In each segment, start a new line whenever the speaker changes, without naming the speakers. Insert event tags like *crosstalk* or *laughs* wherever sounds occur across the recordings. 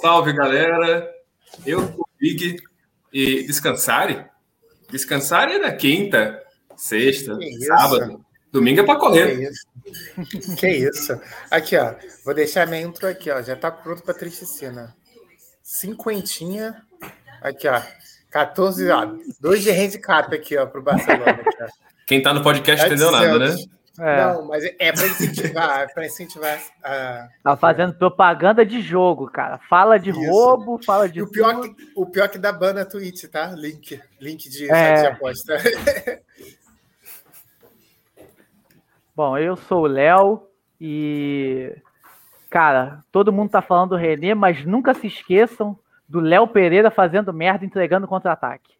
Salve, galera. Eu sou o Big e descansarem. Descansarem é na quinta, sexta,
Que isso?
sábado. Domingo é para correr.
Que isso? Que isso? Aqui, ó. Vou deixar minha intro aqui, ó. Já tá pronto pra Tristicina. Cinquentinha. Aqui, ó. 14, ó. Dois de handicap aqui, ó, pro Barcelona. Aqui, ó.
Quem tá no podcast entendeu nada, né?
É,
Não, mas é pra incentivar, é pra incentivar ah, a.
tá fazendo propaganda de jogo, cara. Fala de
Isso.
roubo, fala de.
E o pior,
tudo.
que, o pior que dá ban na Twitch, tá? Link. Link de
É.
site de aposta.
Bom, eu sou o Léo e. Cara, todo mundo tá falando do Renê, mas nunca se esqueçam do Léo Pereira fazendo merda, entregando contra-ataque.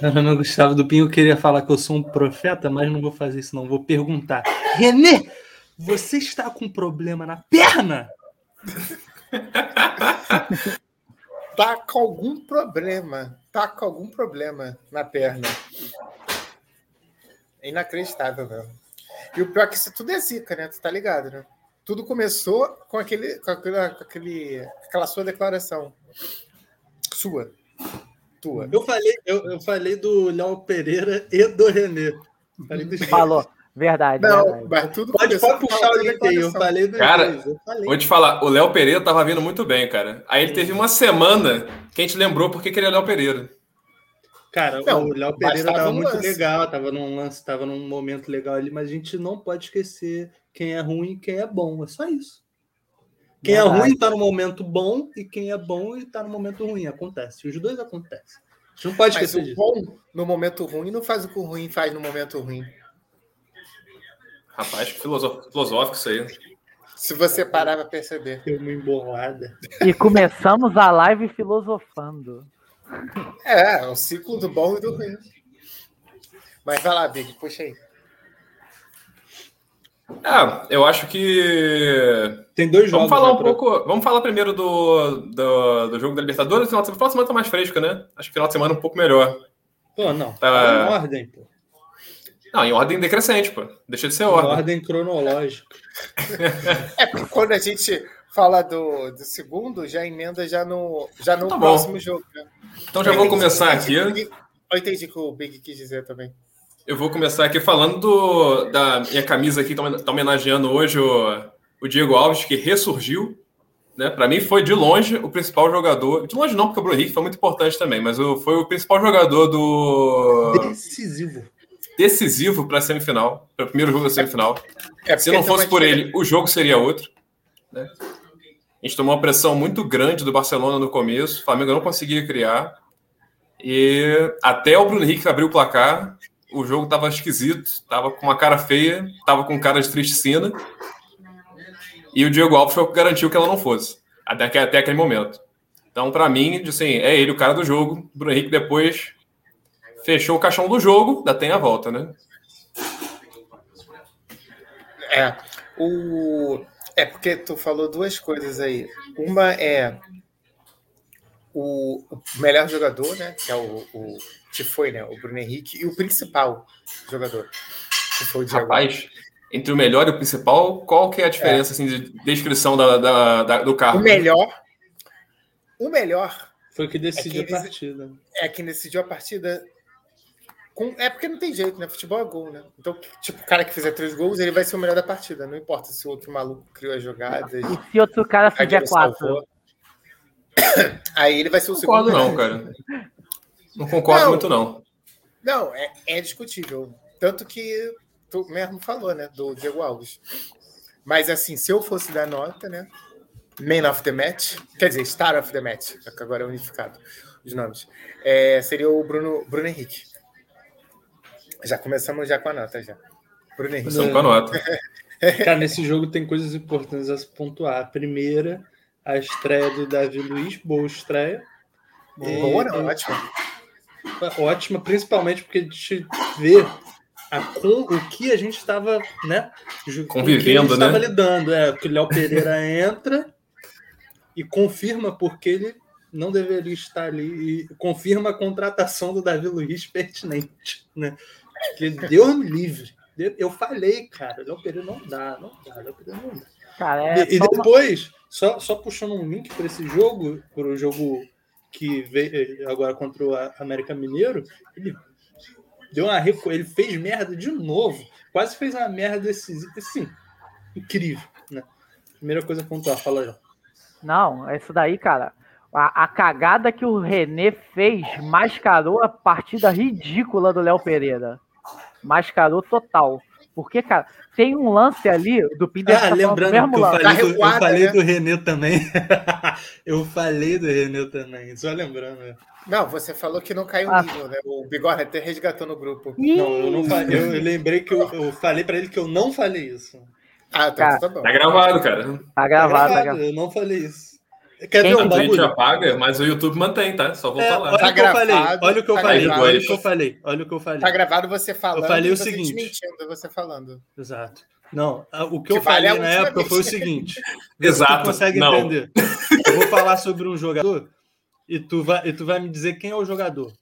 Caramba, Gustavo do Pinho queria falar que eu sou um profeta, mas não vou fazer isso, não. Vou perguntar. Renê, você está com problema na perna?
Tá com algum problema. Tá com algum problema na perna. É inacreditável, velho. E o pior é que isso tudo é zica, né? Tu tá ligado, né? Tudo começou com aquele, com aquela, com aquele, aquela sua declaração. Sua. Tua.
Eu falei, eu, eu falei do Léo Pereira e do Renê. Falei dos
*laughs*
Falou. Verdade,
Não,
verdade.
mas tudo
Pode,
começou
pode
com
puxar o
aquela
link aí, eu
declaração.
falei dos
Cara,
dois, eu falei.
Vou te falar, o Léo Pereira tava vindo muito bem, cara. Aí ele teve uma semana que a gente lembrou porque que ele é Léo Pereira.
Cara,
Não,
o Léo
mas
Pereira
tava
tava
num
muito
lance.
legal, tava num lance, tava num momento legal ali, mas a gente não pode esquecer quem é ruim e quem é bom, é só isso. Quem é
Verdade.
ruim tá no momento bom e quem é bom e tá no momento ruim, acontece. Os dois acontecem. A gente não pode
Mas
esquecer
o
disso.
bom no momento ruim não faz o que o ruim faz no momento ruim.
Rapaz, que filoso- filosófico isso aí.
Se você parar pra perceber.
Deu uma embolada.
E começamos a live filosofando.
É, é o ciclo do bom e do ruim. Mas vai lá, Big, puxa aí.
Ah, eu acho que
Tem dois
Vamos
jogos.
falar
né,
um
pra-
pouco. Vamos falar primeiro do, do, do jogo da Libertadores. Final de semana, final de semana tá mais fresco, né? Acho que final de semana é um pouco melhor.
Pô, não.
Tá.
Tá em ordem, pô.
Não, em ordem decrescente, pô. Deixa de ser
Em
É ordem.
ordem cronológica.
É porque quando a gente fala do, do segundo, já emenda já no, já no
Tá bom.
próximo jogo. né?
Então já
Eu
vou
entendi-
começar
eu
aqui.
entendi o que- Eu entendi o que o Big quis dizer também.
Eu vou começar aqui falando do- da minha camisa aqui, tá homen- tá homenageando hoje o, o Diego Alves, que ressurgiu. Né? Para mim foi de longe o principal jogador. De longe não, porque o Bruno Henrique foi muito importante também, mas o- foi o principal jogador do
Decisivo.
decisivo para a semifinal, para o primeiro jogo da semifinal.
É
Se
porque
não fosse
também-
por ele, o jogo seria outro. né? A gente tomou uma pressão muito grande do Barcelona no começo, o Flamengo não conseguia criar. E até o Bruno Henrique abriu o placar, o jogo estava esquisito, estava com uma cara feia, estava com cara de tristicina. E o Diego Alves foi o que garantiu que ela não fosse, até, que- até aquele momento. Então, para mim, assim, é ele o cara do jogo. O Bruno Henrique depois fechou o caixão do jogo, ainda tem a volta, né?
É, o, é porque tu falou duas coisas aí. Uma é o, o melhor jogador, né? Que é o, o que foi, né? O Bruno Henrique e o principal jogador. Que foi o Diego.
Rapaz, entre o melhor e o principal, qual que é a diferença assim, de descrição da, da- da- do carro?
O melhor. O melhor
Foi o que decidiu
É que eles-
a partida. né?
é quem decidiu a partida. com- É porque não tem jeito, né? Futebol é gol, né? Então, tipo, o cara que fizer três gols, ele vai ser o melhor da partida. Não importa se o outro maluco criou as jogadas.
E se outro cara
a
fizer
direção
quatro?
salvou. *coughs* Aí ele vai ser o
Não concordo
segundo.
não, cara. Não concordo
Não.
muito não.
Não, é, é discutível. Tanto que tu mesmo falou, né? Do Diego Alves. Mas assim, se eu fosse dar nota, né? Man of the match, quer dizer, Star of the match, que agora é unificado os nomes. é, seria o Bruno, Bruno Henrique. Já começamos já com a nota já. Bruno Henrique.
Começamos com a
É.
nota.
Cara, nesse jogo tem coisas importantes a se pontuar. A primeira, a estreia do Davi Luiz, boa estreia.
Boa,
E-
não, ótimo.
Ótima, principalmente porque a gente vê a com, o que a gente estava, né? ju- com o que a gente
Convivendo, né?
Estava lidando. É, que o Léo Pereira entra e confirma porque ele não deveria estar ali e confirma a contratação do Davi Luiz pertinente, né? Porque Deus me livre. Eu falei, cara, o Léo Pereira não dá, não dá, o Léo Pereira não dá.
Cara, é
E, e
só uma-
depois Só, só puxando um link para esse jogo, para o jogo que veio eh, agora contra o América Mineiro, ele deu uma recu... ele fez merda de novo, quase fez uma merda decisiva, assim, incrível, né? Primeira coisa a pontuar, fala já.
Não, é isso daí, cara. A, a cagada que o René fez mascarou a partida ridícula do Léo Pereira. Mascarou total. Porque, cara, tem um lance ali do Pinder.
Ah, lembrando que eu
Tá
falei, do, eu
recuada,
falei
né?
do Renê também. *laughs* eu falei do Renê também, só lembrando. né?
Não, você falou que não caiu o
Ah.
nível, né? O Bigorna até resgatou no grupo.
Não, eu não falei. Eu, eu lembrei que eu, eu falei pra ele que eu não falei isso.
Ah, tá,
Cara,
tá bom.
Tá gravado, cara.
Tá
Tá
gravado, tá gravado.
Eu não falei isso. Quer
tá
Quem
ver um
A gente
bagulho?
apaga, mas o YouTube mantém, tá? Só vou
É,
falar.
olha o que eu falei,
gravado,
olha o que eu
tá
falei,
gravado.
olha o que eu falei, olha o que eu
Tá
falei.
gravado você falando.
Eu falei
e
o
você
seguinte.
desmentindo, você falando.
Exato. Não, a- o que eu
Que vale
falei
é a
na
última
época
vez.
foi
*laughs*
o seguinte.
Exato.
Tu consegue
Não.
entender. Eu vou falar sobre um jogador e tu vai, e tu vai me dizer quem é o jogador.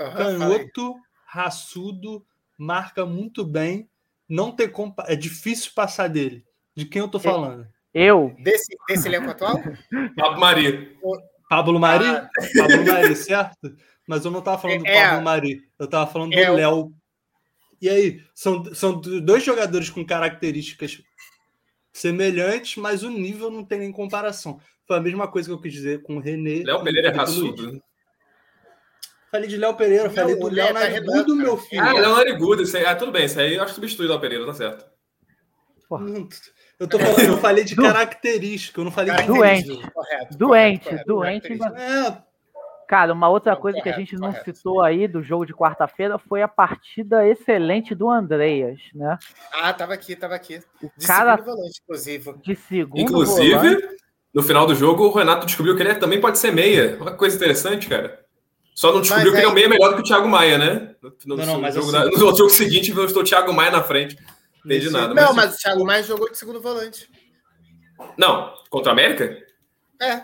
Aham, Ah, fala aí.
Canhoto, raçudo, marca muito bem, não tem compa... é difícil passar dele. De quem eu tô falando?
Eu,
Desse, desse elenco atual?
Papo Maria.
Tá
Pablo Mari?
Ah.
Pablo Mari, certo? Mas eu não tava falando do
É.
Pablo Mari, eu tava falando do
É.
Léo. E aí, são, são dois jogadores com características semelhantes, mas o nível não tem nem comparação. Foi a mesma coisa que eu quis dizer com o René.
Léo Pereira é
e com o Luiz.
raçudo.
Falei de Léo Pereira, falei
Não,
do
o Léo
Léo
tá
Narigudo,
arrebentando.
meu filho.
Ah, Léo Narigudo. Isso aí. Ah, tudo bem. Isso aí eu acho que substitui o Léo Pereira, tá certo.
Não, Eu, tô falando, eu falei
*laughs*
de característica, eu não falei de
Doente.
nível.
tá Correto.
Doente,
correto, Tá
doente,
correto.
mas-
É,
cara, uma outra
Não,
coisa que a
correto,
gente não
correto.
citou aí do jogo de quarta-feira foi a partida excelente do Andreas, né?
Ah, tava aqui, tava aqui. De
Cara-
segundo volante, inclusive.
De segundo volante.
Inclusive, no final do jogo, o Renato descobriu que ele é- também pode ser meia. Uma coisa interessante, cara. Só não descobriu
Mas
que ele é um
aí-
meia melhor do que o Thiago Maia, né? No, no
Não, não, mas
jogo,
assim-
da- no outro jogo seguinte, eu estou o Thiago Maia na frente. Entendi
Sim.
nada.
Não,
mas-
mas o Thiago Maia jogou de segundo volante.
Não, contra a América?
É.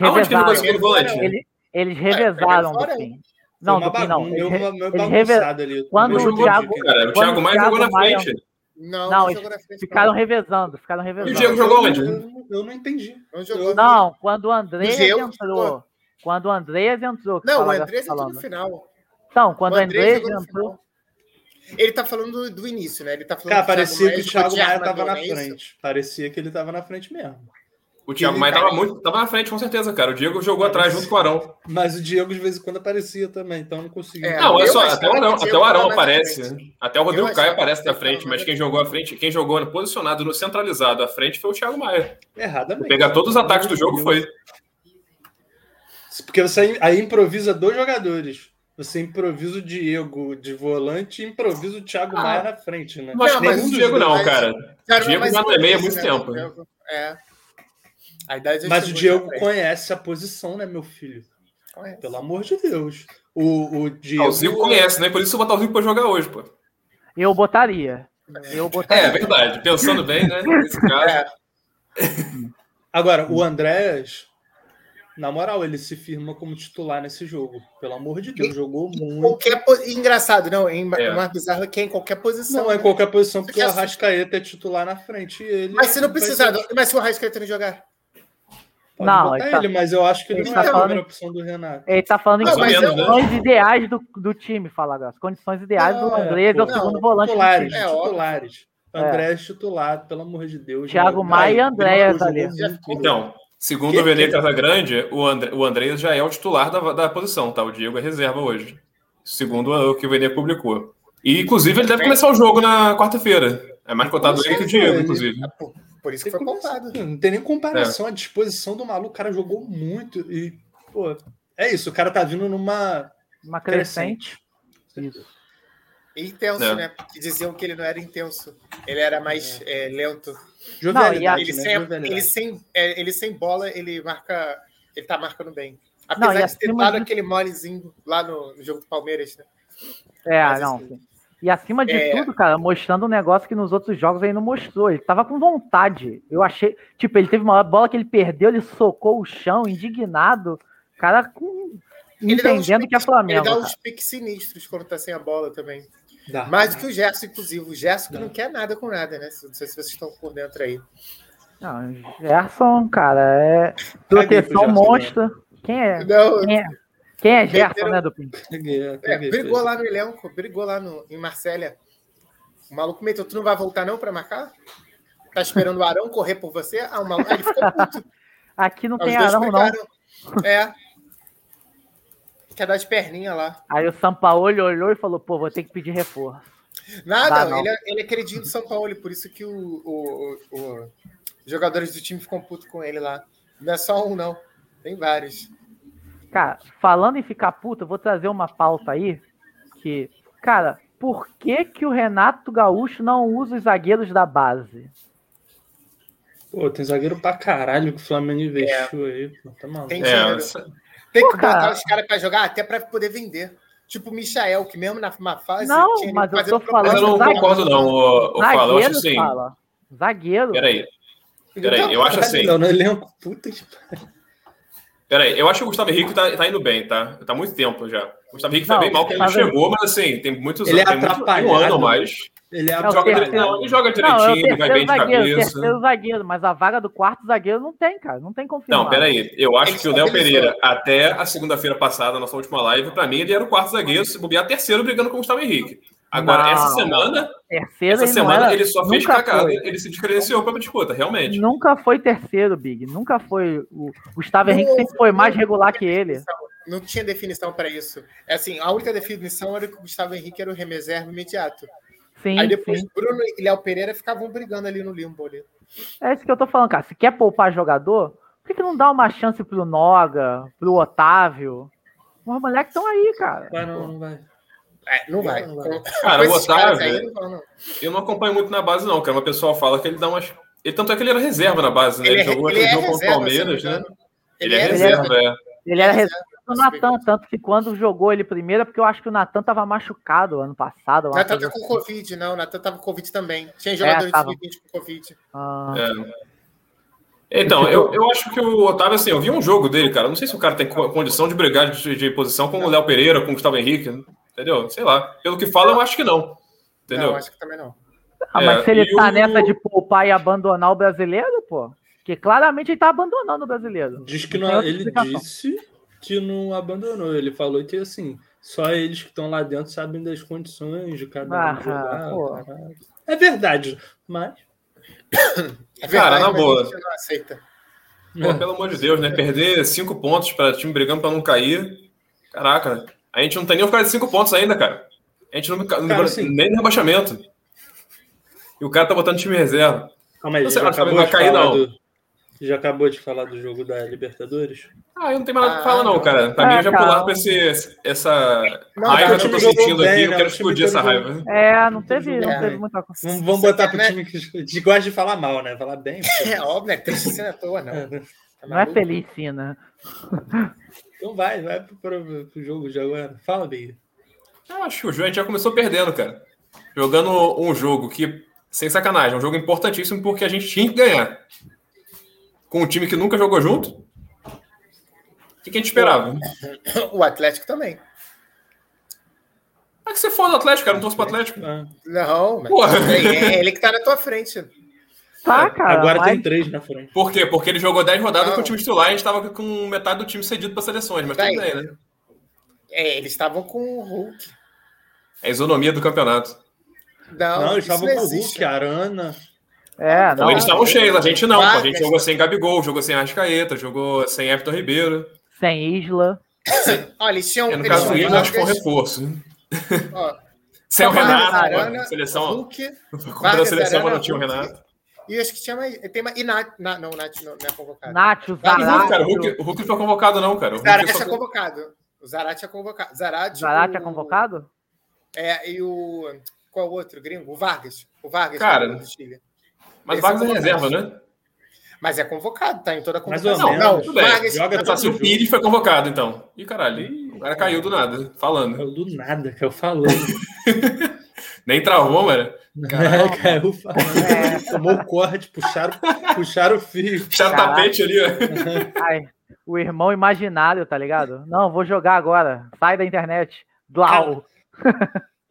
Aonde que ele
revezaram.
jogou segundo volante?
Ele- eles revezaram
fora
no fim. Não,
foi
no
uma
fim não.
bagun-
Eles
deu
re-
uma- meio
eles reve-
bagunçado ali.
quando
Não
o
jogou,
Thiago-
cara. O
quando
Thiago Maia
o
jogou na
Thiago Maia-
frente.
Não,
Não,
não,
eles
jogou na frente.
Ficaram
não.
revezando, ficaram
E o
revezando.
Diego jogou onde?
Eu, eu não entendi.
Não jogou.
Não, quando o Andreas
Museu,
entrou. Quando o Andreas entrou. que
Não, o
tava
Andrés entrou no
falando.
final.
Então, quando
O
né? o
Andrés
Andreas
jogou no
entrou.
final. Ele tá falando do, do início, né? Ele tá falando
Cara,
do
parecia que o
jogou
Thiago
de
Maia
armador,
tava na
não é isso?
frente. Parecia que ele tava na frente mesmo.
O Thiago
Ele
Maia
tá-
tava, muito, tava na frente, com certeza, cara. O Diego jogou atrás junto com o Arão.
Mas o Diego de vez em quando aparecia também, então eu não conseguia.
É,
Não, é
eu
só,
achava
até o Arão,
que o
até
Diego
o Arão
tava mais à
aparece.
frente.
né? Até o
Eu
Rodrigo
achava
Caio
que
aparece
ele
na
tava
frente,
mais
mas
à
quem jogou à frente, quem jogou posicionado, no centralizado à frente foi o Thiago Maia.
Erradamente.
Pegar todos os ataques do jogo foi.
Porque você aí improvisa dois jogadores. Você improvisa o Diego de volante e improvisa o Thiago
Ah.
Maia na frente, né?
Não acho
Não,
que um
mas
nenhum
o
do Diego,
Diego
não,
mais-
cara.
Cara,
Diego
mas
já não é meio há
isso,
muito
né,
tempo.
o Diego- É. A idade já
Mas o
chegou
Diego
já né? pra
conhece a posição, né, meu filho?
ele.
Pelo amor de Deus. O, o Diego.
Ah, o Zico conhece, né? Por isso eu botar o Zico pra jogar hoje, pô.
Eu botaria. Eu
É, é
botaria.
verdade. Pensando bem, né? Nesse caso.
É.
Agora, o Andréas, na moral, ele se firma como titular nesse jogo. Pelo amor de Deus, jogou muito.
Qualquer po... Engraçado, não. Em...
É.
Mais bizarro é que é em qualquer posição.
Não é em
né?
qualquer posição, porque o
Porque assim-
Arrascaeta é titular na frente e ele.
Mas se não né?
vai ser-
precisar, mas se o Arrascaeta não jogar.
Pode
Não,
botar
ele tá-
ele, mas eu acho que ele
ele
não
tá
é a
falando-
primeira opção do Renato.
Ele tá falando em
Não,
mas eu-
condições ideais do, do time, fala Graça. Condições ideais
Não,
do
é,
Andrés é o
pô,
segundo volante. do
Titulares,
É, óbvio.
titulares.
É.
Andréas titular, pelo amor de Deus.
Thiago
Ai,
Maia e Andréas
jogou
ali.
muito.
Já ficou-
Então, segundo
Que-
o Vene Casagrande, o, André, o Andrés já é o titular da, da posição, tá? O Diego é reserva hoje. Segundo o que o Vene publicou. E, inclusive, ele deve começar o jogo na quarta-feira. É mais cotado ele que o Diego, inclusive.
Por, Ah, por isso que
Tem
foi
comparação-
poupado.
assim? Não tem nem comparação.
É.
A disposição do maluco, o cara jogou muito. E, pô, é isso. O cara tá vindo numa
Uma crescente.
crescente.
Isso.
Intenso,
É.
né? Porque diziam que ele não era intenso. Ele era mais é, lento.
Jovialidade,
Não, e a-
Ele,
né?
sem,
Jovialidade.
ele, sem, é, ele sem bola, ele marca. Ele tá marcando bem.
Não,
Apesar
e
de ter
acima
dado
de-
aquele molezinho lá no, no jogo do Palmeiras, né?
É,
Mas,
não.
assim,
E acima de
é.
tudo, cara, mostrando um negócio que nos outros jogos ele não mostrou. Ele tava com vontade. Eu achei. Tipo, ele teve uma bola que ele perdeu, ele socou o chão, indignado. Cara, com-
Ele dá uns
entendendo que é
piques-
Flamengo.
Ele dá
cara.
uns piques sinistros quando tá sem a bola também.
Dá.
Mais do que o Gerson, inclusive. O Gerson que não quer nada com nada, né? Não sei se vocês estão por dentro aí.
Não, Gerson, cara, é proteção
Gerson,
monstro. Quem é?
Não,
Quem é? Quem é Gerson,
Meteram-
né, Dupin?
Peguei, eu
é,
peguei,
brigou lá no elenco, brigou lá no, em Marsella. O maluco meteu, tu não vai voltar não pra marcar? Tá esperando o Arão correr por você? Ah, o maluco, ele ficou puto.
Aqui não
Os
tem
dois
Arão, não.
pegaram. É. Quer dar de perninha lá.
Aí o Sampaoli olhou e falou, pô, vou ter que pedir reforço.
Nada,
Dá, não.
Ele, é, ele é queridinho do São Paulo, por isso que o, o- o- o- os jogadores do time ficam putos com ele lá. Não é só um, não. Tem vários.
Cara, falando em ficar puto, eu vou trazer uma pauta aí que, cara, por que que o Renato Gaúcho não usa os zagueiros da base?
Pô, tem zagueiro pra caralho que o Flamengo investiu aí. Pô, tá maluco.
É. Tem
É,
dinheiro.
essa-
Tem
Pô,
que botar
cara.
os caras pra jogar até pra poder vender. Tipo o Michael, que mesmo na má fase.
Não,
ele
mas eu
mas É, eu
fazendo
tô
propaganda.
falando
não
zagueiro.
concordo, não, o, Fala. Eu
zagueiro,
acho assim.
fala. Zagueiro.
Peraí,
Então,
peraí, eu acho assim.
Então, Não, no elenco, puta que pariu.
Peraí, eu acho que o Gustavo Henrique tá, tá indo bem, tá? Tá há muito tempo já. O Gustavo Henrique
Não,
tá bem mal que ele não
Gustavo-
chegou, mas assim, tem muitos
Ele é
anos. tem muito- um
atrapalhado.
ano ou mais.
Ele
o
é
Joga,
terceiro.
dire-
atrapalhado.
não, ele joga
Não, é o
direitinho, ele vai
terceiro
bem de
zagueiro, o
cabeça.
terceiro zagueiro, mas a vaga do quarto zagueiro não tem, cara, não tem confirmado.
Não, peraí. Eu acho
Ele
que o Léo
estabilizou.
Pereira, até a segunda-feira passada, nossa última live, pra mim ele era o quarto zagueiro, se bobear terceiro brigando com o Gustavo Henrique. Agora,
Não.
essa semana,
Terceiro
essa
ele não
semana
era-
ele é só fez
nunca
cagada,
foi.
ele se descredenciou pra disputa, realmente.
Nunca foi terceiro, Big. Nunca foi. O Gustavo
Não, é
Henrique sempre foi mais regular que ele.
Não tinha definição pra isso. É Assim, a única definição era que o Gustavo Henrique era o reserva imediato.
Sim,
Aí depois
sim.
Bruno e Léo Pereira ficavam brigando ali no limbo ali.
É isso que eu tô falando, cara. Se quer poupar jogador, por que, que não dá uma chance pro Noga, pro Otávio? Os moleques estão aí, cara.
Vai, não, não vai.
É, não vai.
Não
Com-
vai.
com
Cara, né? o
esses caras aí,
Otávio,
não vão, não.
eu não acompanho muito na base, não, cara. Mas O pessoal fala que ele dá umas. Ele, tanto é que ele era reserva na base, né? Ele,
é-
jogou
ele
aquele
é
jogo contra o
reserva, se eu não
Palmeiras,
me
né?
engano.
Ele é
reserva.
reserva, é.
Ele era reserva do
se bem que-
Natan, tanto que quando jogou ele primeiro, é porque eu acho que o Natan tava machucado ano passado. uma
Natan
coisa
tá com
assim.
Covid, não. Natan tava com Covid também. Tinha jogadores
É, tava.
de 20 com Covid.
Ah,
É. Então, eu, eu acho que o Otávio, assim, eu vi um jogo dele, cara. Não sei se o cara tem co- condição de brigar de, de posição com o Léo Pereira, com o Gustavo Henrique, entendeu? Sei lá. Pelo que fala, eu acho que não. Entendeu?
Não, acho que também não.
ah, mas
é,
se ele
e
tá
o-
nessa de poupar e abandonar o brasileiro, pô. Porque claramente ele tá abandonando o brasileiro.
Diz que
Tem
não,
outra
ele
explicação.
disse que não abandonou. Ele falou que assim, só eles que estão lá dentro sabem das condições de cada um.
Ah,
jogar,
pô.
caralho. É verdade, mas
É
Cara, na
mas
boa.
A gente não aceita.
Pô, pelo amor de Deus, né? Perder cinco pontos para time brigando para não cair. Caraca, né? a gente não tem nem o cara de cinco pontos ainda, cara. A gente não, não
Cara, assim-
nem no rebaixamento. E o cara tá botando time em reserva.
Calma aí,
Você
já
acha que
acabou
vai
de
cair,
falar
não?
do- Já acabou de falar do jogo da Libertadores?
Ah, eu não tenho mais nada pra falar,
Ah,
não, cara. Pra
Ah,
mim, eu já
calma.
pularam pra esse, essa
Não, tá
raiva
cara,
que eu
o
tô
time
sentindo
jogou
aqui.
bem,
Eu quero
né? O time
explodir essa
todo jogou-
raiva.
É, não teve,
É.
não teve muita coisa.
Vamos, vamos
Você
botar
quer,
pro
né?
time que de- gosta de falar mal, né? Falar bem. pô.
*laughs* É óbvio, né? Triste à toa, não. Tá
Não é
maluco?
feliz, sim, né?
Então vai, vai pro, pro- pro jogo de agora. Fala, Bia.
Eu acho que o Ju, a gente já começou perdendo, cara. Jogando um jogo que, sem sacanagem, é um jogo importantíssimo porque a gente tinha que ganhar. Com um time que nunca jogou junto. O que, que a gente esperava?
O Atlético também.
Ah, que você for do Atlético, cara. Eu Não torço pro Atlético.
Ah,
Não, mas
Porra.
é é ele que tá na tua frente.
Tá, cara.
É, agora
mas-
tem três né, na frente.
Por quê? Porque ele jogou 10 rodadas
Não.
com o time titular e a gente tava com metade do time cedido pra seleções, mas
Daí.
tudo bem, né?
É, eles estavam com o Hulk.
É a isonomia do campeonato.
Não,
Não, eles
isso não
estavam com o
existe.
né?
Hulk, Arana.
É,
Então
não.
eles estavam cheios, a gente não. pô. A gente
Wagner.
jogou sem Gabigol, jogou sem Arrascaeta, jogou sem Everton Ribeiro.
Sem Isla.
Olha, eles tinham.
É, no
eles
caso
tinham
do Igor, acho que foi um
Vargas,
reforço.
ó,
Sem o
Vargas,
Renato,
Arana,
mano. Seleção.
Hulk.
Contra a seleção, mas não tinha o
Vargas,
Renato.
E acho que tinha mais. Tem mais e Nath, na, não, Nath não, não é convocado.
Nath, o
Não,
Zarate.
cara, o Hulk, o Hulk não foi convocado, não, cara. O
O
Hulk
Zarate
só-
é convocado. O Zarate é convocado.
o
Zarate,
Zarate é
o-
convocado?
É, e o. Qual é o outro gringo? O Vargas. O Vargas.
Cara.
do Chile.
Mas
Esse
Vargas é
é
reserva,
convocado.
né?
Mas é convocado, tá em toda a
Mais ou
convocação.
menos,
Não,
tudo bem.
Vargas.
Joga
Eu
não,
pensava se assim, o
Jogo.
Pires foi convocado, então. Ih, caralho. O cara caiu do nada, falando.
Caiu do nada, caiu falando.
Nem travou, mano.
É, *laughs* caiu falando.
É.
Tomou o corte, puxaram, puxaram o fio.
Puxar
Caraca.
tapete ali,
*laughs*
ó.
Ai, o irmão imaginário, tá ligado? Não, vou jogar agora. Sai da internet. Blau.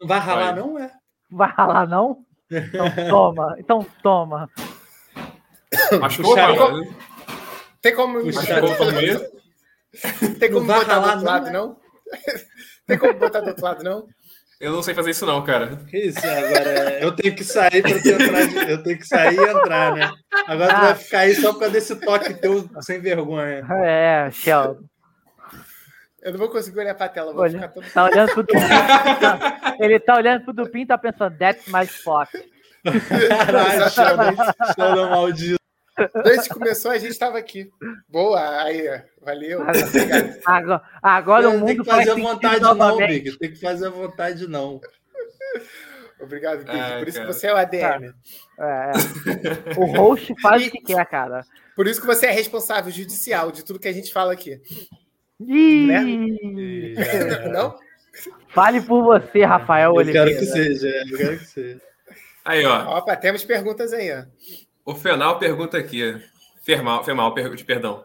Não vai ralar,
Vai.
não é?
Vai ralar, não? Então toma. Então toma.
Machucou,
Puxaram.
Rafa?
Tem como
Puxaram.
Machucou o Palmeiras?
Tem como
Não né? vai
botar do
ralar,
outro lado, não? *laughs* Tem como botar do outro lado, não?
Eu não sei fazer isso, não, cara.
Que isso, né? agora é, eu tenho que sair pra tu entrar. de- Eu tenho que sair e entrar, né? Agora tu
Ah.
vai ficar aí só por causa desse toque teu sem vergonha.
É, Shell.
Eu não vou conseguir olhar pra tela, vou ficar
Olha,
todo.
tá olhando pro Dupin. tá- Ele tá olhando pro Dupin e tá pensando, that's my spot.
Caralho,
Exatamente.
chama maldito.
Desde que começou, a gente tava aqui. Boa, aí, ó. valeu.
Ah, tá.
Obrigado.
Agora, agora o
tem
mundo
que fazer à
sentido
vontade, não,
novamente.
Big. Tem que fazer à vontade, não.
Obrigado, Big.
Ai,
Por isso
cara.
que você é o ADM.
É, é. O host faz o que quer, cara.
Por isso que você é responsável judicial de tudo que a gente fala aqui.
Né?
Ih, É.
Não?
fale por você, Rafael
É. Eu
Oliveira.
quero que seja, é, eu quero que seja.
Aí, ó.
Opa, temos perguntas aí, ó.
O Fenal pergunta aqui. Fermal, Fermal per- perdão.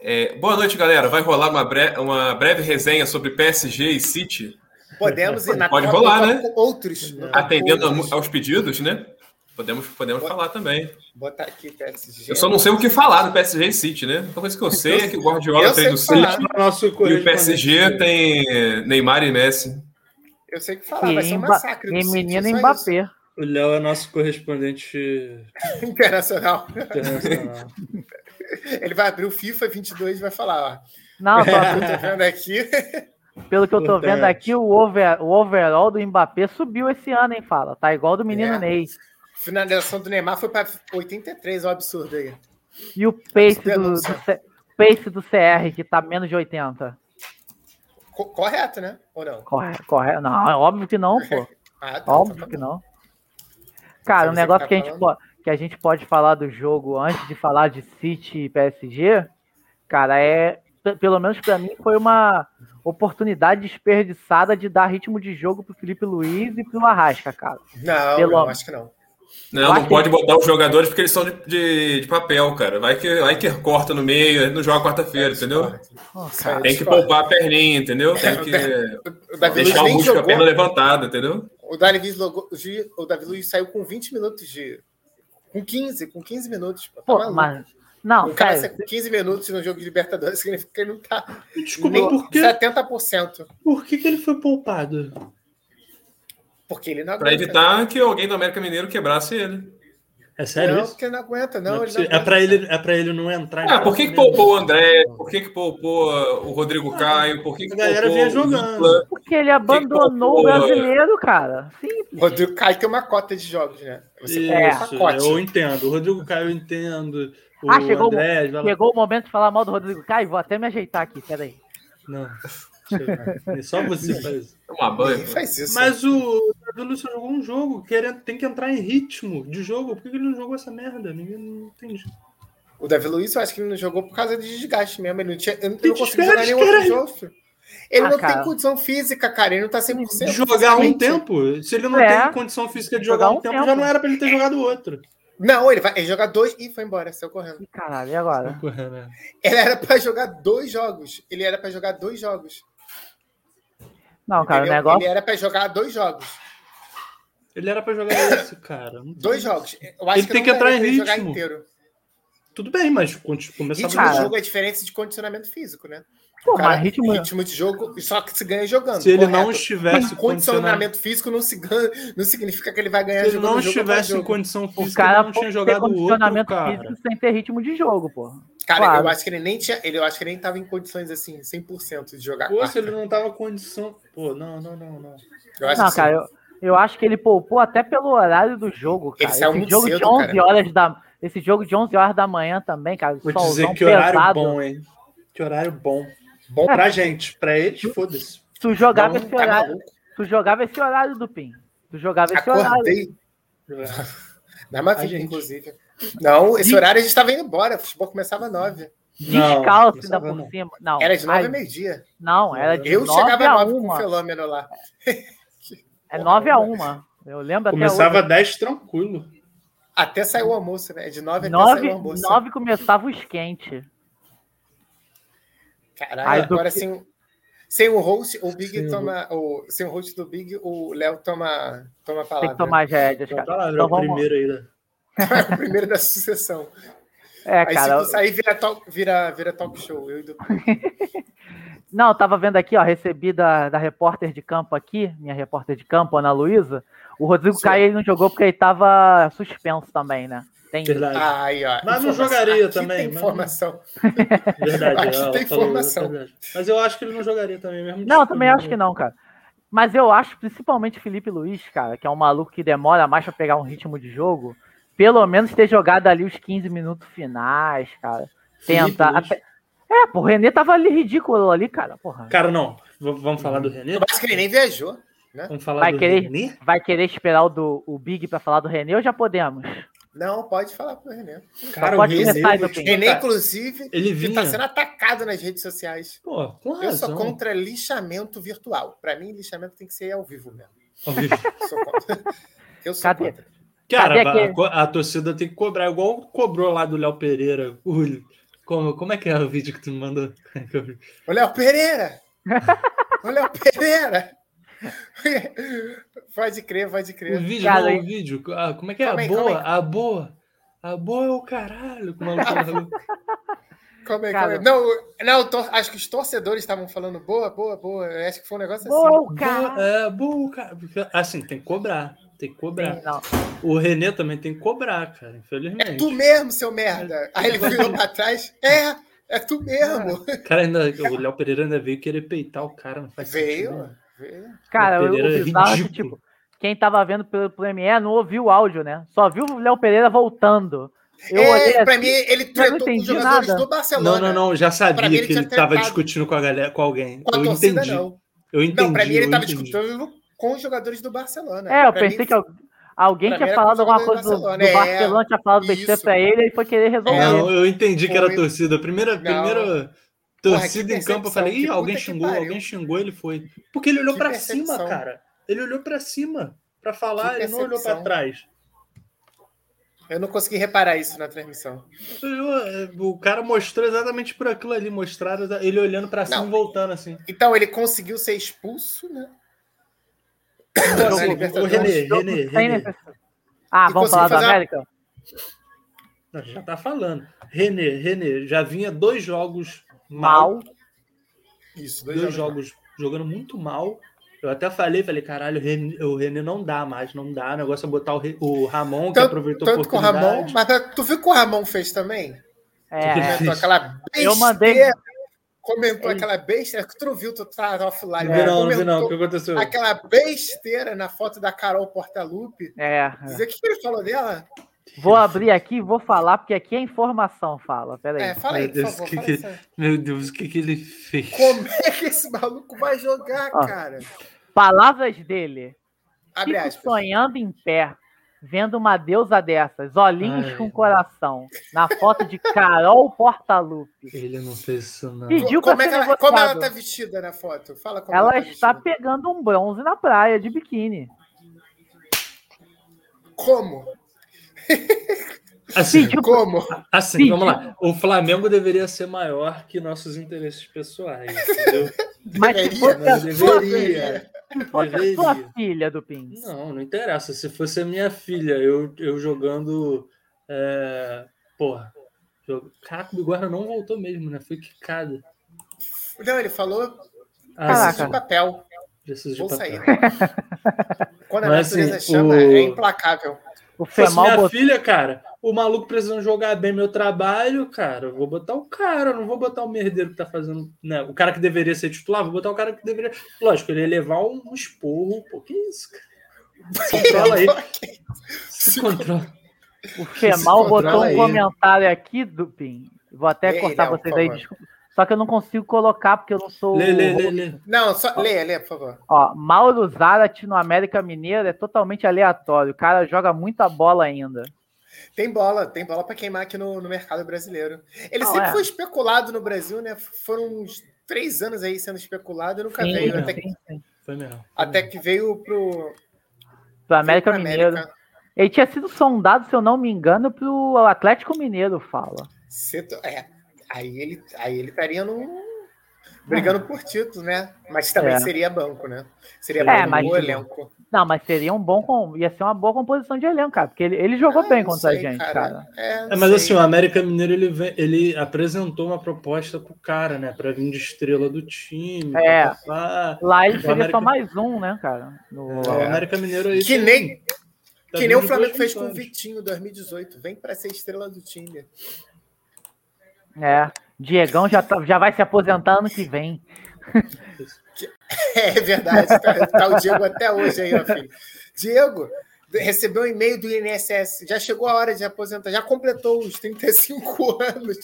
É, boa noite, galera. Vai rolar uma, bre- uma breve resenha sobre PSG e City,
Podemos ir na
Pode
Copa
rolar,
do
né?
Mundo com outros. no-
atendendo a mu-
outros.
aos pedidos, né? Podemos, podemos
Ah, Boa.
falar também.
Botar aqui tá, PSG.
Eu só não sei o que falar do PSG e City, né? A coisa que eu sei é que o Guardiola
eu
treina o
sei falar.
City
é Nosso
e o PSG tem Neymar e Messi.
Eu sei o que falar, vai ser
E,
um
Mba-
massacre.
e
do City,
menino
só
Mbappé.
O Léo é nosso correspondente
isso. *laughs* Internacional.
internacional.
Ele vai abrir o FIFA 22 e vai falar, ó.
Não,
*laughs* É.
Eu tô
só-
vendo aqui.
pelo que eu tô
Importante.
vendo aqui, o, over, o overall do Mbappé subiu esse ano, hein, fala. Tá igual do menino
É.
Ney.
Finalização do Neymar foi pra 83, ó, absurdo aí.
E o pace do, do,
Denúncia.
C- pace do CR, que tá menos de 80.
Co- correto, né? Ou não?
Corre, corre. Não, é óbvio que não, pô.
Ah, tá,
Óbvio
tá
que
bom.
não. Cara, um
sabe o que você
negócio
tá
que, a gente
falando?
pode, que a gente pode falar do jogo antes de falar de City e PSG, cara, é. p- Pelo menos pra mim foi uma oportunidade desperdiçada de dar ritmo de jogo pro Felipe Luiz e pro Arrasca, cara.
Não,
Pelo
não,
amor.
acho que não.
Não,
Vai
não
que-
pode botar os jogadores porque eles são de, de- de papel, cara. Vai que, vai que corta no meio, não joga quarta-feira, entendeu?
Ó,
Isso
cara,
aí.
Tem que poupar a perninha, entendeu? Tem que
O Davi Luiz
deixar o
nem
músculo com a perna
jogou.
levantada, entendeu?
O Davi, Luiz logou- de- o Davi Luiz saiu com 20 minutos de. Com 15, com 15 minutos. Pô, tá
Pô,
maluco.
mas. Não, é,
o cara
sério,
sai com 15 minutos no jogo de Libertadores *laughs* significa que ele não tá
Desculpa,
nem
por que,
70%.
por que, que ele foi poupado?
Porque ele não aguenta.
Pra evitar que alguém do América Mineiro quebrasse ele.
É sério
Não,
isso?
porque ele não aguenta,
Não
não. tá ele
é
não
possível. é,
aguenta.
pra ele, é pra ele não entrar. em
Ah, por que, que
campo mesmo.
poupou o André? Por que, que poupou uh, o Rodrigo Caio? Por que, que
A galera
poupou
vinha
o
jogando.
Isla?
porque ele abandonou
pô,
o
né?
brasileiro, cara.
Tá
Simples.
Rodrigo Caio tem uma cota de jogos, né? Você
Isso,
compra um pacote.
eu entendo. O Rodrigo Caio eu entendo. O
Ah, chegou-
André, vai lá-
Chegou o momento de falar mal do Rodrigo Caio, vou até me ajeitar aqui, peraí.
Não. chegou. É Só você faz
*laughs*
isso.
Tomar banho.
Ninguém faz isso.
Mas o Davi Luiz só jogou um jogo, querendo, tem que entrar em ritmo de jogo. Por que que ele não jogou essa merda? Ninguém não entende.
O Davi Luiz, eu acho que ele não jogou por causa de desgaste mesmo. Ele não, tinha, ele não
Que
conseguiu jogar
desgaste,
nenhum outro jogo. filho. Ele
Ah,
não
cara.
tem condição física, cara. Ele não tá 100%.
Jogar um
fisicamente.
tempo, se ele não
É.
tem condição física de jogar um tempo, já não era pra ele ter jogado outro.
Não, ele vai ele joga dois e foi embora, saiu correndo.
Ih, caralho, e agora?
Tá é.
Ele era pra jogar dois jogos. Ele era pra jogar dois jogos.
Não, cara, o
entendeu?
negócio.
Ele era pra jogar dois jogos.
Ele era pra jogar isso, cara. Não-
Dois jogos. Eu acho
Ele
que
tem
não
que entrar
daria
em
pra ele jogar
ritmo. "Ah,
inteiro.
Tudo bem, mas quando começava
Ritmo
Cara.
de jogo é diferente de condicionamento físico, né?
Pô,
O cara-
mas ritmo-
de jogo só que se ganha jogando.
é. Se ele não
correto?
estivesse condicionado,
condicionamento físico não, se ganha, não significa que ele vai ganhar
se ele
jogando
não
jogo após
estivesse em
jogo.
condição
O
física,
cara
ele não tinha
pode
jogado
ter
o outro,
condicionamento
cara.
físico sem ter ritmo de jogo, pô.
Cara,
Claro.
eu acho que ele nem tinha. Ele, eu acho que ele nem tava em condições assim, 100% de jogar.
Pô, se ele não tava em condição. Pô, não, não, não, não.
Eu acho
Não,
que
cara, eu, eu acho que ele poupou até pelo horário do jogo,
Ele
cara.
saiu
Esse
muito
jogo de
cedo,
11
cara.
horas da esse jogo de 11 horas da manhã também, cara,
Vou
solzão
dizer que
pesado.
horário bom, hein? Que horário bom. Bom
É.
pra gente, pra eles, foda-se.
Tu jogava
Não,
esse
tá
horário,
maluco.
tu jogava esse horário do PIN. Tu jogava esse horário.
Acordei na Mavic,
É. gente.
inclusive. Não, esse
Ih. horário
horário a gente tava indo embora. O futebol começava às 9.
Não,
Descalço ainda
começava
por
não.
cima. Não,
Era de 9
ai,
a meio-dia.
Não, era de
Eu
9
chegava
a
às 9 com
1.
o fenômeno lá.
É 9 a 1. Eu lembro até
Começava 10 tranquilo.
Até saiu o almoço, né? De 9
hoje.
até saiu o
9,
almoço.
9 começava os quentes.
Caralho,
Aí do
agora
que-
sem, sem o host, o Big
Sem o
toma. O, sem o host do Big, o Léo toma, toma a
Tem que
palavra.
tomar as rédeas,
Então,
cara.
tá lá, é
Então
o
vamos-
primeiro aí, né?
*laughs* É o primeiro da sucessão.
É,
Aí
cara.
se tu sair, vira talk, vira, vira talk show. Eu e Dudu.
Não, eu tava vendo aqui, ó, recebi da, da repórter de campo aqui, minha repórter de campo, Ana Luísa. O Rodrigo
Sim.
Caio ele não jogou porque ele tava suspenso também, né? Tem isso.
Verdade.
Ah, Aí, ó.
Mas não
informação.
jogaria
Aqui
também,
Tem
mas-
informação.
Verdade,
*laughs* Aqui
ela
tem
falou,
informação.
é verdade. Mas eu acho que ele não jogaria também mesmo. tipo,
Não, eu também acho que não, cara. Mas eu acho, principalmente Felipe Luiz, cara, que é um maluco que demora mais pra pegar um ritmo de jogo, pelo menos ter jogado ali os 15 minutos finais, cara.
Felipe
Tentar.
Luiz.
até- É, pô, o Renê tava ali ridículo ali, cara, porra.
Cara, não. V- vamos falar do Renê?
Mas que ele nem viajou.
Vamos falar
Vai
do
querer?
Renê?
Vai querer esperar o, do, o Big pra falar do Renê ou já podemos?
Não, pode falar pro René.
Cara,
pode
o Renê,
começar,
vou te
Ivan.
contar,
René, inclusive,
ele
ele
vinha... Ah,
tá sendo atacado nas redes sociais.
Pô, com
Eu sou
razão.
contra lixamento virtual. Pra mim, lixamento tem que ser ao vivo mesmo.
Ao vivo.
Eu sou contra. *laughs* Eu sou
Cadê?
contra.
Cara,
Cadê aquele-
a, co- a torcida tem que cobrar, igual cobrou lá do Léo Pereira. O, como, como é que é o vídeo que tu me mandou? *laughs* é Que eu vi?
Ô, Léo *laughs* Pereira! Ô, Léo Pereira! *laughs* pode crer, pode
O
crer.
vídeo,
Cara,
não,
hein?
o vídeo. Ah, como é que é?
Calma
a
aí,
boa,
calma
a boa. A boa é o caralho. Como ela falou.
Como é,
Cara.
como é? Não, não tor- acho que os torcedores estavam falando boa, boa, boa. Eu acho que foi um negócio
tá
assim.
Boa,
boa,
cara!
é, boa, o cara. Porque, Assim, tem que cobrar. Tem que cobrar.
Não,
O Renê também tem que cobrar, cara,
É tu
infelizmente.
mesmo, seu
É.
merda! Aí ele virou pra trás. É, é tu mesmo!
O cara ainda, o Léo Pereira ainda veio querer peitar o cara. Não faz sentido, né?
Veio, veio.
cara, o, o
Pereira é
bizarro é que,
ridículo.
tipo, quem tava vendo pelo Premier não ouviu o áudio, né? Só viu o Léo Pereira voltando. Eu
é,
olhei
pra
assim,
mim, ele
eu não
tretou com os
entendi
jogadores
nada.
do
Não,
Barcelona.
não, não. eu Já
né? Pra
sabia
mim, ele
que ele
tinha
tava
tentado.
discutindo com a galera, com alguém.
Com a
eu
torcida,
entendi.
não.
Eu entendi.
não, pra mim, ele
eu
tava
entendi.
discutindo com os jogadores do Barcelona.
É, eu
Pra mim,
pensei que al- alguém
pra mim
tinha
era
falado alguma
jogador do
coisa do, do
Barcelona. É,
Barcelona, tinha falado besteira
isso.
pra ele, ele foi querer resolver.
É, eu, eu entendi que era
Foi-
torcida. A Primeira,
Não.
primeira torcida em campo,
percepção,
eu falei,
que
ih, alguém
puta que
xingou,
pariu."
alguém xingou, ele foi. Porque ele olhou
Que
pra
percepção.
cima, cara. Ele olhou pra cima pra falar,
Que
ele não olhou pra
percepção.
trás.
Eu não consegui reparar isso na transmissão.
Eu- é, o cara mostrou exatamente por aquilo ali, mostraram ele olhando pra cima
Não.
e voltando assim.
Então, ele conseguiu ser expulso, né?
Não,
Na
o-
Libertadores.
o René.
Jogo
Renê,
sem
Renê.
necessidade. Ah,
E
vamos
conseguiu
falar do
fazer uma-
América?
Não, já tá falando. Renê, Renê, já vinha dois jogos mal,
Mal.
Isso,
dois, jogos jogando muito mal. Eu até falei, falei, caralho, o René, o René não dá mais, não dá. O negócio é botar o, Re- o Ramon, que
Tanto-
aproveitou a
Tanto com o
oportunidade.
Ramon, mas tu viu o que o Ramon fez também?
É, é.
Comentou aquela besteira.
Eu mandei.
Comentou
Ele-
aquela besteira. que Tu não viu, tu tá offline.
Não vi
né?
É, não, não vi não. O
Comentou
que aconteceu?
Aquela besteira na foto da Carol Portalupe.
é.
Dizer o que que ele falou dela?
Vou abrir aqui e vou falar, porque aqui é informação, fala. Pera aí.
É, fala aí,
Meu
por
Deus,
favor.
que
fala
que-
isso aí.
Meu Deus, o que, que ele fez?
Como é que esse maluco vai jogar,
Ó.
cara?
Palavras dele.
Abre
Fico
aspas.
sonhando em pé, vendo uma deusa dessas, olhinhos
Ai.
com coração, na foto de Carol Portalupe.
Ele não fez isso, não.
Ih, Pediu pra
Como é,
ser
que ela,
negociado.
como ela tá vestida na foto? Fala como ela,
Ela
tá
está
vestida.
pegando um bronze na praia de biquíni.
Como?
Assim,
Pediu-
Como?
assim, vamos lá. O Flamengo deveria ser maior que nossos interesses pessoais, entendeu?
Mas se
Deveria, né?
fosse, a
Não,
sua,
deveria.
se fosse a sua
deveria.
filha do Pin.
Não, não interessa. Se fosse a minha filha, eu, eu jogando. É... Porra. jogo- Caraca, o Biguarna não voltou mesmo, né? Foi quicado.
Não, ele falou
Ah,
preciso de
Caraca.
papel.
preciso de
Vou
papel.
sair. Quando a
Mas,
natureza
assim,
chama,
o-
é implacável.
O
Se fosse
Femal
minha
botou.
filha, cara, o maluco precisando jogar bem meu trabalho, cara, eu vou botar o cara, eu não vou botar o merdeiro que tá fazendo, né? O cara que deveria ser titular, vou botar o cara que deveria. Lógico, ele ia levar um esporro, pô, que isso, cara? Se controla aí. Se controla.
O Femal
Se
botou um
controla aí.
comentário aqui, Dupin. Vou até
Ei,
cortar
Léo,
vocês
por
aí,
favor.
desculpa. Só que eu não consigo colocar porque eu não sou.
Lê,
o-
lê, lê, lê.
Não, só leia, leia, por favor.
Ó, Mauro Zarate no América Mineiro é totalmente aleatório. O cara joga muita bola ainda.
Tem bola, tem bola pra queimar aqui no, no mercado brasileiro. Ele
Não,
sempre
é.
foi especulado no Brasil, né? Foram uns três anos aí sendo especulado e nunca
Sim,
veio.
né?
Até que,
sim, sim.
Foi mesmo.
até que veio pro.
Do América
veio pra
Mineiro. Ele tinha sido sondado, se eu não me engano, pro Atlético Mineiro, fala.
Se tu- é, aí ele aí ele estaria num brigando por título, né? Mas também
É.
seria banco, né? Seria
É,
banco
mas-
no elenco.
Não, mas seria um bom. com- Ia ser uma boa composição de elenco, cara. Porque ele, ele jogou
Ah,
bem
não
contra
sei,
a gente, cara.
É, não
É, mas
sei.
assim, o América Mineiro ele, vem- ele apresentou uma proposta pro cara, né? Pra vir de estrela do time.
É.
papapá.
Lá ele
O
seria
América-
só mais um, né, cara? No-
O América Mineiro aí.
É. Que
tem-
nem-
tá
que nem o
vindo de
Flamengo
duas
fez com o
vitórias.
Vitinho em 2018. Vem pra ser estrela do time.
É. Diegão já, tá- já vai se aposentar ano que vem.
*laughs* É verdade, tá, tá o Diego até hoje aí, ó, filho. Diego recebeu um e-mail do INSS, já chegou a hora de aposentar, já completou os 35 *laughs* anos.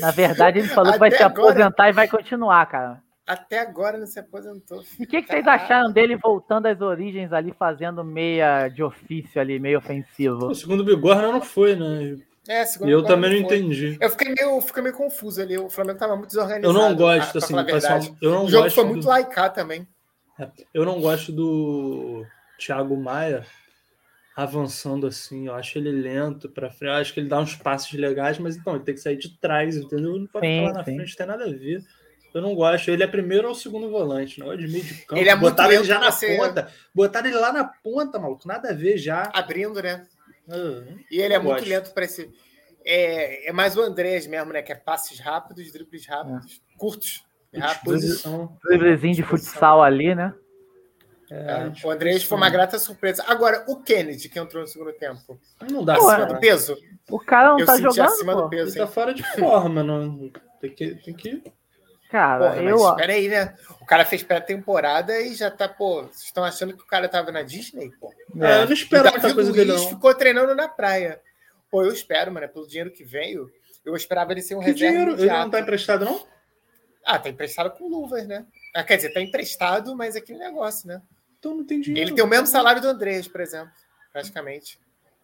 Na verdade, ele falou que
*laughs*
vai
Até
se
agora-
aposentar e vai continuar, cara.
Até agora não se aposentou.
E o que, que vocês
Ah.
acharam dele voltando às origens ali, fazendo meia de ofício ali, meio ofensivo?
O segundo Bigorna não foi, né?
É, segundo
E eu
lugar,
também não
foi.
entendi.
Eu fiquei meio, fiquei meio confuso ali, o Flamengo tava muito desorganizado.
Eu não gosto,
pra- pra
assim,
falar a
pessoal,
verdade.
eu não
O jogo
gosto
foi
do-
muito laicar também.
Eu não gosto do Thiago Maia avançando assim. Eu acho ele lento pra frente. Eu acho que ele dá uns passos legais, mas então ele tem que sair de trás, entendeu? Ele não pode
Sim,
ficar lá na
sim.
frente, não tem nada a ver. Eu não gosto. Ele é primeiro ou segundo volante, não é de meio de campo.
Ele é muito
botaram ele já
lento
na
pra ser-
ponta. Botaram ele lá na ponta, maluco. Nada a ver já.
Abrindo, né?
Ah,
E ele é
Eu
muito
gosto.
lento para esse. É, é mais o Andrés mesmo, né? Que é passes rápidos, dribles rápidos, curtos, e rápidos.
Ah, Disposição.
Livrezinho Um de futsal ali, né?
É,
É, o Andrés foi uma grata surpresa. Agora, o Kennedy, que entrou no segundo tempo,
Não dá,
Pô,
acima
cara.
do peso?
O cara
é.
não
eu É,
tá
senti
jogando,
acima do
pô. Então,
Ele
peso.
tá
hein?
fora de forma, não. Tem que. Tem que...
Cara,
Porra,
eu...
mas peraí, né? O cara fez pré-temporada e já tá, pô. Vocês estão achando que o cara tava na Disney, pô?
É, eu não espero
o
muita
Davi
coisa
Luiz
dele, não.
ficou treinando na praia. Pô, eu espero, mano. Pelo dinheiro que veio, eu esperava ele ser um
Que
reserva
dinheiro? Ele não
imediato.
tá emprestado, não?
Ah, tá emprestado com luvas, né? Ah, quer dizer, tá emprestado, mas é aquele negócio, né?
Então não tem dinheiro.
Ele tem o mesmo salário do Andrés, por exemplo, praticamente.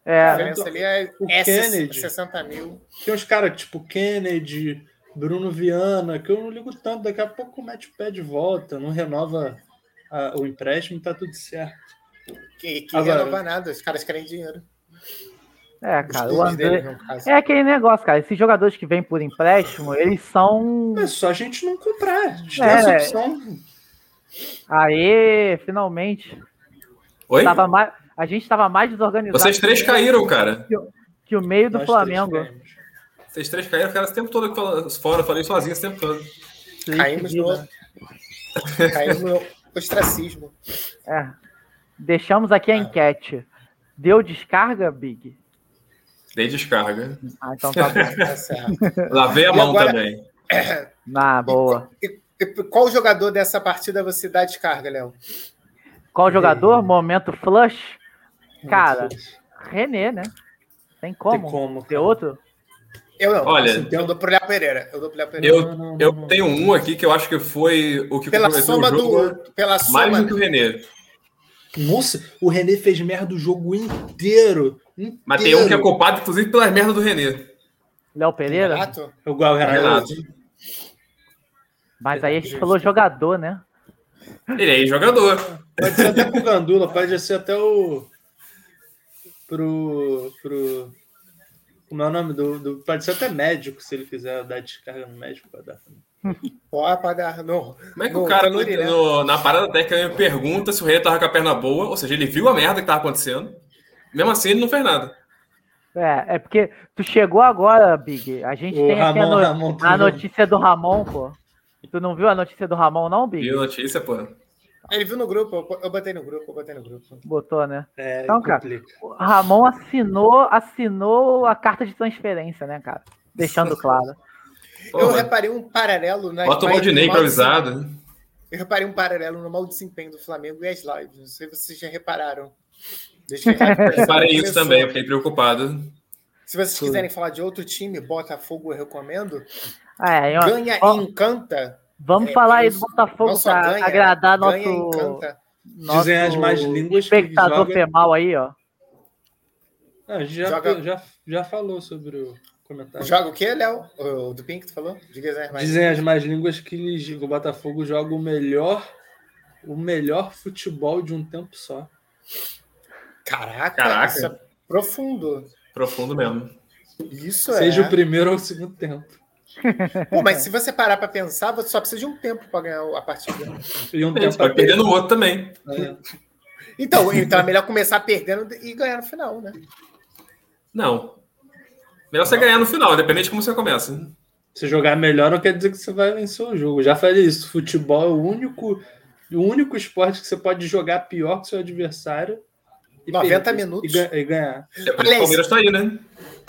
A
É,
diferença ali é,
Então, o
é
Kennedy.
60 mil.
Tem uns caras tipo Kennedy, Bruno Viana, que eu não ligo tanto. Daqui a pouco mete o pé de volta, não renova a- o empréstimo, tá tudo certo.
Que, que
Agora-
renova nada, os caras querem dinheiro. Os
é,
né?
cara, o
clubes
André...
deles, no caso.
É aquele negócio, cara. Esses jogadores que vêm por empréstimo, eles são.
Mas É só a gente não comprar. A gente
É.
tem essa opção.
Aê, finalmente.
Oi?
Tava mais... A gente tava mais desorganizado
Vocês três caíram, cara.
que o meio do
Nós
Flamengo.
É.
três ganhamos.
Vocês três caíram, cara, esse tempo todo que fala- fora, eu falei sozinho esse tempo todo.
Caímos no. Caímos tá no ostracismo.
É. Deixamos aqui
É.
a enquete. Deu descarga, Big?
Dei descarga.
Ah, então
*laughs*
tá bom.
Tá certo.
Lavei a
E
mão
agora-
também.
Na Ah, boa.
E- e Qual jogador dessa partida você dá descarga, Léo?
Qual jogador? Momento flush? Cara, René, né? Tem
Tem
como?
como?
Tem
cara.
outro?
Eu não.
Olha,
assim, eu dou pro Léo Pereira. Eu dou pro Léo Pereira.
Eu,
Não, não, não,
eu
não.
tenho um aqui que eu acho que foi o que
Pela
comprometeu
soma
o jogo
do. Pela
mais
soma.
do que o Renê.
Nossa, o René fez merda o jogo inteiro. inteiro.
Mas tem um que é culpado, inclusive, pelas merdas do tá Renê.
Léo Pereira?
Renato?
Igual o Renato.
Renato.
Mas aí a gente falou jogador, né?
Ele é jogador.
Pode ser até pro Gandula, pode ser até o. Pro. pro... Como é o nome do, do- Pode ser até médico, se ele quiser dar descarga no médico pra dar.
Pode apagar. Não.
Como é que
Bom,
o cara
tá
no-
Nuri, né?
no- na parada técnica me pergunta se o Renê tava com a perna boa, ou seja, ele viu a merda que tava acontecendo. Mesmo assim, ele não fez nada.
É, é porque tu chegou agora, Big. A gente
O
tem aqui a,
Ramon,
no-
Ramon
a
tem-
notícia do Ramon, pô. Tu não viu a notícia do Ramon, não, Big?
Viu a notícia, pô.
Ele viu no grupo, eu- eu botei no grupo, eu botei no grupo.
Botou, né?
É,
Então, cara.
complica.
O Ramon assinou, assinou a carta de transferência, né, cara? Deixando claro.
Pô,
eu
mas-
reparei um paralelo na
Bota o Maldinei improvisado.
Eu reparei um paralelo no mau desempenho do Flamengo e as lives. Não sei se vocês já repararam.
*laughs*
Deixa eu
Reparei isso também, fiquei preocupado.
Se vocês quiserem falar de outro time, Botafogo eu recomendo.
Ah, É, ó,
Ganha
ó,
e encanta.
vamos
é,
falar aí do
isso.
Botafogo
Não só
pra
ganha,
agradar
ganha e
nosso,
encanta.
nosso
Dizem as más línguas que
espectador
joga-
femal aí, ó.
Ah, a gente já,
Joga-
já, já falou sobre o comentário.
Joga o quê, Léo? O do Pink, tu falou? Diga as mais.
Dizem as mais línguas que eles- que o Botafogo joga o melhor. O melhor futebol de um tempo só.
Caraca,
Caraca.
isso é profundo.
Profundo mesmo.
Isso
Seja
é.
o primeiro ou o segundo tempo.
Pô, mas se você parar para pensar, você só precisa de um tempo para ganhar a partida.
E um
Ele
tempo
vai É perder no outro também.
é,
Então, então é melhor começar perdendo e ganhar no final, né?
Não. Melhor você ganhar no final, independente de como você começa.
Se jogar melhor não quer dizer que você vai vencer o jogo. Já falei isso. Futebol é o único, o único esporte que você pode jogar pior que seu adversário.
90
perder-
minutos.
E, ga- e ganhar.
É por isso que o
Aliás-
Palmeiras tá aí, né?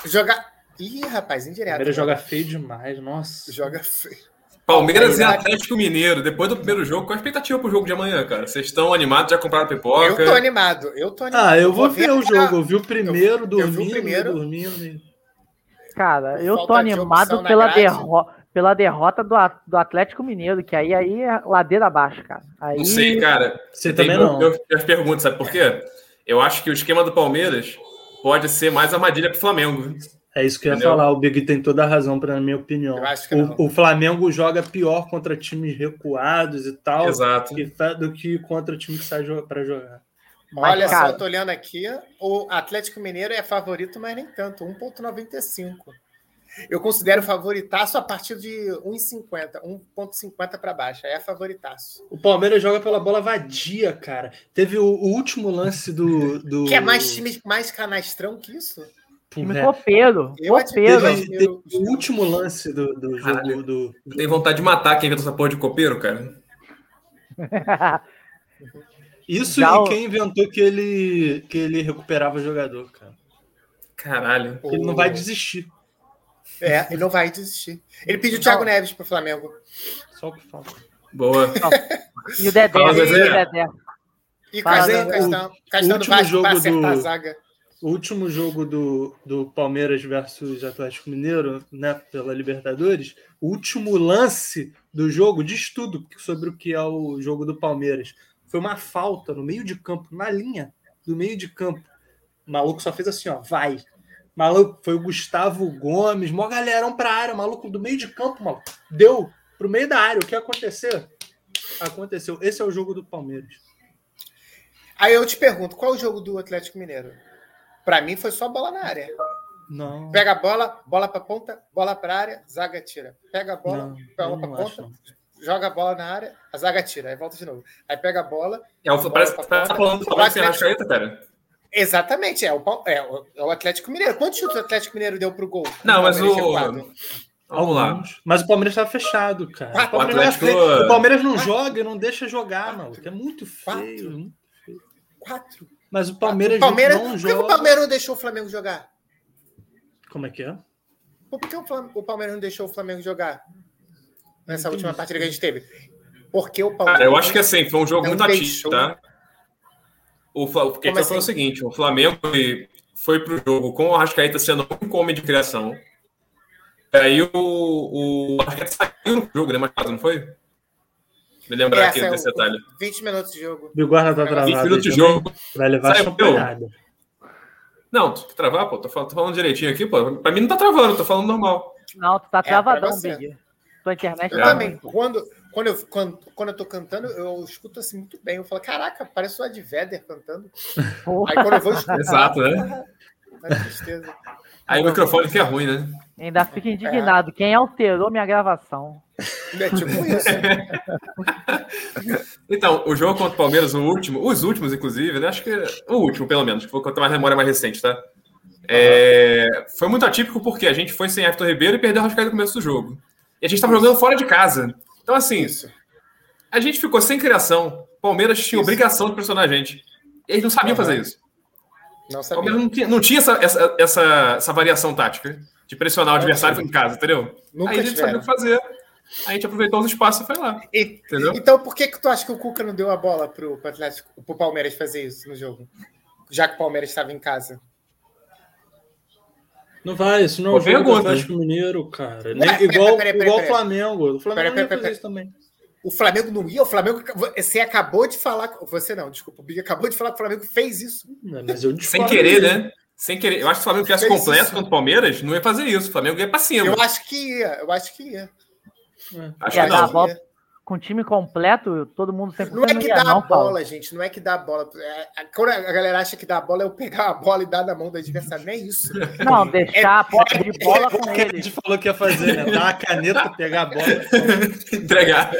Jogar. Ih, rapaz, indireto.
Primeiro joga feio demais, nossa.
É, Joga feio.
Palmeiras e
Palmeiras.
Atlético Mineiro, depois do primeiro jogo, qual a expectativa pro jogo de amanhã, cara? Vocês estão animados, já compraram
Eu tô
pipoca?
animado. Eu tô animado.
Ah, eu vou ver o jogo. Eu vi o primeiro,
eu vi o
dormindo,
primeiro.
dormindo.
Cara, eu tô
Falta de
animado
opção na
pela,
grade.
derro- pela derrota do, At- do Atlético Mineiro, que aí, aí é ladeira abaixo, cara. Aí,
Não sei, cara.
Você
Tem
também
mu-
não.
Eu, eu pergunto, sabe por quê? Eu acho que o esquema do Palmeiras pode ser mais armadilha pro Flamengo.
É isso que eu ia
Entendeu?
falar. O Big tem toda a razão, para minha opinião.
Eu acho que não.
o, o Flamengo joga pior contra times recuados e tal
Exato.
que fa- do que contra time que sai jo- pra jogar.
Mas,
Olha
cara-
só, eu tô olhando aqui. O Atlético Mineiro é favorito, mas nem tanto. 1,95. Eu considero favoritaço a partir de 1,50. 1,50 para baixo. Aí é favoritaço.
O Palmeiras joga pela bola vadia, cara. Teve o, o último lance do. do...
Quer é mais time mais canastrão que isso?
Pô,
time
é.
copeiro,
Eu
copeiro.
admiro.
Teve, teve o último lance do, do jogo
Caralho.
do.
Eu tenho vontade de matar quem inventou essa porra de copeiro, cara.
Isso
Já o-
e quem inventou que ele, que ele recuperava o jogador, cara.
Caralho.
Ele não vai desistir.
É, ele não vai desistir. Ele pediu o Thiago
Não.
Neves pro Flamengo.
Só o que fala.
Boa.
*laughs* e o Dedé,
Fala,
e o
Zezé.
Dedé.
E
Mas
Castanho,
é,
Castanho,
o
Castanho do
último
Vasco
jogo
para acertar
do-
a zaga.
O último jogo do, do Palmeiras versus Atlético Mineiro, né, pela Libertadores, o último lance do jogo diz tudo sobre o que é o jogo do Palmeiras. Foi uma falta no meio de campo, na linha do meio de campo. O maluco só fez assim, ó, vai. Maluco, foi o Gustavo Gomes, mó galerão pra área, maluco do meio de campo, maluco. Deu pro meio da área. O que aconteceu? Aconteceu. Esse é o jogo do Palmeiras.
Aí eu te pergunto, qual é o jogo do Atlético Mineiro? Pra mim foi só bola na área.
Não.
Pega a bola, bola pra ponta, bola pra área, zaga tira. Pega a bola,
Não, eu
bola pra
não acho,
ponta,
não.
joga a bola na área, a zaga tira, aí volta de novo. Aí pega a bola.
É, o, parece que tá falando do Palmeiras sem Arrascaeta, cara.
Exatamente, é o, Pal- é o- é o Atlético Mineiro. Quantos chutes o Atlético Mineiro deu pro gol?
Não, mas
Palmeiras
o-
recuado.
Vamos lá.
Alguns. Mas o Palmeiras estava fechado, cara.
Quatro.
O Palmeiras,
O Atlético-
não é feio. O Palmeiras não joga e não deixa jogar,
Quatro.
mano. É muito feio.
Quatro. Quatro.
Mas o Palmeiras,
o Palmeiras
não
Por que
joga.
o Palmeiras não deixou o Flamengo jogar?
Como é que é?
Por que o Flam- o Palmeiras não deixou o Flamengo jogar nessa
Entendi.
última partida que a gente teve? Porque o Palmeiras.
Cara, eu acho que assim, foi um jogo
Não
muito atípico,
deixou.
tá? O Fla... Porque
Como
foi o
assim?
seguinte: o Flamengo foi- foi pro jogo com o Arrascaeta sendo o único homem de criação. E aí o, o Arrascaeta saiu no jogo, né? Mas não foi? Me lembrar
Essa
aqui
é o-
desse detalhe.
20 minutos de jogo.
Bigorna tá travado.
20 minutos de
aí
jogo.
também. Vai levar
Saiu.
champanhada.
Não, tu que travar, pô. Tô falando, tô falando direitinho aqui, pô. Pra mim não tá travando, tô falando
*laughs*
normal.
Não, tu tá travadão,
É, você.
Big. Tua internet
Eu
É.
tá
também.
ruim.
Quando, quando, eu, quando, quando eu tô cantando, eu escuto assim muito bem. Eu falo, caraca, parece o Ed Vedder cantando.
Porra,
Aí quando eu vou escutar. *laughs*
Exato, né?
dá tristeza.
Aí o microfone que é ruim, né?
ainda fica indignado. Quem alterou minha gravação?
É
*laughs*
tipo isso.
Então, o jogo contra o Palmeiras, o último, os últimos, inclusive, né? Acho que o último, pelo menos, que foi contra mais memória mais recente, tá? É, Foi muito atípico porque a gente foi sem Everton Ribeiro e perdeu o Rascaeta no começo do jogo. E a gente tava jogando fora de casa. Então, assim,
isso.
a gente ficou sem criação. Palmeiras tinha
Isso.
obrigação de pressionar a gente. E eles não sabiam fazer isso.
Não
O
sabia.
Palmeiras não tinha, não tinha essa, essa, essa, essa variação tática de pressionar o
Não,
adversário
sim.
em casa, entendeu?
Nunca
Aí a gente sabia o
tiveram.
que fazer. Aí a gente aproveitou os espaços e foi lá.
E-
Entendeu?
então, por que, que tu acha que o Cuca não deu a bola pro, pro Atlético, pro Palmeiras fazer isso no jogo? Já que o Palmeiras estava em casa.
Não vai, isso não é o
Boa
jogo do
pergunta.
Atlético Mineiro, cara. Nem-
Peraí, peraí,
igual
peraí, peraí,
igual o
peraí.
Flamengo. O Flamengo
Peraí,
não ia
peraí,
fazer
peraí.
isso também.
O Flamengo não ia, o Flamengo. Você acabou de falar. Você não, desculpa. O Big acabou de falar que o Flamengo fez isso.
Não, Mas eu
Sem
discordo
querer,
dele.
né? Sem querer. Eu acho que o Flamengo tivesse
Fez
completo
isso.
contra o Palmeiras, não ia fazer isso. O Flamengo ia pra cima.
Eu acho que ia, eu acho que ia.
Acho
Ia
que *laughs*
dar a
não.
volta. com time completo, todo mundo sempre
Não é que dá a
não, Paulo.
bola, gente. Não é que dá a bola. É, a- quando a galera acha que dá a bola é eu pegar a bola e dar na mão do adversário. Não é isso.
Não, deixar a
É
posse de bola com
que a
ele.
gente falou que ia fazer, né? Dar a caneta, pegar a bola.
Entregar.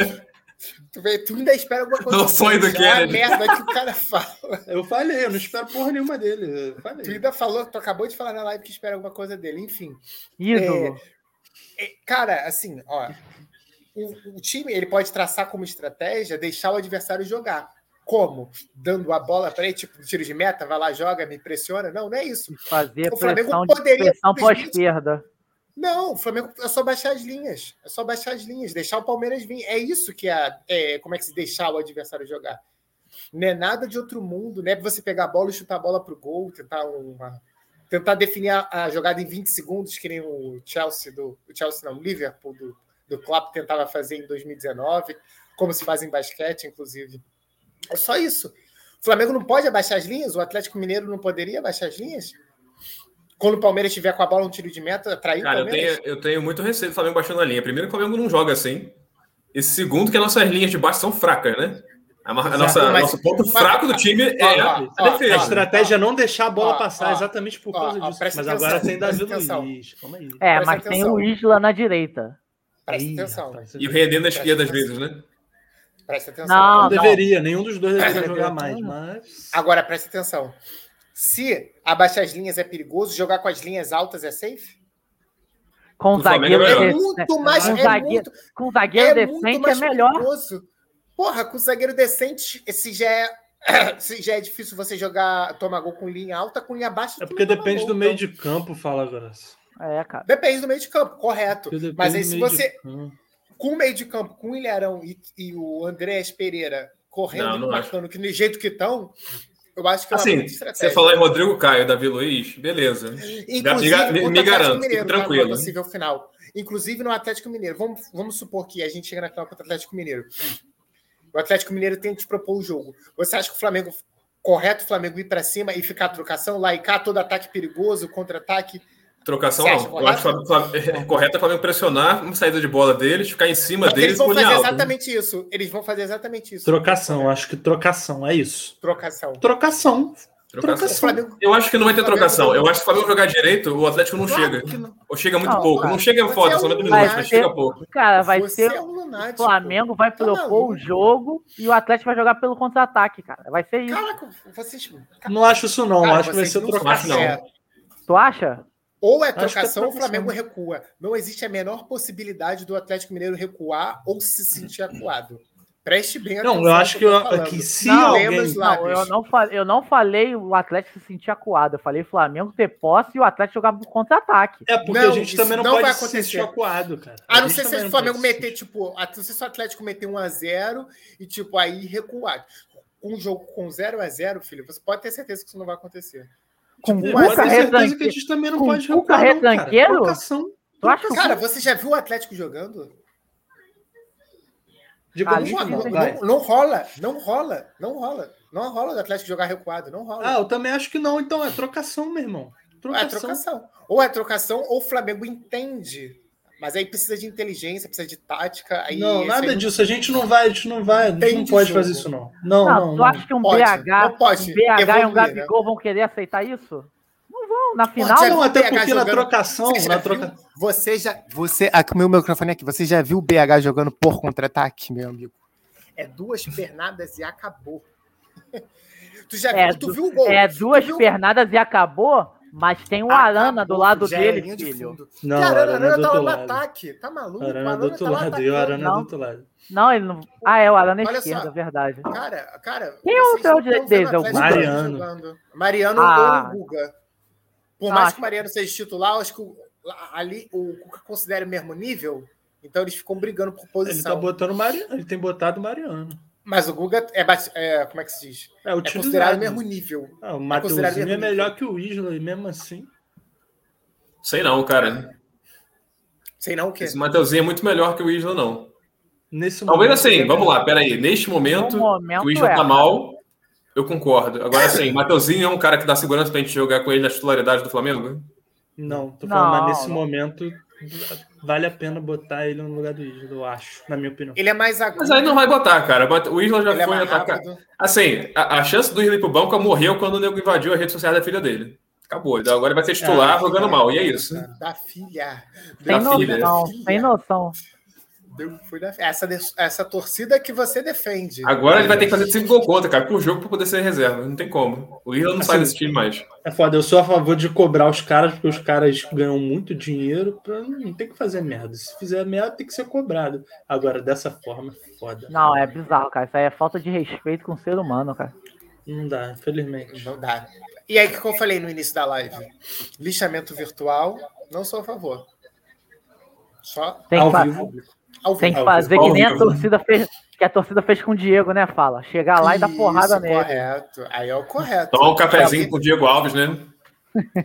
Tu, vê, tu ainda espera alguma coisa.
É o sonho do
Já É a
Kennedy.
merda que o cara fala.
Eu falei, eu não espero porra nenhuma dele. Eu
Tu
falei.
ainda falou, tu acabou de falar na live que espera alguma coisa dele. Enfim.
Ídolo.
É, Cara, assim, ó. O, o time ele pode traçar como estratégia deixar o adversário jogar. Como? Dando a bola para ele, tipo, tiro de meta, vai lá, joga, me pressiona. Não, não é isso.
Fazer
o Flamengo
pressão, de-
poderia
pressão
simplesmente-
pós-perda.
Não, o Flamengo é só baixar as linhas. É só baixar as linhas, deixar o Palmeiras vir. É isso que é, a- é- como é que se deixar o adversário jogar. Não é nada de outro mundo, né? Você pegar a bola e chutar a bola pro gol, tentar uma tentar definir a, a jogada em 20 segundos, que nem o Chelsea do o Chelsea não, o Liverpool do, do Klopp tentava fazer em 2019, como se faz em basquete, inclusive. É só isso. O Flamengo não pode abaixar as linhas, o Atlético Mineiro não poderia abaixar as linhas. Quando o Palmeiras tiver com a bola um tiro de meta, atrair o
Cara, eu
Palmeiras.
tenho, eu tenho muito receio do Flamengo baixando a linha. Primeiro, que o Flamengo não joga assim. E segundo, que as nossas linhas de baixo são fracas, né? A, mar- a nossa,
Mas-
nosso ponto
mas-
fraco do time é a
Ó, ó, ó,
A
defesa.
estratégia é não deixar a bola
Ó,
passar,
ó,
exatamente por
ó,
causa
ó,
disso.
presta
Mas
atenção,
agora tem Davi
presta atenção.
Luiz. Calma aí.
É,
Presta
mas tem
atenção.
o Isla na direita.
Presta
Ih,
atenção,
rapaz,
E o René na esquerda, às
Presta
vezes, né?
presta atenção.
Não,
Não deveria, nenhum dos dois
*laughs*
deveria jogar mais,
Não.
mas.
Agora, presta atenção. Se abaixar as linhas é perigoso, jogar com as linhas altas é safe?
Com
O Flamengo
zagueiro
é
É
melhor.
muito mais.
Um
É
zagueiro-
muito,
Com zagueiro
é muito
decente é
mais
melhor.
perigoso. Porra, com zagueiro decente, se já é, *coughs* se já é difícil você jogar, tomar gol com linha alta, com linha baixa.
É
tu
porque
não toma
depende
gol,
do meio
então.
de campo, fala, Graça.
É, cara.
Depende do meio de campo, correto.
Porque depende
Mas aí
do
se
meio
você,
de campo.
com o meio de campo, com o Ilharão e, e o Andrés Pereira correndo,
Não,
e
não
marcando, que do jeito que estão, eu acho que é uma
Assim,
puta
você
estratégia.
falar em Rodrigo Caio, Davi Luiz, beleza. Me-
Inclusive,
me-
contra o
me
Atlético
garanto,
Mineiro,
fique
tá?
tranquilo.
né?
Uma possível final. Inclusive no Atlético Mineiro. Vamos, vamos supor que a gente chega na final contra o Atlético Mineiro. O Atlético Mineiro tem que propor o jogo. Você acha que o Flamengo correto o Flamengo ir para cima e ficar a trocação, lá e cá, todo ataque perigoso, contra-ataque?
Trocação
Você
não.
acha
Eu acho que o Flamengo- *laughs* é correto é o Flamengo pressionar uma saída de bola deles, ficar em cima
Porque
deles e
Eles vão
punir
fazer
alto.
exatamente isso. Eles vão fazer exatamente isso.
né? Trocação, acho que trocação, é isso.
Trocação.
Trocação.
Trocação.
O Flamengo
Eu acho que não vai ter
Flamengo-
trocação. Eu acho que o Flamengo jogar direito, o Atlético não
Claro
chega.
que não.
Ou chega muito
Não,
pouco.
cara.
Não chega
Você
foda,
é
são
um
90 minutos,
lunático.
mas chega pouco.
Cara, vai
Você
ser.
é um
O
lunático.
Flamengo vai
Tá
propor o
maluco.
jogo e o Atlético vai jogar pelo contra-ataque, cara. Vai ser isso.
Caraca, vocês.
Não acho isso, não.
Cara,
acho que vai
vocês
ser
não
trocação.
não.
É,
Tu acha?
Ou é
que é
trocação ou o
trocação.
Flamengo recua. Não existe a menor possibilidade do Atlético Mineiro recuar ou se sentir acuado. Preste bem atenção.
Não, eu acho que,
no eu
eu-
tô falando.
que se
Não,
alguém.
lembra os lá-
Não,
Lábios.
eu não, fa- eu não falei o Atlético se sentir acuado. Eu falei Flamengo ter posse e o Atlético jogar pro contra-ataque.
É porque
Não,
a gente
isso
também não,
não vai
pode se
acontecer.
sentir acuado, cara.
A não
gente
ser se
também
o
não
Flamengo
pode se
meter, tipo, a não ser se o Atlético meter 1x0 e, tipo, aí recuar. Um jogo com 0x0, filho, você pode ter certeza que isso não vai acontecer.
Com
um
sentir-
o
Eu tenho
é
Cuca
certeza que a
retranqueiro.
gente também não
com
pode
Cuca
recuar, não, cara.
retranqueiro?
Trocação.
Tu acha que o
Cara, você já viu o Atlético jogando?
Digamos
Ali-
que
Não,
Ah, não,
não,
vai.
não- não rola, não rola, não rola. Não rola do Atlético jogar recuado, não rola.
Ah, eu também acho que não. Então é trocação, meu irmão.
É
Trocação.
trocação. Ou é trocação, ou o Flamengo entende. Mas aí precisa de inteligência, precisa de tática. Aí
não,
isso
nada
aí
disso. A gente não vai, a gente não vai, a gente
Tem
não
de
pode
jogo.
fazer isso, não.
Não,
Não, não,
tu
não.
acha que um
Pode,
BH,
não pode
um BH e um
evoluir, né?
Gabigol vão querer aceitar isso? Não vão. Na final,
já
Não,
viu
até
o PH
porque na
jogando?
trocação,
Você já
na
viu?
troca...
Você já. Você. Aqui, meu microfone aqui. Você já viu o BH jogando por contra-ataque, meu amigo? É duas pernadas e acabou. *laughs* tu já
É
viu? Tu viu o gol?
é
Tu
duas
viu? Ah,
pernadas e acabou, mas tem o Arana
Acabou,
do lado
já é
dele,
linha de
filho.
fundo.
Não,
Cara,
Arana, é
Arana
do
tá
outro
lá no
lado.
ataque. Tá maluco?
Arana é do outro
tá lá
lado, e o
atacando.
Arana é
Não.
do outro lado. tá
Não, ele não. Ah, é, o Arana é
Olha só.
esquerda, verdade.
Cara, cara.
Quem é o
vocês
lateral
não tão
direito
vendo
deles? É o
Atlético
Guga?
Mineiro
Mariano.
jogando. Mariano
Ah.
ou o Guga. Por
Ah,
mais
acho-
que o Mariano seja titular, eu acho que o- ali o Cuca considera o mesmo nível. Então eles ficam brigando por
Ele tá
posição.
botando Mariano, ele tem botado Mariano.
Mas o Guga é, bate- é, Como é que se diz?
É o
É
tiro
considerado o mesmo nível.
Ah, o
considerado
Mateuzinho é
mesmo
melhor que o Isla, e mesmo assim.
Sei não, cara.
Sei não o quê.
Esse Mateuzinho é muito melhor que o Isla, não.
Nesse
Talvez
momento, ele
assim,
é
vamos
melhor.
lá, peraí. Neste momento,
No momento,
o Isla
é.
tá mal, eu concordo. Agora assim, Mateuzinho é um cara que dá segurança pra gente jogar com ele na titularidade do Flamengo?
Não, tô
Não,
falando, mas nesse
não.
momento vale a pena botar ele no lugar do Isla, eu acho, na minha opinião.
Ele é mais agudo.
Mas aí não vai botar, cara. Bota- O Isla já
ele é
foi né,
mais
atacado.
rápido.
Assim, a, a chance do Isla ir pro banco morreu quando o nego invadiu a rede social da filha dele. Acabou. Então agora ele vai ser titular jogando mal. E é isso.
Da filha.
Da
Sem
filha.
noção, sem noção.
Deu- foi da- Essa, des- essa torcida que você defende.
Agora ele vai ter que fazer 5 gol contra, cara, por jogo pra poder ser reserva. Não tem como. O Isla não sai desse time mais.
É foda, eu sou a favor de cobrar os caras, porque os caras ganham muito dinheiro pra não ter que fazer merda. Se fizer merda, tem que ser cobrado. Agora, dessa forma, é foda.
Não, é bizarro, cara. Isso aí é falta de respeito com o ser humano, cara.
Não dá, infelizmente.
Não dá. E aí, o que eu falei no início da live? Lixamento virtual, não sou a favor. Só
Tem que,
Ao
fa-
vivo.
ao vivo.
tem que
Ao
fazer
vivo,
que
ao
nem a
vivo.
torcida fez. Que a torcida fez com o Diego, né? Fala. Chegar lá e dar
Isso,
porrada
é.
nele.
Correto. Aí é o correto.
Tomar um cafezinho com o Diego Alves, né?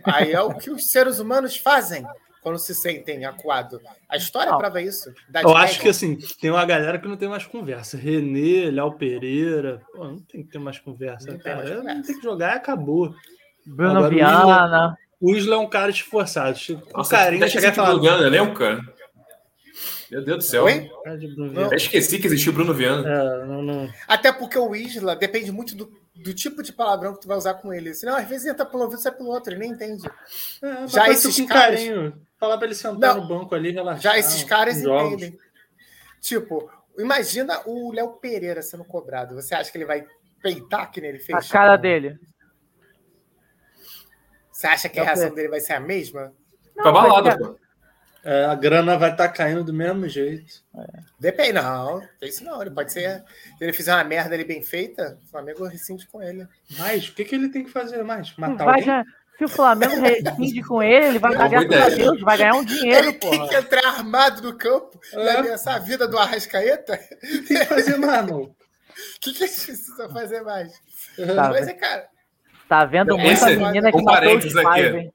Aí é o que os seres humanos fazem quando se sentem acuado. A história
Não.
prova isso. Das
Eu acho que
regras.
assim, tem uma galera que não tem mais conversa. Renê, Léo Pereira, pô, não tem que ter mais conversa,
Não tem
cara.
mais
Não
conversa.
tem que jogar e acabou.
Bruno
Agora o
Viana.
O Isla é um cara esforçado. Chega- O
Nossa, até
carinho
esqueci
chegar e
que o Bruno
falar.
Viana lembra, né, cara? Meu Deus do céu.
Oi?
"Cara de Bruno
Não.
Até
Viana."
esqueci que existiu o Bruno Viana.
É, não, não.
Até porque o Isla depende muito do, do tipo de palavrão que tu vai usar com ele. Senão, às vezes entra pelo ouvido sai pelo outro, ele nem entende.
É, mas
Já
faz
esses
isso com
caras-
carinho. Falar pra ele sentar
Não.
no banco ali, relaxar.
Já esses caras
jogos.
entendem. Tipo, imagina o Léo Pereira sendo cobrado. Você acha que ele vai peitar que nem ele fez?
A cara dele.
Você acha que a
Léo
reação
Pereira.
dele vai ser a mesma?
Foi pra balada,
cara.
pô.
É, a grana vai estar caindo do mesmo jeito.
Depende, não. Tem isso não. Ele pode ser. Se ele fizer uma merda ali bem feita, o Flamengo rescinde com ele.
Mas o que, que ele tem que fazer mais?
Não
Matar
vai
alguém?
ganhar- Se o Flamengo rescinde com ele, ele vai
É
dar
uma boa
graças a
ideia.
Deus, vai ganhar um dinheiro,
Ele tem
porra.
que entrar armado no campo e
É.
ameaçar a vida do Arrascaeta? *laughs*
Tem que fazer mais, mano.
O que, que a gente precisa fazer mais?
*laughs* Tá,
Mas
velho.
é, cara,
Tá vendo
Não,
muita
esse-
menina que
um
matou os
parênteses aqui.
pais, hein?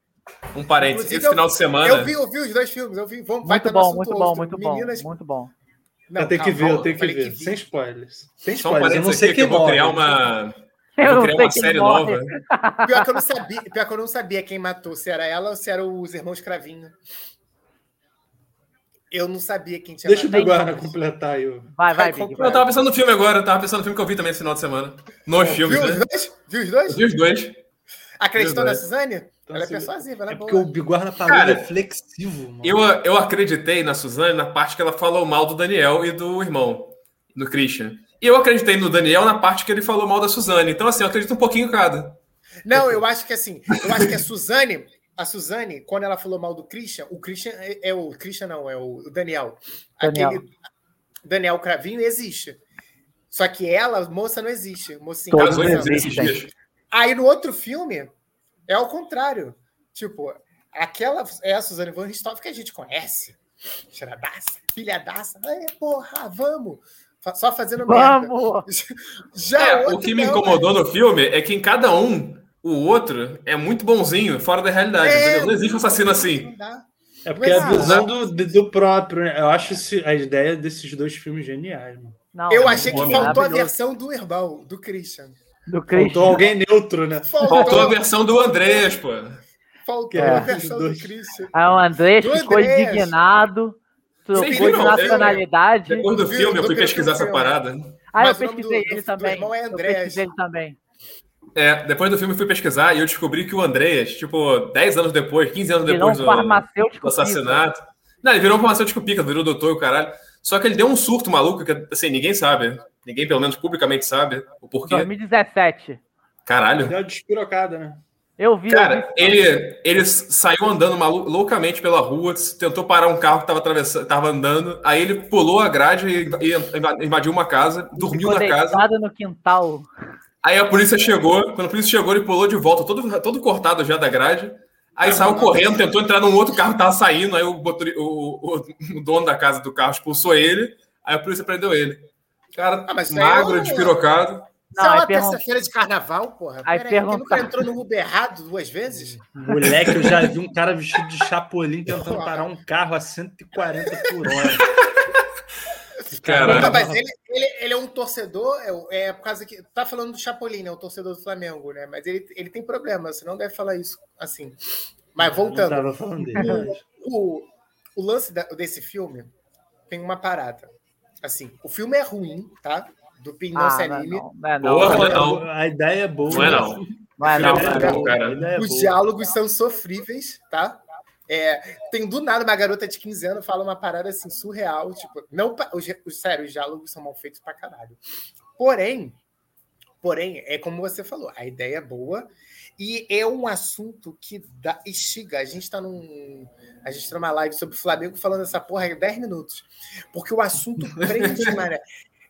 Um parênteses.
Inclusive,
Esse final de semana.
eu vi, eu vi os dois filmes, eu vi. Vamos, vai
Muito
tá no
bom,
assunto
muito
outro.
bom, muito bom,
Meninas-
muito bom.
Não,
eu tenho que
calma,
ver, eu
calma,
tenho que
falei
ver.
vi.
Sem spoilers. Sem
Só um
spoilers. Eu não
parênteses
sei
aqui, que eu
quem
vou
morre.
criar uma.
Eu
Vou
não
criar
sei
uma
quem
série
morre.
nova.
Pior que eu não sabia, pior que eu não sabia quem matou, se era ela ou se eram os irmãos Cravinho. Eu não sabia quem tinha
Deixa o
matado.
Biguarna completar aí. ó.
Vai, vai,
Ai,
Big.
qual-
Eu
Vai.
tava pensando no filme agora, eu tava pensando no filme que eu vi também esse final de semana. Nos filmes,
É, Viu os
né?
dois? Viu os dois?
Eu vi os dois. Viu
Acreditou na
os dois.
Suzane?
Então,
Ela é
se-
persuasiva, ela
É
é
porque o
boa.
Biguarna parou
Cara,
reflexivo, mano.
Eu, eu acreditei na Suzane na parte que ela falou mal do Daniel e do irmão, do Christian. E eu acreditei no Daniel na parte que ele falou mal da Suzane. Então, assim, eu acredito um pouquinho em cada.
Não, eu acho que assim, eu acho que a Suzane, a Suzane, quando ela falou mal do Christian, o Christian é, é o Christian não, é o Daniel.
Daniel.
Aquele Daniel Cravinho existe. Só que ela, moça, não existe. Mocinha.
Todos
Casou
né?
não
um em
existem.
esses dias.
Aí no outro filme, é ao contrário. Tipo, aquela é a Suzane von Richthofen que a gente conhece. Cheiradaça, pilhadaça. É, porra, vamos. Fa- Só fazendo merda.
Vamos!
Já
É,
outro
o que me
não, né?
incomodou no filme é que em cada um, o outro é muito bonzinho, fora da realidade.
É.
entendeu? Não existe um assassino assim.
não dá.
É porque é a
Mas-
visão do, do próprio. né? Eu acho esse- a ideia desses dois filmes geniais, mano.
Não,
Eu
é
achei que
bom,
faltou a
maravilhoso.
versão do irmão, do Christian.
Do
Faltou
Christian.
alguém neutro, né?
Faltou a
Faltou,
versão do Andrés, pô.
faltou
É.
a versão do
Dois.
Christian.
Aí É o Andrés
Do
ficou
Andrés.
indignado,
Vocês
trocou de
viram?
nacionalidade.
Depois do
Viu?
filme, eu
Do
fui
que-
pesquisar essa
do-
parada.
Ah, eu
Mas o nome
pesquisei
do-
ele
do- do
também.
irmão é
Eu
Andrés.
pesquisei ele também.
É, depois do filme eu fui pesquisar e eu descobri que o Andreas, tipo, 10 anos depois, 15 anos
Virou um
depois do, do
farmacêutico.
assassinato. Não, ele virou um farmacêutico pica, virou doutor e o caralho. Só que ele deu um surto maluco que, assim, ninguém sabe. Ninguém, pelo menos publicamente, sabe o
pica,
porquê.
2017.
Caralho.
Deu uma despirocada, né?
Eu vi. eu
Cara,
vi.
ele, ele saiu andando malu- loucamente pela rua, tentou parar um carro que tava, atravessando, tava andando, aí ele pulou a grade e, e invadiu uma casa, dormiu
Ficou
na casa.
deitado no quintal.
Aí a polícia chegou, quando a polícia chegou, ele pulou de volta, todo, todo cortado já da grade.
Ah,
Aí saiu correndo, tentou entrar num outro carro, que tava saindo. Aí o, motori- o- o- o dono da casa do carro expulsou ele. Aí a polícia prendeu ele. Cara,
Ah, mas isso aí
magro,
é o-
despirocado.
Não,
Isso é
aí
uma
pergunta-
terça-feira de carnaval, porra.
Aí
Peraí, quem nunca
pergunta-
entrou no Uber errado duas vezes?
Moleque, eu já vi um cara vestido de chapolim tentando parar um carro a 140 por hora.
Caralho.
Não, mas ele, ele- ele é um torcedor, é, é por causa que. Tá falando do Chapolin, né? O torcedor do Flamengo, né? Mas ele, ele tem problema, você não deve falar isso assim. Mas
Não
voltando,
tava falando dele. mas-
o, O lance da- desse filme tem uma parada. Assim, o filme é ruim, tá? Do Pin não se
Ah, não é
anime.
não, não é
Boa,
não.
não é não.
A ideia é boa.
Não é não.
Não é não.
Não,
A
não,
ideia é
não,
boa,
cara.
a ideia é
Os
boa.
diálogos são sofríveis, tá? É, tem do nada uma garota de 15 anos fala uma parada assim surreal, tipo, não, pa- os, os- sério, os diálogos são mal feitos pra caralho. Porém, porém, é como você falou, a ideia é boa e é um assunto que dá estiga. A gente tá num a gente tá numa live sobre o Flamengo falando essa porra em 10 minutos, porque o assunto prende, mano.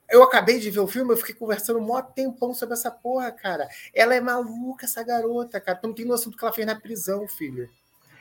Eu acabei de ver o filme, eu fiquei conversando um maior tempão sobre essa porra, cara. Ela é maluca, essa garota, cara. Tu não tem noção do que ela fez na prisão, filho.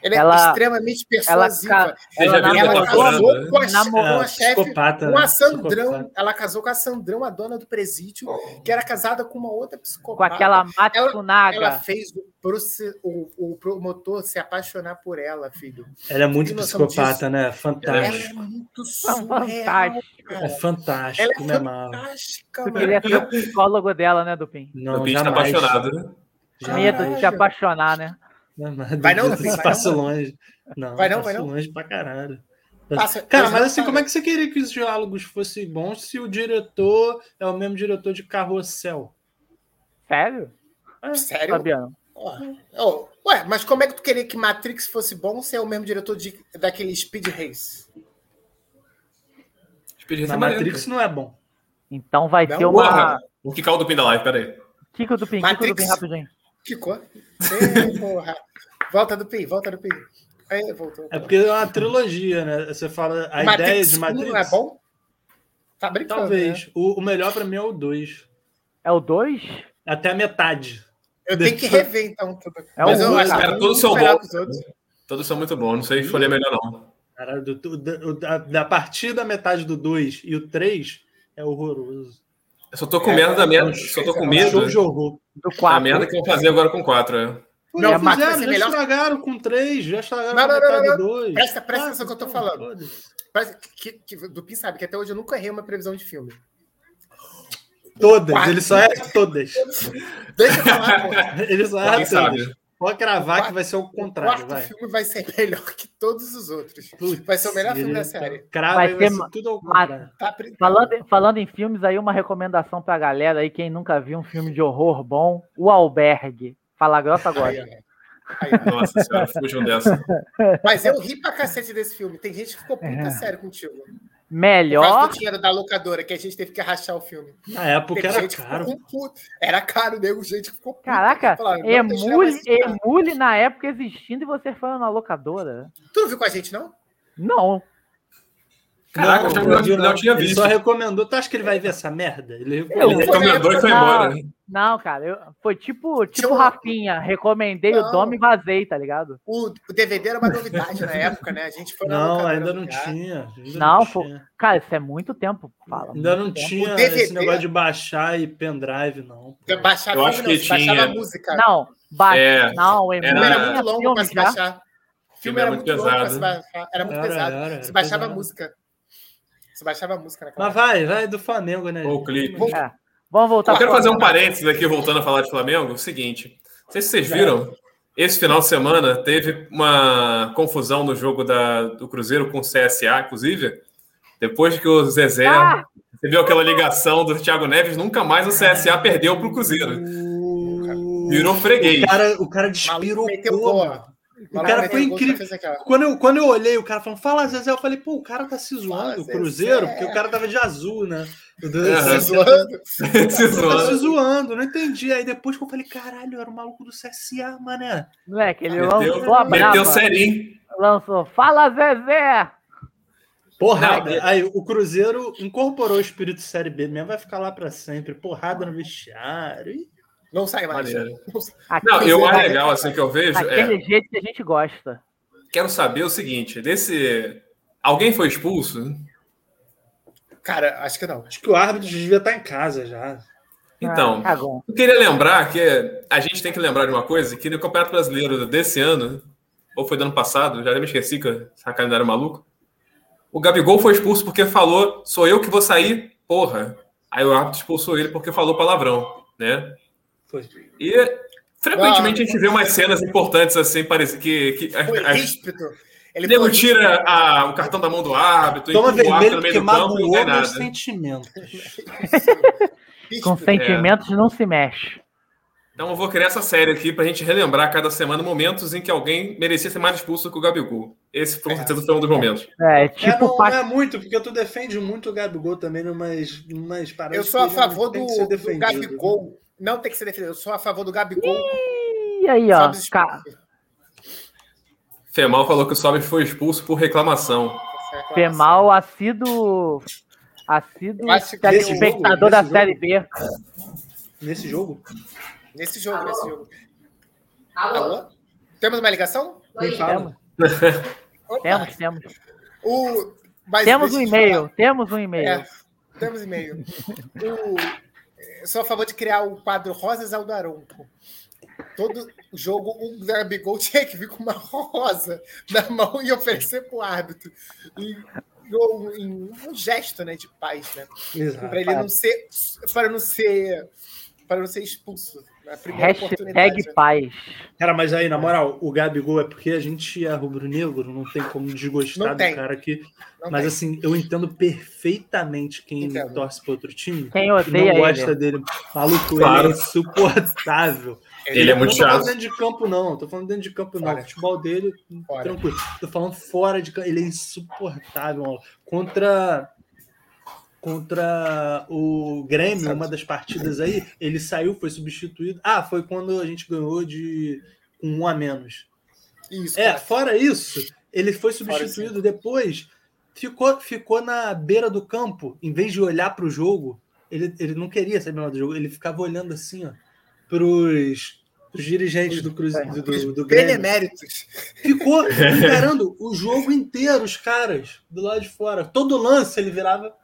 Ela, é
Ela-
extremamente
ela
persuasiva.
Você já
Ela
viu
namorou-
essa
Ela,
temporada?
casou
né?
com a,
Namorou-
com
Ah,
a é chefe,
psicopata,
com a
né?
Sandrão.
Psicopata.
Ela casou com a Sandrão, a dona do presídio, que era casada com uma outra
Com
psicopata.
aquela Mati
Ela- assim, Ela
Funaga.
fez o, proce- o- o promotor se apaixonar por ela, filho.
Ela é muito
Tem noção
psicopata, né?
Ela
Fantástico.
é muito surreal,
Fantástico.
É
cara. Ela
fantástico,
é
né, Mauro?
fantástica,
Tu
mano.
queria ser o psicólogo dela, né, Dupin?
O
Não,
Pete tá
jamais.
apaixonado, né?
Jamais.
Medo de se apaixonar, né?
Jamais.
Vai não, Dupin, vai
Passo
não.
longe. Não,
Vai não,
passo
vai não.
longe pra caralho.
Passa-
Cara,
Pois
mas
não,
assim,
cara.
como é que você queria que os diálogos fossem bons se o diretor é o mesmo diretor de Carrossel?
Sério?
Sério?
Fabiano.
Ó, ó, ué, mas como é que tu queria que Matrix fosse bom se é o mesmo diretor de, daquele Speed Race?
Experiência
Na
maneira.
Matrix não é bom.
Então vai
Não,
ter uma.
Porra, o que caldo do Pin da Live, peraí.
Kiko Dupin, Kiko
Matrix.
Dupin, rapidinho.
Que cor?
*laughs*
Ei, porra. Volta do PI, volta do PI. Aí, voltou.
É porque é uma trilogia, né? Você fala a ideia de
1
Matrix.
não é bom? Tá brincando, né?
Talvez. O, o melhor pra mim é o 2.
É o 2?
Até a metade.
Eu tenho que rever, então. Tudo.
É
mas
um
eu
bom,
acho
cara,
que
todos são
superar
bons.
os outros.
Todos são muito bons, não sei escolher melhor, não.
Caralho, do- do- do- da, da partida metade do 2 e o 3 é horroroso.
Eu só tô com
É,
medo da merda.
é um
Só tô com
show
medo
Show de horror.
Do
da
4.
É merda que eu vou fazer agora com quatro. é.
Pô,
Não,
já
mas vai
fizeram,
ser
já
melhor-
estragaram com 3, já estragaram
Não,
com
não, não,
metade
não,
do 2.
Presta- presta atenção no que eu tô falando.
foda-se.
Mas Que, que, do PI sabe que até hoje eu nunca errei uma previsão de filme.
Todas,
Quatro.
ele só erra todas.
Deixa eu falar, porra.
Ele só
Quem
erra
sabe?
todas. Pode cravar que vai ser o
O
contrário,
quarto
vai.
filme vai ser *laughs* melhor que todos os outros.
Putz,
Vai ser o melhor filme
ele
da
tá-
série.
Crava
Vai
vai, vai
ter
ser
ma-
tudo ao
ma-
contrário.
Tá brincando.
Falando, falando em filmes, aí uma recomendação pra galera aí, quem nunca viu um filme de horror bom, O Albergue. Fala grossa
Aí,
agora.
ó. Aí,
Nossa senhora, fujam dessa.
ó. Mas eu ri pra cacete desse filme. Tem gente que ficou puta
É.
sério contigo. Por causa
Melhor,
do dinheiro da locadora, que a gente teve que rachar o filme.
Na época
Teve
era
gente
caro.
que ficou com puta. Era caro, nego, gente que ficou puta.
caraca, é
Falaram, não deixava
Emule,
assistir.
Emule na época existindo e você foi na locadora.
Tu não viu com a gente, não?
Não.
Caraca, eu já- eu
viu,
já tinha
Ele
visto.
só recomendou. Tu acha que ele vai ver essa merda? Ele
Ele
Eu-
recomendou.
recomendou e foi embora. né?
Não, cara, eu- foi tipo, tipo
Tinha um-
Rafinha, recomendei
Não.
o Dome e vazei, tá ligado?
O, o DVD era uma novidade na época, né? A gente foi na
Não,
locadora
ainda não
alugar.
tinha. Ainda
Não,
não
pô.
tinha.
Cara, isso é muito tempo. Fala.
Ainda não
muito tempo.
tinha
O DVD
esse negócio de baixar e pendrive, não. pô.
Baixar
Eu
filme,
acho
não,
que
se baixava
tinha.
música.
Não, baixa.
É,
não, Emule.
O filme era muito
tinha
longo
filme
pra se
já.
baixar. O filme era muito longo pra
pesado.
se baixar. Era muito
Era,
pesado.
era, era
Se baixava
pesado.
música. Se baixava música naquela
Mas vai, vai do Flamengo, né?
Ou o clipe.
Vou-
É. Vamos voltar
Eu quero
pro-
fazer um parênteses aqui, voltando a falar de Flamengo. é O seguinte, não sei se vocês viram, esse final de semana teve uma confusão no jogo da- do Cruzeiro com o CSA, inclusive. Depois que o Zezé
Ah!
recebeu aquela ligação do Thiago Neves, nunca mais o CSA perdeu para o Cruzeiro.
O-
Virou freguês.
O cara, o cara
Maluco
despirou.
meteu gol, ó.
O cara foi incrível. Quando eu, quando eu olhei o cara falando, fala Zezé, eu falei, pô, o cara tá se zoando,
Fala,
o Cruzeiro,
Zezé.
porque o cara tava de azul, né? O
Aham.
do-
Se
Zezé tá-
é
zoando.
*laughs* Se
Tá se
zoando.
zoando, não entendi. Aí depois que eu falei, caralho, era o maluco do CSA, mané.
Moleque, ele
Meteu,
lançou a brava.
meteu serinho.
Lançou. Fala, Zezé!
Porrada.
Não,
aí o Cruzeiro incorporou o espírito Série B mesmo, vai ficar lá pra sempre. Porrada no vestiário. Ih,
Não sai mais.
Maneiro.
Não sai.
Não,
Aquele,
e o mais legal assim que eu vejo é...
aquele é jeito que a gente gosta.
Quero saber o seguinte, desse... Alguém foi expulso?
Cara, acho que não.
Acho que o árbitro devia estar em casa já.
Então,
Ah, cagão.
Eu queria lembrar que a gente tem que lembrar de uma coisa, que no Campeonato Brasileiro desse ano, ou foi do ano passado, já me esqueci que esse calendário maluco, o Gabigol foi expulso porque falou, sou eu que vou sair, porra. Aí o árbitro expulsou ele porque falou palavrão, né?
Foi.
E frequentemente a gente vê umas cenas importantes assim, parece que... que
Foi
as- as-
ríspido.
Ele Nego tira a- o cartão da mão do árbitro,
Toma
empurra o árbitro
vermelho
no meio do
porque
campo, não tem
magoou meus
nada.
sentimentos.
é
Com sentimentos não se mexe.
Então eu vou criar essa série aqui pra gente relembrar a cada semana momentos em que alguém merecia ser mais expulso que o Gabigol. Esse com certeza foi um dos momentos.
É,
é,
tipo
não,
pa-
não é muito, porque tu defende muito o Gabigol também numas, numas paradas.
Eu sou a
que ele não
favor do,
tem que ser
do
defendido. né?
Gabigol. Não tem que ser defendido. Eu sou a favor do Gabigol.
E aí, ó.
Sobe os
Ca...
Femal falou que o Sobis foi expulso por reclamação.
é assim.
Femal, assíduo. Assíduo
Acho que
telespectador da
nesse jogo-
Série B.
Nesse jogo?
Nesse jogo, nesse jogo. Alô? Temos uma ligação?
Quem
Temos,
fala?
Opa.
temos, temos.
O... mas
Temos
deixa
um
eu te falar.
e-mail, temos um e-mail.
É, temos e-mail. O- Eu sou a favor de criar o quadro Rosas ao Daronco. Todo jogo, o Gabigol *laughs* tinha que vir com uma rosa na mão e oferecer pro árbitro. E ou em um gesto né, de paz, né?
Exato.
Para ele não ser. Para não ser. Para não ser expulso. Na primeira oportunidade. né?
Hashtag paz.
Cara, mas aí, na moral, o Gabigol é porque a gente é rubro-negro, não tem como desgostar
Não
do
tem.
cara aqui.
Não
mas
tem.
assim, eu entendo perfeitamente quem
Entendo.
torce para outro time.
Quem
que
odeia
não
ele.
gosta dele. Maluco,
Claro.
ele é insuportável.
Ele, é muito
não tô falando
chato.
dentro de campo, não. Tô falando dentro de campo, não.
Fora.
O futebol dele,
Fora.
tranquilo. Tô falando fora de campo. Ele é insuportável. maluco. Contra. Contra o Grêmio,
Sabe?
uma das partidas aí, ele saiu, foi substituído. Ah, foi quando a gente ganhou de um a menos.
Isso,
É,
cara.
fora isso, ele
Fora
foi
isso.
substituído depois, ficou, ficou na beira do campo, em vez de olhar pro jogo, ele, ele não queria saber nada do jogo, ele ficava olhando assim, ó, pros, pros dirigentes do, Cruze- do, do, do
né?
Grêmio.
Beneméritos. *laughs*
Ficou encarando o jogo inteiro, os caras, do lado de fora. Todo lance ele virava.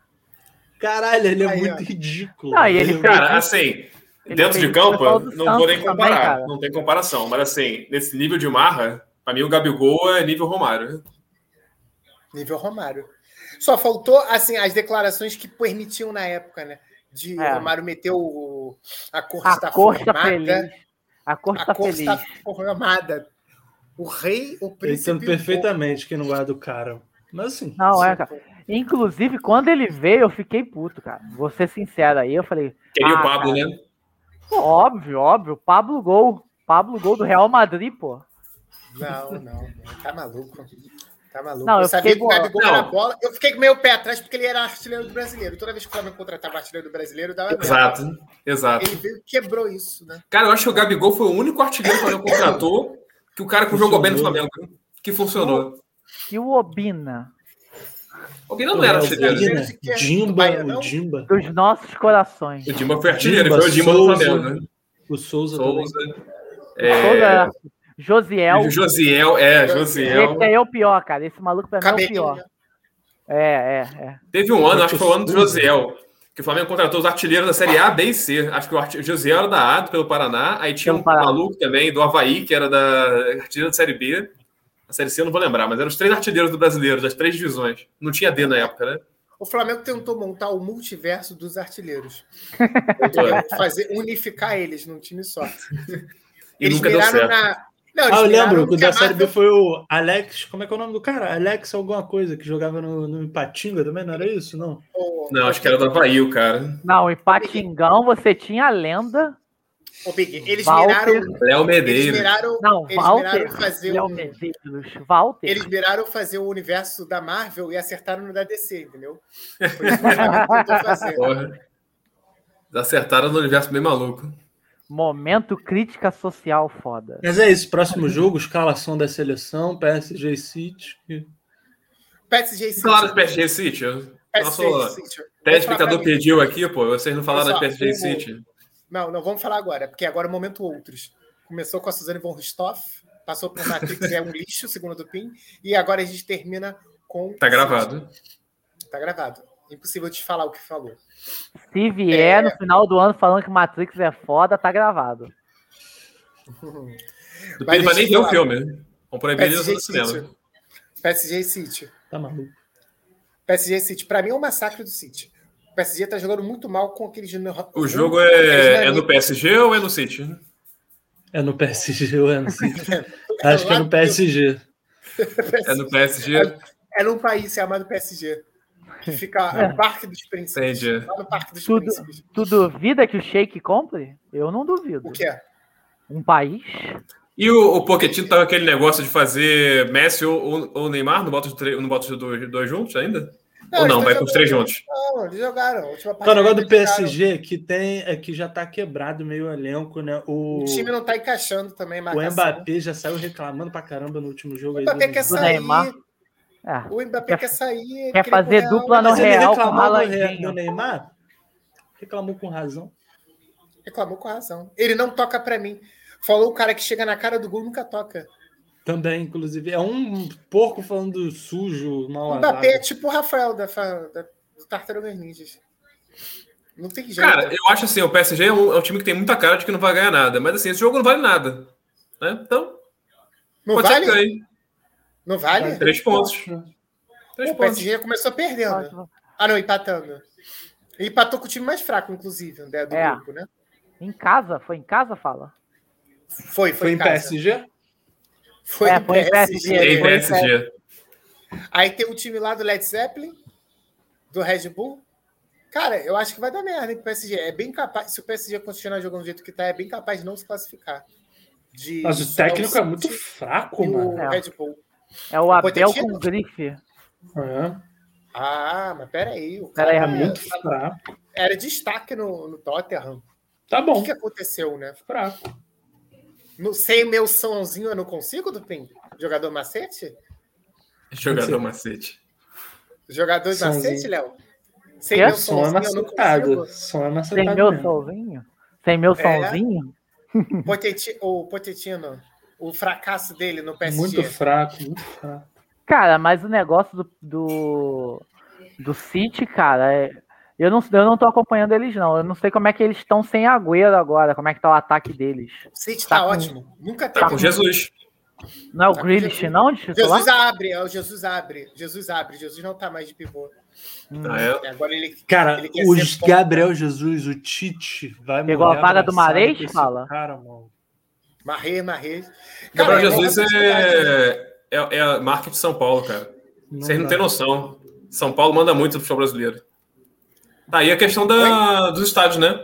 Caralho, ele é
Aí,
muito
ó.
ridículo.
Não, e ele
é-
fez-
Cara, assim,
Ele
dentro de
fez isso com o
campo,
pessoal do
não vou nem
Santos também,
comparar.
cara.
não tem comparação. Mas assim, nesse nível de marra, pra mim o Gabigol é nível Romário.
Nível Romário. Só faltou, assim, as declarações que permitiam na época, né? De
É.
Romário meter o, a corte
A
tá
corte tá
formada.
feliz. A corte
A
tá
corte tá
feliz.
formada. O rei, o
Eu
príncipe.
entendo perfeitamente quem não guarda o cara. Mas assim.
Não, é, cara. Inclusive, quando ele veio, eu fiquei puto, cara. Vou ser sincero aí. Eu falei,
Queria
Ah,
o Pablo, né?
pô, óbvio, óbvio. Pablo Gol. Pablo Gol do Real Madrid, pô.
Não, não, não. Tá maluco. Tá maluco.
Não,
eu,
eu
sabia que
fiquei
o Gabigol era
Não.
bola. Eu fiquei com meio pé atrás porque ele era artilheiro do brasileiro. Toda vez que o Flamengo contratava artilheiro do brasileiro, dava merda.
Exato, exato.
Ele veio e quebrou isso, né?
Cara, eu acho que o Gabigol foi o único artilheiro que o Flamengo contratou que o cara que jogou bem no Flamengo.
Funcionou.
Que funcionou.
E o Obina,
Alguém não era
o
artilheiro. né?
Dina,
Esse que é do
Dimba,
Bahia, não?
o Dimba.
dos nossos corações.
O Dima foi artilheiro,
Dimba,
foi o Dima do
Souza,
Flamengo. né?
O Souza,
Souza.
Toda-
É,
Josiel.
o Josiel, é, Josiel.
Esse aí é o pior, cara. Esse maluco pra mim é o
Cabelinho.
pior. É, é, é.
Teve um ano, acho que foi o ano do Josiel, que o Flamengo contratou os artilheiros da Série A, B e C. Acho que o arti- o Josiel era da A, pelo Paraná. Aí tinha um
Pelo Paraná.
maluco também, do Havaí, que era da artilheiro da Série B. A Série C eu não vou lembrar, mas eram os três artilheiros do brasileiro, das três divisões. Não tinha D na época, né?
O Flamengo tentou montar o multiverso dos artilheiros.
Tentou.
Fazer, unificar eles num time só.
E nunca deu
miraram
certo.
na. Não, eles um
Ah, eu
miraram
lembro,
no
o da
Camargo.
Série B foi o Alex, como é que é o nome do cara? Alex alguma coisa, que jogava no, no Ipatinga também, não era isso? Não.
O,
Não, acho que era do Havaí, o cara.
Não, em Patingão você tinha a lenda.
o Big, eles
Walter.
miraram.
Léo
Eles
Medeiros.
miraram.
Não,
eles
Walter.
miraram fazer
Léo
um-
Medeiros. Walter.
Eles miraram fazer o universo da Marvel e acertaram no da DC, entendeu? Por
*laughs*
isso que o Flamengo tentou fazer.
Porra. Acertaram no universo bem maluco.
Momento crítica social foda.
Mas é isso, próximo jogo, escalação da seleção, PSG e City.
PSG e City.
Falaram de PSG City? eu-
PSG e
Nosso
City.
telespectador
Vamos falar pra mim.
pediu aqui, pô. Vocês não falaram de
Pessoal,
PSG
o-
City.
Não, não, vamos falar agora, porque agora é o momento outros. Começou com a Suzane von Ristoff, passou por Matrix, é um lixo, segundo o PIN, e agora a gente termina com.
Tá gravado.
Tá gravado. Impossível de falar o que falou.
Se vier
É.
no final do ano falando que Matrix é foda, tá gravado.
Do
Mas
Pedro vai
deixa
nem
eu
ver o
falar.
filme. Vão proibir ele
PSG
no
e
cinema.
City. PSG e City.
Tá maluco.
PSG e City. Pra mim é um massacre do City. O PSG tá jogando muito mal com aqueles.
O jogo é, é no PSG ou é no City?
*laughs* É no PSG ou é no City? Acho que é no PSG.
É do PSG?
É num país chamado PSG. Que fica no Parque dos Príncipes.
Entendi.
Lá no Parque dos
Tudo.
Príncipes.
Tu duvida que o Sheik compre? Eu não duvido.
O que é?
Um país?
E o, o Pochettino tá com aquele negócio de fazer Messi ou, ou, ou Neymar no bota de tre- no bota de dois, dois juntos ainda? ou não,
eles
vai
tão
com os três
jogando.
juntos.
Não, eles jogaram. A última
Tá, o
partida
negócio do
eles jogaram.
PSG que tem é que já tá quebrado meio elenco, né? O,
O time não tá encaixando também,
o
marcação.
Mbappé já saiu reclamando pra caramba no último jogo.
O
aí
Mbappé
do-
quer
do-
sair.
Neymar. É.
O Mbappé
Quer-
quer sair. queria
quer fazer
pro Real,
dupla
mas
Mas
no
ele
ele
Real com
reclamou do, Re-
Haalandinho.
do Neymar? Reclamou com razão.
Reclamou com razão. Ele não toca pra mim. Falou o cara que chega na cara do gol e nunca toca.
Também, inclusive. É um porco falando sujo, mal
O Mbappé é
azar.
tipo o Rafael da, fa- da, do Tartarugas Ninjas. Não tem jeito.
Cara, eu acho assim, o PSG é um, é um time que tem muita cara de que não vai ganhar nada. Mas assim, esse jogo não vale nada. Né? Então,
não,
pode ser
vale?
que ganhe.
não vale?
Três pontos. Três
O
pontos.
PSG começou perdendo. Ah, não, empatando. Ele empatou com o time mais fraco, inclusive, né, do
É.
grupo, né?
Em casa? Foi em casa, fala?
Foi, foi,
Foi em
casa.
PSG?
Foi,
É,
em
foi em
PSG.
PSG.
Tem PSG.
Aí tem o time lá do Led Zeppelin, do Red Bull. Cara, eu acho que vai dar merda hein, pro PSG. É bem capaz, se o PSG continuar jogando do jeito que tá, é bem capaz de não se classificar. De,
Mas o
só
técnico é muito
City
fraco,
e o
mano.
É.
Red Bull.
É o Abel
Pochettino?
com grife.
É,
Ah, mas peraí. O
Peraí,
tá
cara
muito fraco.
era destaque no, no Tottenham.
Tá
O
bom,
que, que aconteceu, né?
fraco.
No, sem meu sãozinho eu não consigo, Dupin? Jogador macete?
Jogador macete.
Jogador
Sãozinho.
macete, Léo? Sem
Que?
meu
Som é
sãozinho assim, eu não
macetado.
consigo.
Som é
Sem
macetado.
meu
mesmo.
solzinho? Sem
É.
meu solzinho?
Poteti- o Potetino, o fracasso dele no PSG.
Muito fraco, muito fraco.
Cara, mas o negócio do, do, do City, cara, é- eu, não, eu não tô acompanhando eles, não. Eu não sei como é que eles estão sem Agüero agora, como é que tá o ataque deles.
City
Tá
tá,
com-
ótimo. Nunca
Tá
teve.
com Jesus.
Não é o
Tá com
Grealish,
Jesus.
não, de titular?
Jesus abre, é o Jesus abre. Jesus abre, Jesus não tá mais de pivô.
Ah, é.
É, Agora ele.
Cara,
Ele quer
o
ser bom.
Gabriel Jesus, o Tite, vai
Pegou
morrer
a vaga do
abraçado
Mahrez,
com esse
fala?
Cara, mano.
Marrei, marrei.
Gabriel
Cara,
Jesus
é uma oportunidade, né?
é, é, é a marca de São Paulo, cara. Vocês não
dá.
têm noção. São Paulo manda muito no futebol brasileiro. Tá aí a questão da, dos estádios, né?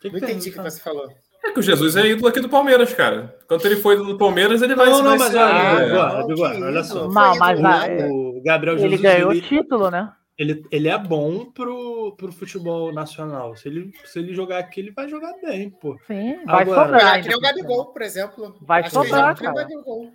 Que que
Não
tem,
entendi o que
cara?
você falou.
É que o Jesus é ídolo aqui do Palmeiras, cara. Quando ele foi ídolo do Palmeiras, ele vai
Não, não,
vai
mas
ser-
olha,
é,
agora,
não,
agora,
que
Ah, olha
isso,
só.
foi
Mas-
ídolo,
mas a-
né?
O Gabriel
Ele
Jesus,
ganhou o
ele,
título, né?
ele, ele é bom pro, pro futebol nacional. Se ele, se ele jogar aqui, ele vai jogar bem, pô.
Sim, vai
Agora-
sobrar.
Ah, que nem o
ainda.
Gabigol, por exemplo.
Vai
Acho que ele joga
sobrar,
que nem o
cara.
Gabigol.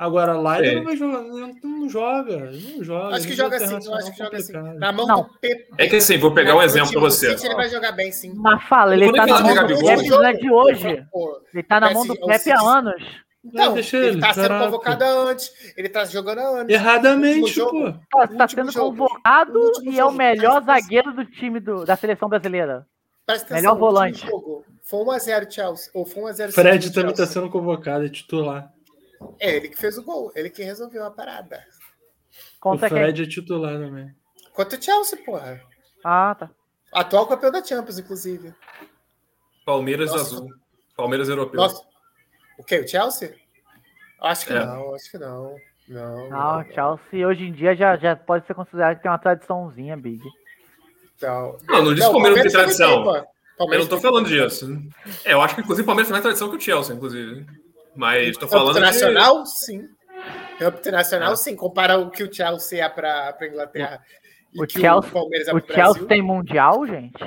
Agora lá
É.
ele não vai jogar, não, não joga, não joga.
Acho que
ele
joga
é
assim, eu acho que joga assim.
complicado.
Na mão
Não.
do Pepe.
É que assim, vou pegar um exemplo pra você.
Ele vai jogar bem, sim.
Mas fala, ele
Quando
tá
ele
na
fala
mão
do
do
Gabigol-
Pepe, não é de hoje.
Pô,
Ele tá na
Pepe
mão do
é o
Pepe há
City.
anos.
Não,
deixa
ele,
ele,
tá sendo
caraca. É.
convocado antes, ele tá jogando há anos.
Erradamente,
No
pô.
jogo.
Tá,
No
tá
último
sendo
jogo.
convocado
No último
e é o
jogo,
melhor
presta atenção.
zagueiro do time do- da seleção brasileira.
Presta
Melhor
atenção, no último
volante.
Jogo, foi 1x0 Chelsea, ou foi 1x0
Fred
City,
também tá
Chelsea.
sendo convocado, é titular.
É, ele que fez o gol, ele que resolveu a parada.
Conta
o
quem.
Fred é titular também.
Quanto o Chelsea, porra.
Ah, tá.
Atual campeão da Champions, inclusive.
Palmeiras
Nossa.
azul. Palmeiras europeu.
Nossa. O quê? O Chelsea? Acho que
É.
não, acho que não. Não.
Não, Ah, Chelsea hoje em dia já, já pode ser considerado que tem uma tradiçãozinha, Big.
Não,
Não, não disse que o Palmeiras não tem
Palmeiras também
tradição.
tem, pô.
Eu
Palmeiras
não tô
tem.
falando disso. É, eu acho que inclusive o Palmeiras tem mais tradição que o Chelsea, inclusive. Mas tô
Campo
falando. de- É.
internacional, sim. Campo internacional, sim. Comparar o que o Chelsea é para a Inglaterra e
O
que
Chelsea-
o Palmeiras é
O
para o
Chelsea
Brasil.
tem mundial, gente?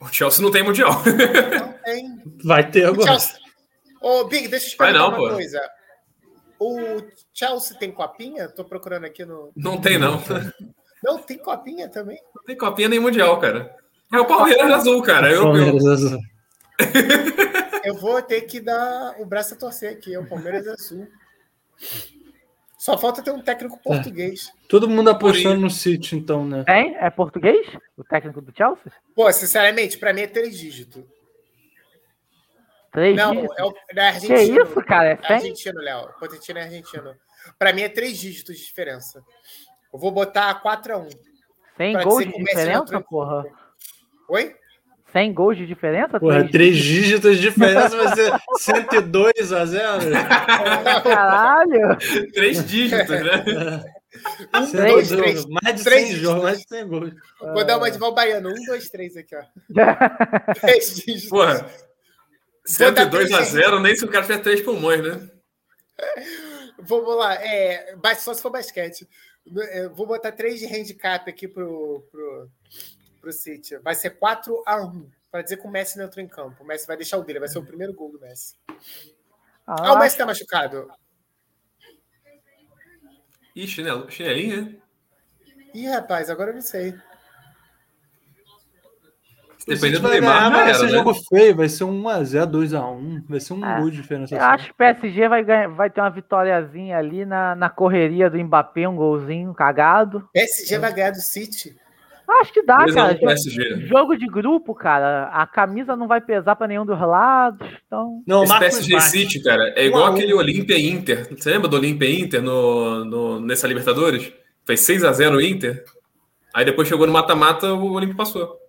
O Chelsea não tem mundial.
Não tem.
Vai ter
O
agora.
Chelsea... Ô, Big, deixa eu te
Vai
perguntar
não,
uma
pô.
coisa. O Chelsea tem copinha? Tô procurando aqui no...
Não tem, não. Não
Não, tem copinha também?
tem copinha nem mundial, cara. É o Palmeiras azul, cara. É europeu.
um
Palmeiras azul.
Eu vou ter que dar o braço a torcer aqui. É o Palmeiras Azul. Só falta ter um
Tá.
técnico português.
Todo mundo apostando no City, então, né?
Tem? É português? O técnico do Chelsea?
Pô, sinceramente, para mim é três dígitos.
Três
Não,
dígitos?
é o é
Que
argentino.
isso, cara? É
É
100?
argentino, Léo. Potentino é argentino. Pra mim é três dígitos de diferença. Eu vou botar 4x1.
100
pra
gols
ser
de
começo, né,
diferença,
tranquilo.
*laughs*
porra?
Oi?
100 gols de diferença?
Porra,
Três?
três dígitos de diferença vai ser 102 a 0.
Caralho! *laughs*
Três dígitos, né?
Um,
Cem
dois,
gols,
três.
Mais de
Três
100 jogos, mais de 100 gols.
Vou dar uma de Val Baiano. Um, dois,
*laughs*
três aqui, ó. Três dígitos.
Porra.
Vou dar
102 a
três
0, nem se o cara tiver três pulmões, né?
Vamos lá. É, ba- só se for basquete. É, Vou botar três de handicap aqui pro, pro, pro City. Vai ser 4 a 1 Pra dizer que o Messi não entrou em campo. O Messi vai deixar o dele. Vai ser o primeiro gol do Messi. Ah, o
Ah,
Messi tá machucado.
Ih, chinelo, chinelinho, né?
Ih, rapaz, agora eu não sei.
Se depender do
Vai ganhar,
Neymar,
mas
já
vai ser
era,
jogo
né?
feio, vai ser 1x0, 2x1. Vai ser um
Ah,
gol de diferença.
eu
só.
acho que o PSG vai, ganhar, vai ter uma vitóriazinha ali na, na correria do Mbappé, um golzinho cagado.
PSG vai ganhar do City.
Acho que dá,
2 a 1
cara.
pro PSG.
Jogo de grupo, cara, a camisa não vai pesar pra nenhum dos lados, então.
Não,
Esse
Marcos
PSG
Vaz.
City, cara, é igual
Um a um.
aquele Olímpia e Inter. Você lembra do Olímpia e Inter no, no- nessa Libertadores? Fez 6x0 o Inter. Aí depois chegou no mata-mata, o Olímpia passou.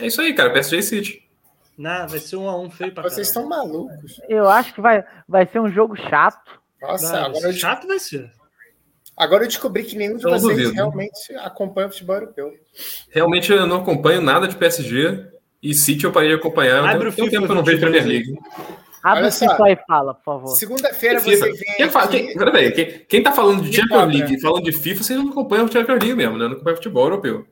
É isso aí, cara, PSG e City.
Não, né, vai ser 1x1 feio pra
Vocês
Tá caralho.
estão malucos.
Eu acho que vai, vai ser um jogo chato.
Nossa,
Vai,
agora, eu,
chato vai ser.
agora eu descobri que nenhum de
Eu não
vocês
duvido.
realmente acompanha o futebol europeu.
Realmente eu não acompanho nada de PSG. E City eu parei de acompanhar.
Abre
Tem tem um
o FIFA
tempo que eu não vejo Premier League.
Abre
Olha
o cinto
só.
aí e fala, por favor.
Segunda-feira
FIFA.
você vem.
Quem, fala,
aqui-
quem, pera aí, quem, quem tá falando de
Me
Champions
cobra.
League e falando de FIFA, vocês não acompanham o Champions League mesmo, né? Não acompanham futebol europeu.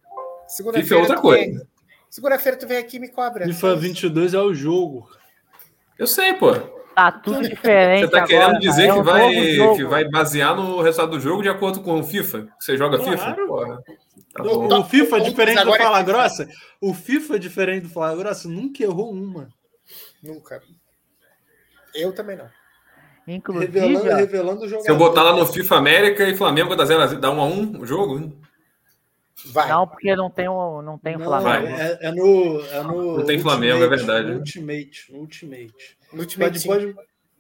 Segunda-feira
FIFA é outra
tu
coisa.
vem- Segunda-feira tu vem aqui e me cobra.
FIFA 22 é o jogo.
Eu sei, pô.
Tá tudo diferente.
Você tá
agora,
querendo
cara.
dizer
É
que,
um
vai,
novo jogo.
que vai basear no resultado do jogo de acordo com o FIFA? Que você joga FIFA?
Claro.
Porra. Tá
O,
bom.
o FIFA é diferente do
Agora é
Fala
FIFA.
Grossa. O FIFA é diferente do Fala Grossa nunca errou uma.
Nunca. Eu também não.
Inclusive,
Revelando,
ó,
revelando o jogo.
Se eu botar lá no FIFA América e Flamengo dá 0 a 0, dá 1 a 1 o jogo?
Vai.
não, porque não tem o, não tem o
Não,
Flamengo.
é, é no, é no
Não tem
Ultimate,
Flamengo, é verdade.
no Ultimate, no Ultimate.
No time
Pode, pode...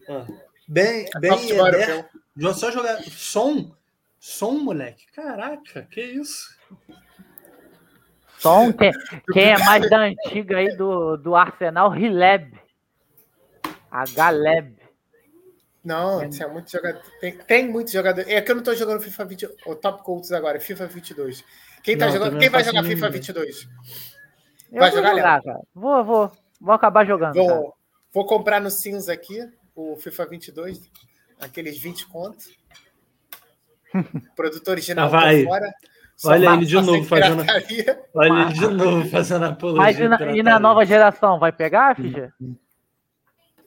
Ah. Bem,
É
bem
futebol
Eder,
europeu.
Jo- só jogar som, som, moleque. Caraca, que isso?
Som, quem, quem é mais da antiga aí do, do Arsenal, Hileb. H-Leb.
Não, tinha muito jogador. Tem, tem muito jogador. É que eu não tô jogando FIFA 20, o Top Colts agora, é FIFA 22. Quem, tá
Não,
jogando,
também
quem
não
vai
faço
jogar
nem
FIFA
ideia.
22?
Eu
Vai
vou
jogar,
jogar, cara. Vou, vou. Vou acabar
Ah,
jogando. cara.
tá.
Vou, vou comprar no cinza aqui, o FIFA 22, aqueles 20
*laughs*
contos. Produtor original
Ah, vai.
por fora.
Olha
ma-
ele de
sem
novo fazendo-
pirataria.
Olha ele de novo fazendo apologia.
Mas e na,
pra
e na
caralho.
nova geração, vai pegar,
Hum.
Fija?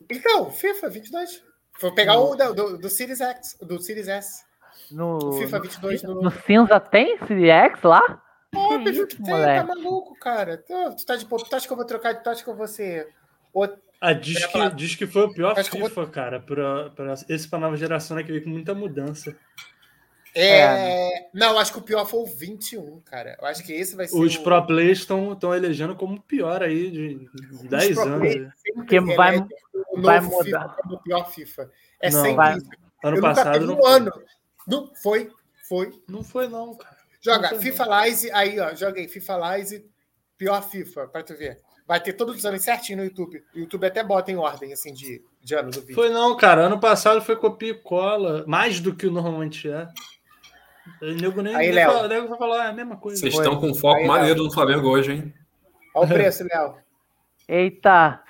Então, FIFA 22. Vou pegar o da- do, do Series X, do Series S.
No,
O FIFA
no,
22 no.
no cinza tem CX lá? Que
Óbvio que
isso,
tem, tá
moleque.
maluco, cara. Tu, tu tá de bobo. Tu acha que eu vou trocar? Tu acha que eu vou ser. outro?
Ah, diz
Eu ia
que,
falar.
diz que foi o pior
Acho que eu vou-
FIFA, cara, pra, pra esse pra nova geração, né, que veio com muita mudança.
É...
né?
Não, acho que o pior foi o 21, cara. Eu acho que esse vai ser.
Os
o...
pro players estão elegendo como o pior aí de 10
pro
anos. né.
players. Sempre
Porque
elege
vai-
o
vai
novo
mudar.
FIFA como o pior FIFA. É
Não,
sempre
vai-
isso.
Ano
eu nunca
passado
teve
não,
um ano. Não foi, foi.
não foi não, cara.
Joga
Não foi,
FIFA Live, aí, ó. Joguei FIFA Live, pior FIFA, pra tu ver. Vai ter todos os anos certinho no YouTube. O YouTube até bota em ordem, assim, de, de ano do vídeo.
Foi não, cara. Ano passado foi copia e cola, mais do que o normalmente é. O nego nem,
Aí,
nem
Léo.
fala- o nego vai falar, é a mesma coisa.
Vocês
Foi.
estão com um foco
Aí,
maneiro
tá.
no Flamengo hoje, hein?
Olha o preço, Léo.
Eita.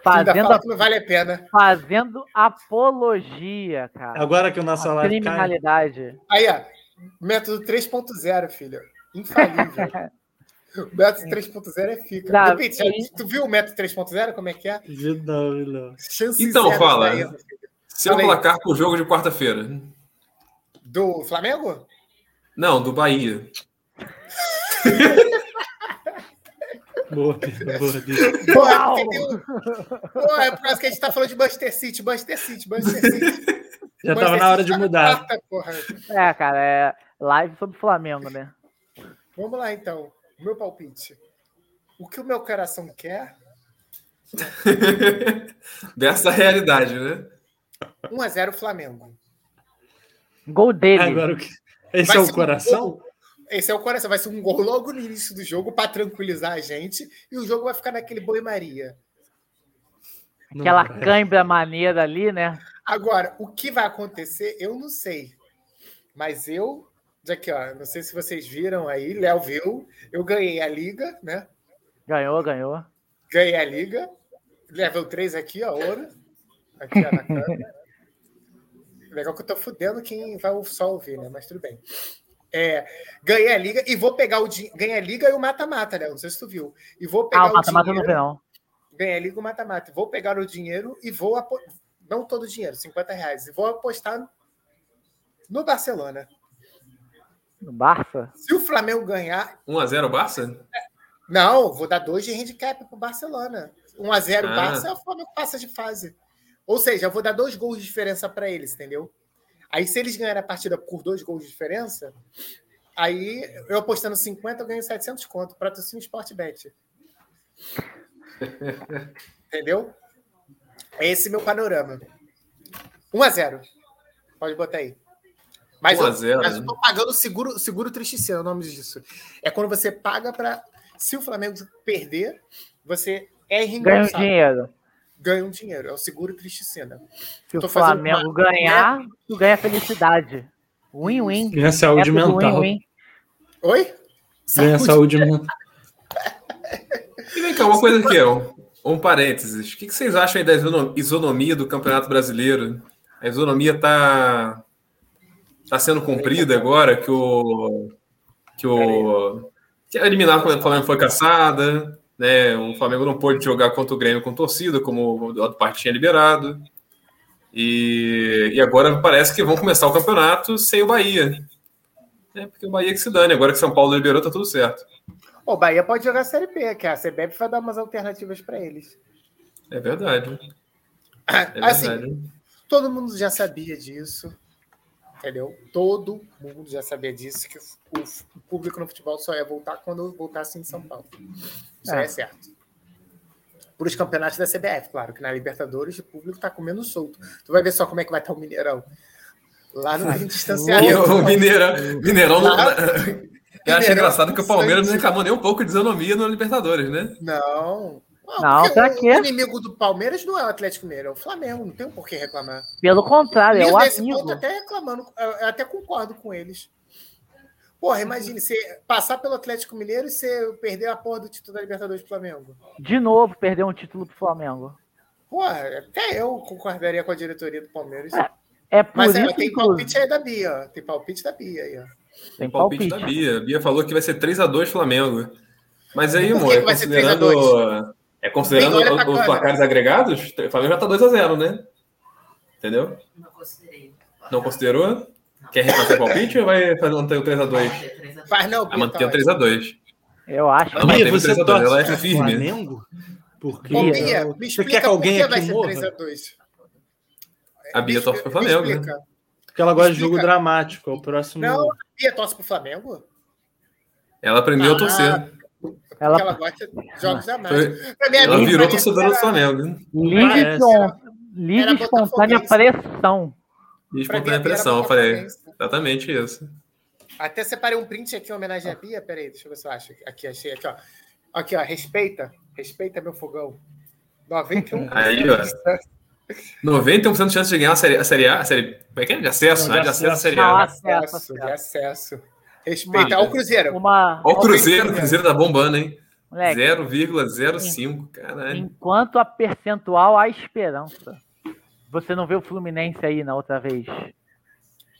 Tu ainda
Fazendo,
fala
a-
que não vale a pena.
fazendo apologia, cara.
Agora que o nosso
A
salário cai,
criminalidade.
Aí, ó. Método 3.0, filho. Infalível. O método 3.0 é fica.
Dá,
Depende, já-
e-
tu viu o método 3.0? Como é que é?
Não, não.
Chance
Então,
zero de
fala.
dar erro, filho.
Seu
Fala aí.
placar pro jogo de quarta-feira.
Do Flamengo?
Não, do Bahia.
Boa, Pedro, boa, Pedro.
Porra,
Uau!
entendeu? Porra, é por causa que a gente tá falando de Manchester City, Manchester City, Manchester City.
Já
Manchester
tava na hora
City
de
tá na
mudar.
quarta, porra.
É, cara, é live sobre o Flamengo, né?
Vamos lá, então. Meu palpite. O que o meu coração quer?
*laughs* Dessa realidade, né?
1x0 Flamengo.
Gol dele.
Agora o que?
Vai
Esse é
ser
o
um
coração?
gol. Esse é o coração. Vai ser um gol logo no início do jogo para tranquilizar a gente e o jogo vai ficar naquele boi-maria.
Aquela
é.
cãibra maneira ali, né?
Agora, o que vai acontecer, eu não sei. Mas eu, já que, ó, não sei se vocês viram aí, Léo viu, eu ganhei a liga, né?
Ganhou, ganhou.
Ganhei a liga. Level 3 aqui, ó, ouro. Aqui, ó, na câmera. Legal que eu tô fudendo quem vai só ouvir, né? Mas tudo bem. É, ganhei a liga e vou pegar o dinheiro. Ganhei a liga e o mata-mata, Léo. Não sei se tu viu. E vou pegar um
Ah, o mata-mata não vê,
dinheiro.
não.
Ganhei a liga e o mata-mata. Vou pegar o dinheiro e vou. apo- Não todo o dinheiro, 50 reais. E vou apostar no Barcelona.
No Barça?
Se o Flamengo ganhar.
1x0 Barça?
Não, vou dar dois de handicap pro Barcelona. 1x0
Ah.
Barça, é o Flamengo passa de fase. Ou seja, eu vou dar dois gols de diferença para eles, entendeu? Aí, se eles ganharem a partida por dois gols de diferença, aí eu apostando 50, eu ganho 700 conto.
*laughs*
Patrocínio Sportbet. entendeu? É esse meu panorama. 1x0. Pode botar aí. Mas,
1 a
eu,
0,
mas eu
né?
tô pagando seguro, seguro tristiceiro, é o nome disso. É quando você paga para. Se o Flamengo perder, você é
Ganha um
reembolsado.
dinheiro.
Ganha um dinheiro. É o seguro tristecena.
Se
Tô
o
fazendo
Flamengo ganhar, tu ganha felicidade. Win-win.
Ganha saúde
É tudo
mental.
win-win.
Oi?
Ganha
*laughs*
saúde mental.
E vem cá, uma coisa aqui, ó, um parênteses. O que que vocês acham aí da isono- isonomia do Campeonato Brasileiro? A isonomia tá, tá sendo cumprida agora, que o. que o. que a eliminada pelo Flamengo foi caçada, né? O Flamengo não pôde jogar contra o Grêmio com torcida, como o Eduardo Parte tinha liberado. E, e agora parece que vão começar o campeonato sem o Bahia. É, porque o Bahia que se dane, agora que São Paulo liberou, tá tudo certo.
O Bahia pode jogar a Série B, que a CBF vai dar umas alternativas para eles.
É verdade. É
assim,
verdade.
todo mundo já sabia disso, entendeu? Todo mundo já sabia disso, que o, o público no futebol só ia voltar quando voltasse em São Paulo. Isso
É.
é, certo. Para os campeonatos da CBF, claro, que na Libertadores o público está comendo solto. Tu vai ver só como é que vai estar o Mineirão. Lá não tem
E
*laughs*
distanciamento.
o Mineirão, Mineirão não-
Lá-
Eu acho
Mineirão
engraçado que o Palmeiras não
constante.
reclamou nem um pouco de isonomia no Libertadores, né?
Não. Não,
Não,
porque
pra
o-
quê?
O inimigo do Palmeiras não é o Atlético Mineiro, é o Flamengo. Não tem por que reclamar.
Pelo contrário, é o
Mesmo nesse ponto,
amigo.
até reclamando, eu eu até concordo com eles. Porra, imagine você passar pelo Atlético Mineiro e você perder a porra do título da Libertadores do Flamengo.
De novo, perdeu um título pro Flamengo.
Porra, até eu concordaria com a diretoria do Palmeiras.
É por
Mas é,
isso,
tem
inclusive.
palpite aí da Bia, ó. Tem palpite da Bia aí, ó.
Tem
Um Palpite,
palpite.
da Bia. A Bia falou que vai ser 3x2 Flamengo. Mas aí,
Por que
amor, é
que vai ser
considerando, é considerando
Bem, olha pra
o- os
câmera.
placares agregados, o Flamengo já tá 2x0, né? Entendeu?
Não considerei.
Não considerou? Quer refazer o palpite ou vai fazer- manter o 3x2?
Faz não,
Vai
Bia.
Ah, manter
Tá
o 3x2.
Eu acho
Não, mas
Bia,
tem
você
três a dois,
torce
ela é
pro
firme.
Flamengo? Porque
ótimo. Ô,
Bia,
Bia, me
você
explica
quer que
por
alguém
que vai
aqui
ser
morra?
3x2.
A Bia
Me
torce pro
explica- me
Flamengo, né?
explica.
Porque ela gosta de jogo
Explica.
dramático. É o próximo.
Não, a Bia torce pro Flamengo?
Ela aprendeu a
Ah, tá.
torcer.
Porque
Ela-
ela, gosta de jogos da
Foi-
mágica. Pra mim, a
Ela
Bia-
virou
É, pra mim,
torcedora do
era-
Flamengo.
Liga,
Parece.
espon- Liga
Era
espontânea
botafoguense.
E
pressão.
pra mim, a
espontânea
Bia era
pressão. Eu falei,
botafoguense.
exatamente isso.
Até separei um print aqui em homenagem à Bia. Peraí, deixa eu ver se eu acho. Aqui, achei. Aqui, ó. Aqui, ó. Respeita. Respeita meu fogão. 91.
Aí, ó. 91% de chance de ganhar a série, a série A, a série, como é que é? De acesso, né?
Não, de
De acesso à
acesso.
série
Não,
A.
acesso,
Acesso, de
acesso.
acesso. Respeita. Ó, o Cruzeiro.
Uma,
Olha o
uma-
Cruzeiro, o Cruzeiro tá bombando, hein?
moleque,
0,05, caralho.
enquanto a percentual há esperança. Você não vê o Fluminense aí na outra vez.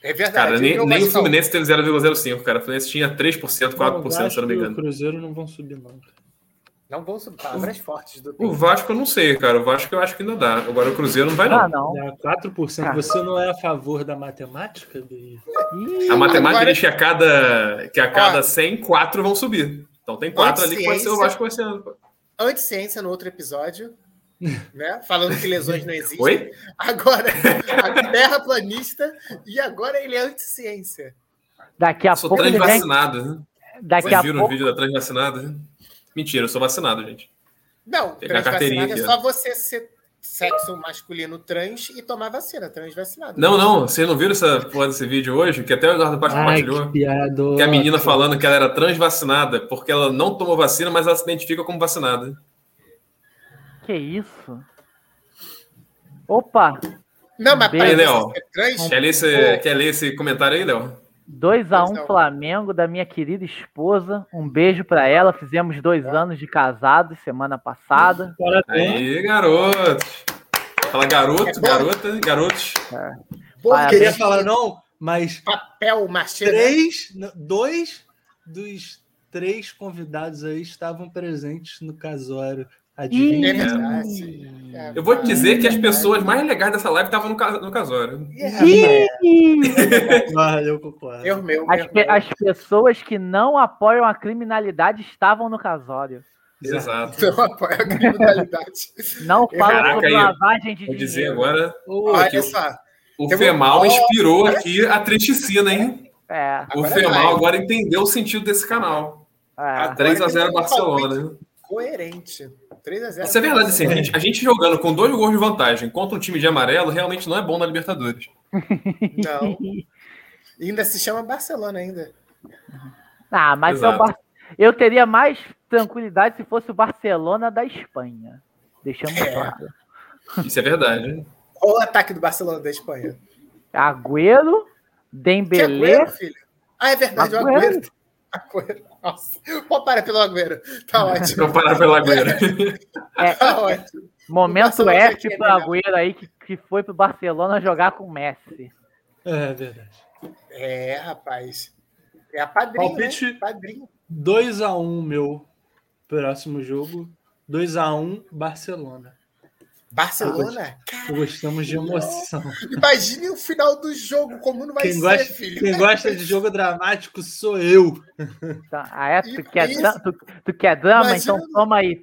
É verdade.
Cara, nem,
eu
nem o
gosto,
Fluminense teve 0,05, cara. O Fluminense tinha 3%, 4%, se eu não me
O
engano.
Cruzeiro não vão subir, não.
Não, não vão subir palavras fortes do
O Vasco eu não sei, cara. O Vasco eu acho que ainda dá. Agora o Cruzeiro não vai,
Ah,
não.
não.
Dá 4%.
Cara.
Você não é a favor da matemática, Bia?
Ih,
A matemática
Agora-
diz que a cada, que a cada
Ó.
100, 4 vão subir. Então tem 4 ali que pode ser o
Ciência.
Vasco vai ser.
Anticiência no outro episódio. Né? Falando que lesões não existem.
Oi?
Agora, a terraplanista e agora ele é anticiência.
daqui a
Eu sou
pouco ele vem.
transvacinado. né?
Daqui
Vocês
É a
viram o
pouco.
vídeo da transvacinada? Mentira, eu sou vacinado, gente.
Não,
Tem que a carteirinha
transvacinado é
aqui, ó.
só você ser sexo masculino trans e tomar vacina, trans vacinado.
Não, não, vocês não viram essa porra desse vídeo hoje? Que até o Eduardo Paz
Ai,
compartilhou.
que piado.
Que a menina falando que ela era transvacinada, porque ela não tomou vacina, mas ela se identifica como vacinada.
Que isso? Opa,
Não, mas
Bem,
pra você
Léo.
ser trans,
Quer ler esse, quer ler esse comentário aí, Léo?
2 a 1
Pois não.
Flamengo da minha querida esposa. Um beijo pra ela. Fizemos dois
Tá.
anos de casados semana passada.
Parabéns.
Aí, garoto. Fala garoto, garota, garotos.
pô,
Ah,
Queria
Parabéns.
falar, não, mas
papel machê. né?
três, não, dois dos três convidados aí estavam presentes no casório.
É
Adivinha?
verdade. É
Eu vou te dizer que as
verdade.
pessoas mais legais dessa live estavam no, ca- no casório.
É,
Olha, eu concordo.
Erro meu.
As,
erro
pe-
meu.
as pessoas que não apoiam a criminalidade estavam no casório.
Exato.
Não apoio a criminalidade.
Não falam
Caraca,
sobre
aí,
lavagem de
Vou
dinheiro.
dizer agora,
Ô,
que
Olha
o-
só.
o
Eu vou-
Femal inspirou aqui a Trechicina, hein?
É,
O
Agora vai.
Femal agora entendeu o sentido desse canal. Ah,
é.
3x0 Barcelona.
Coerente. 3x0.
Essa é verdade, assim, a gente, a gente jogando com dois gols de vantagem contra um time de amarelo realmente não é bom na Libertadores.
Não. Ainda se chama Barcelona ainda.
*laughs* Ah, mas é o
Exato.
Bar- eu teria mais tranquilidade se fosse o Barcelona da Espanha. Deixamos claro.
Isso é verdade.
Olha o ataque do Barcelona da Espanha.
Agüero,
Que
Dembélé,
Agüero, filho. Ah, é verdade, o
Agüero.
Agüero. Agüero. Nossa. Pô, para pelo Agüero. Tá ótimo.
Não parar pela Agüero.
é,
Tá ótimo.
momento
Barcelona
F
que é
pro
melhor.
Agüero aí que, que foi pro Barcelona jogar com o Messi.
É verdade.
É, rapaz. É a padrinho,
Palpite.
né? Padrinho.
2x1, meu próximo jogo. 2x1, Barcelona.
Barcelona?
Gostamos de emoção.
Imagine o final do jogo, como não vai
Quem
ser,
gosta,
filho.
quem gosta de jogo dramático sou eu.
Tá, ah, é, tu,
E-
quer
isso.
dra- tu, tu quer drama?
Imagina-
então toma aí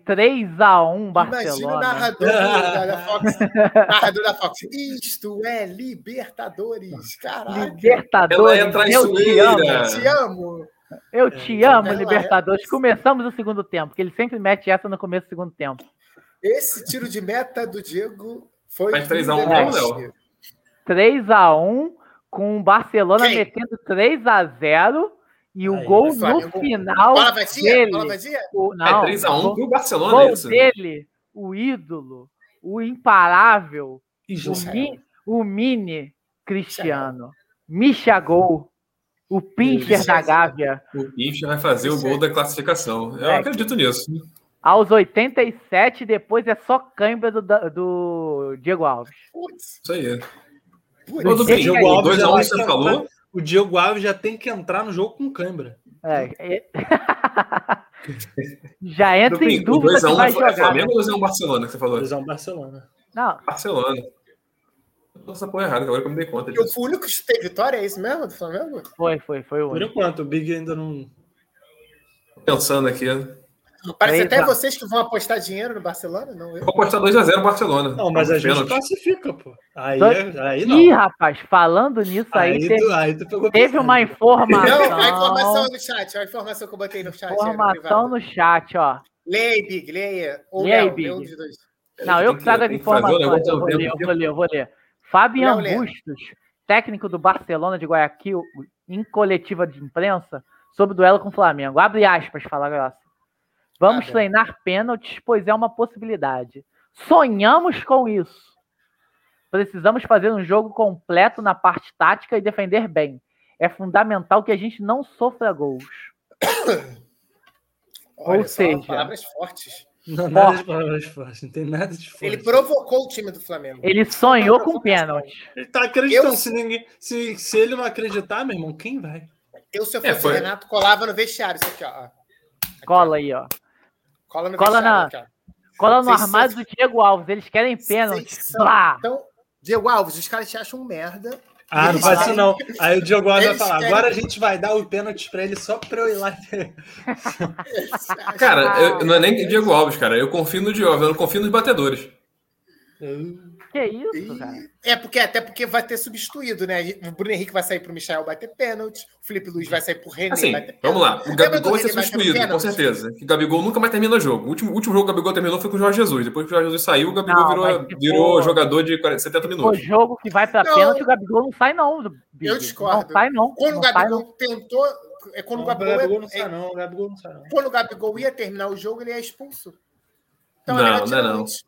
Imagina
3x1
o
Barcelona.
narrador da, da Fox.
*laughs*
narrador da Fox. Isto é Libertadores. Caralho.
Ela
Libertadores,
é
eu te amo.
traiçoeira.
Te amo.
Eu te amo,
Ela né? é-
Libertadores. Começamos o segundo tempo, que ele sempre mete essa no começo do segundo tempo.
Esse tiro de meta do Diego foi.
Faz 3x1
brilhante.
mesmo, Léo?
3x1, com o Barcelona
Quem?
metendo 3x0 e o
Aí,
gol no
Flamengo.
final.
Bola vadia?
dele.
Bola vadia?
o-
É
*laughs* não,
3x1
gol,
pro Barcelona, é
gol
isso?
dele, o ídolo, o imparável, o,
Israel.
mi- o mini Cristiano, Michagol, o Pincher
Michel.
da Gávea,
O Incha vai fazer o gol da classificação. Eu
É.
acredito nisso.
aos 87, depois é só cãibra do, da- do Diego Alves.
Putz,
Isso aí.
putz.
Tudo bem.
Diego
O
Alves
2x1
já
você
vai-
falou?
O Diego Alves já tem que entrar no jogo com câimbra.
É, é- *laughs* Já entra em
O
é dúvida que
2x1
vai
é
jogar. né?
Flamengo ou 2x1 Barcelona que você falou?
2x1 Barcelona.
Não,
Barcelona. Nossa, porra errada, agora que eu me dei conta
Eu
disso.
fui o único que teve vitória, é isso mesmo? Do Flamengo?
foi, foi, foi o
Por
único.
enquanto, o Big ainda não.
Pensando aqui. né? Eu
Parece
Três
até
a-
vocês que vão apostar dinheiro no Barcelona, não eu.
vou apostar 2x0 Barcelona.
Não, mas a gente tá
Pênalti.
classifica, pô. Aí, é-
Dois-
aí
Ih,
não.
rapaz, falando nisso aí,
Aí
teve,
tu, aí tu pegou
teve uma informação.
Não, a informação é no chat, a informação que eu botei no chat. aí, no privado.
informação no chat, ó.
Leia, Big, leia. Ou
Leia,
Léo,
Big.
lê um dos dois.
Não, eu
Tem
que trago as
tem fazer o
informações.
negócio
Eu vou
ao
ler,
mesmo
eu vou ler, eu vou ler. Fábio
Não, Léo.
Bustos, técnico do Barcelona de Guayaquil, em coletiva de imprensa, sobre o duelo com o Flamengo. Abre aspas, fala grossa. Vamos
Abre.
treinar pênaltis, pois é uma possibilidade. Sonhamos com isso. Precisamos fazer um jogo completo na parte tática e defender bem. É fundamental que a gente não sofra gols.
Olha
Ou
só,
seja-
palavras fortes.
Não, nada de palavras fáceis, não tem nada de forte.
Ele provocou o time do Flamengo.
é. Ele sonhou com pênalti.
Ele tá acreditando.
Eu-
Se, ninguém, se, se ele não acreditar, meu irmão, quem vai?
Eu, se eu
É,
fosse o
foi-
Renato, colava no vestiário. Isso aqui, ó. ó.
Cola aí, ó.
Cola no
Cola
vestiário.
na-
aqui, ó.
Cola no
Vocês
armário
são-
do Diego Alves, eles querem pênalti.
Vocês são-
Blá!
Então, Diego Alves, os caras te acham um merda.
Ah, não
Eles
faz isso
querem-
não. Aí o Diogo Alves vai
Eles
falar,
querem-
agora a gente vai dar o pênalti pra ele só pra eu ir lá.
*laughs* Eles acham- um
Cara, eu- não é nem Diego Alves, cara. Eu confio no Diogo, eu não confio nos batedores.
Que isso, cara?
É porque até porque vai ter substituído, né? O Bruno Henrique vai sair pro Michel bater pênalti, o Felipe Luiz vai sair pro René
Assim,
bater pênalti.
vamos lá. O
Lembra
Gabigol
do
vai ser
René batendo
substituído, com
pênalti?
certeza. Que O Gabigol nunca mais termina jogo. O último, o último jogo que o Gabigol terminou foi com o Jorge Jesus. Depois que o Jorge Jesus saiu, o Gabigol
Não,
virou,
mas tipo, se
virou
for-
jogador de 40, 70
O
minutos.
jogo que vai pra
Não.
pênalti, o Gabigol não sai, não. Bibi.
Eu discordo.
Não sai, não.
Quando
Não
o
sai,
Gabigol
não.
tentou. É quando, o
o
Gabigol,
Gabigol não
é-
sai, não. O Gabigol não sai, não.
quando o Gabigol ia terminar o jogo, ele é expulso. é
Não,
melhor tirar
não é não.
antes.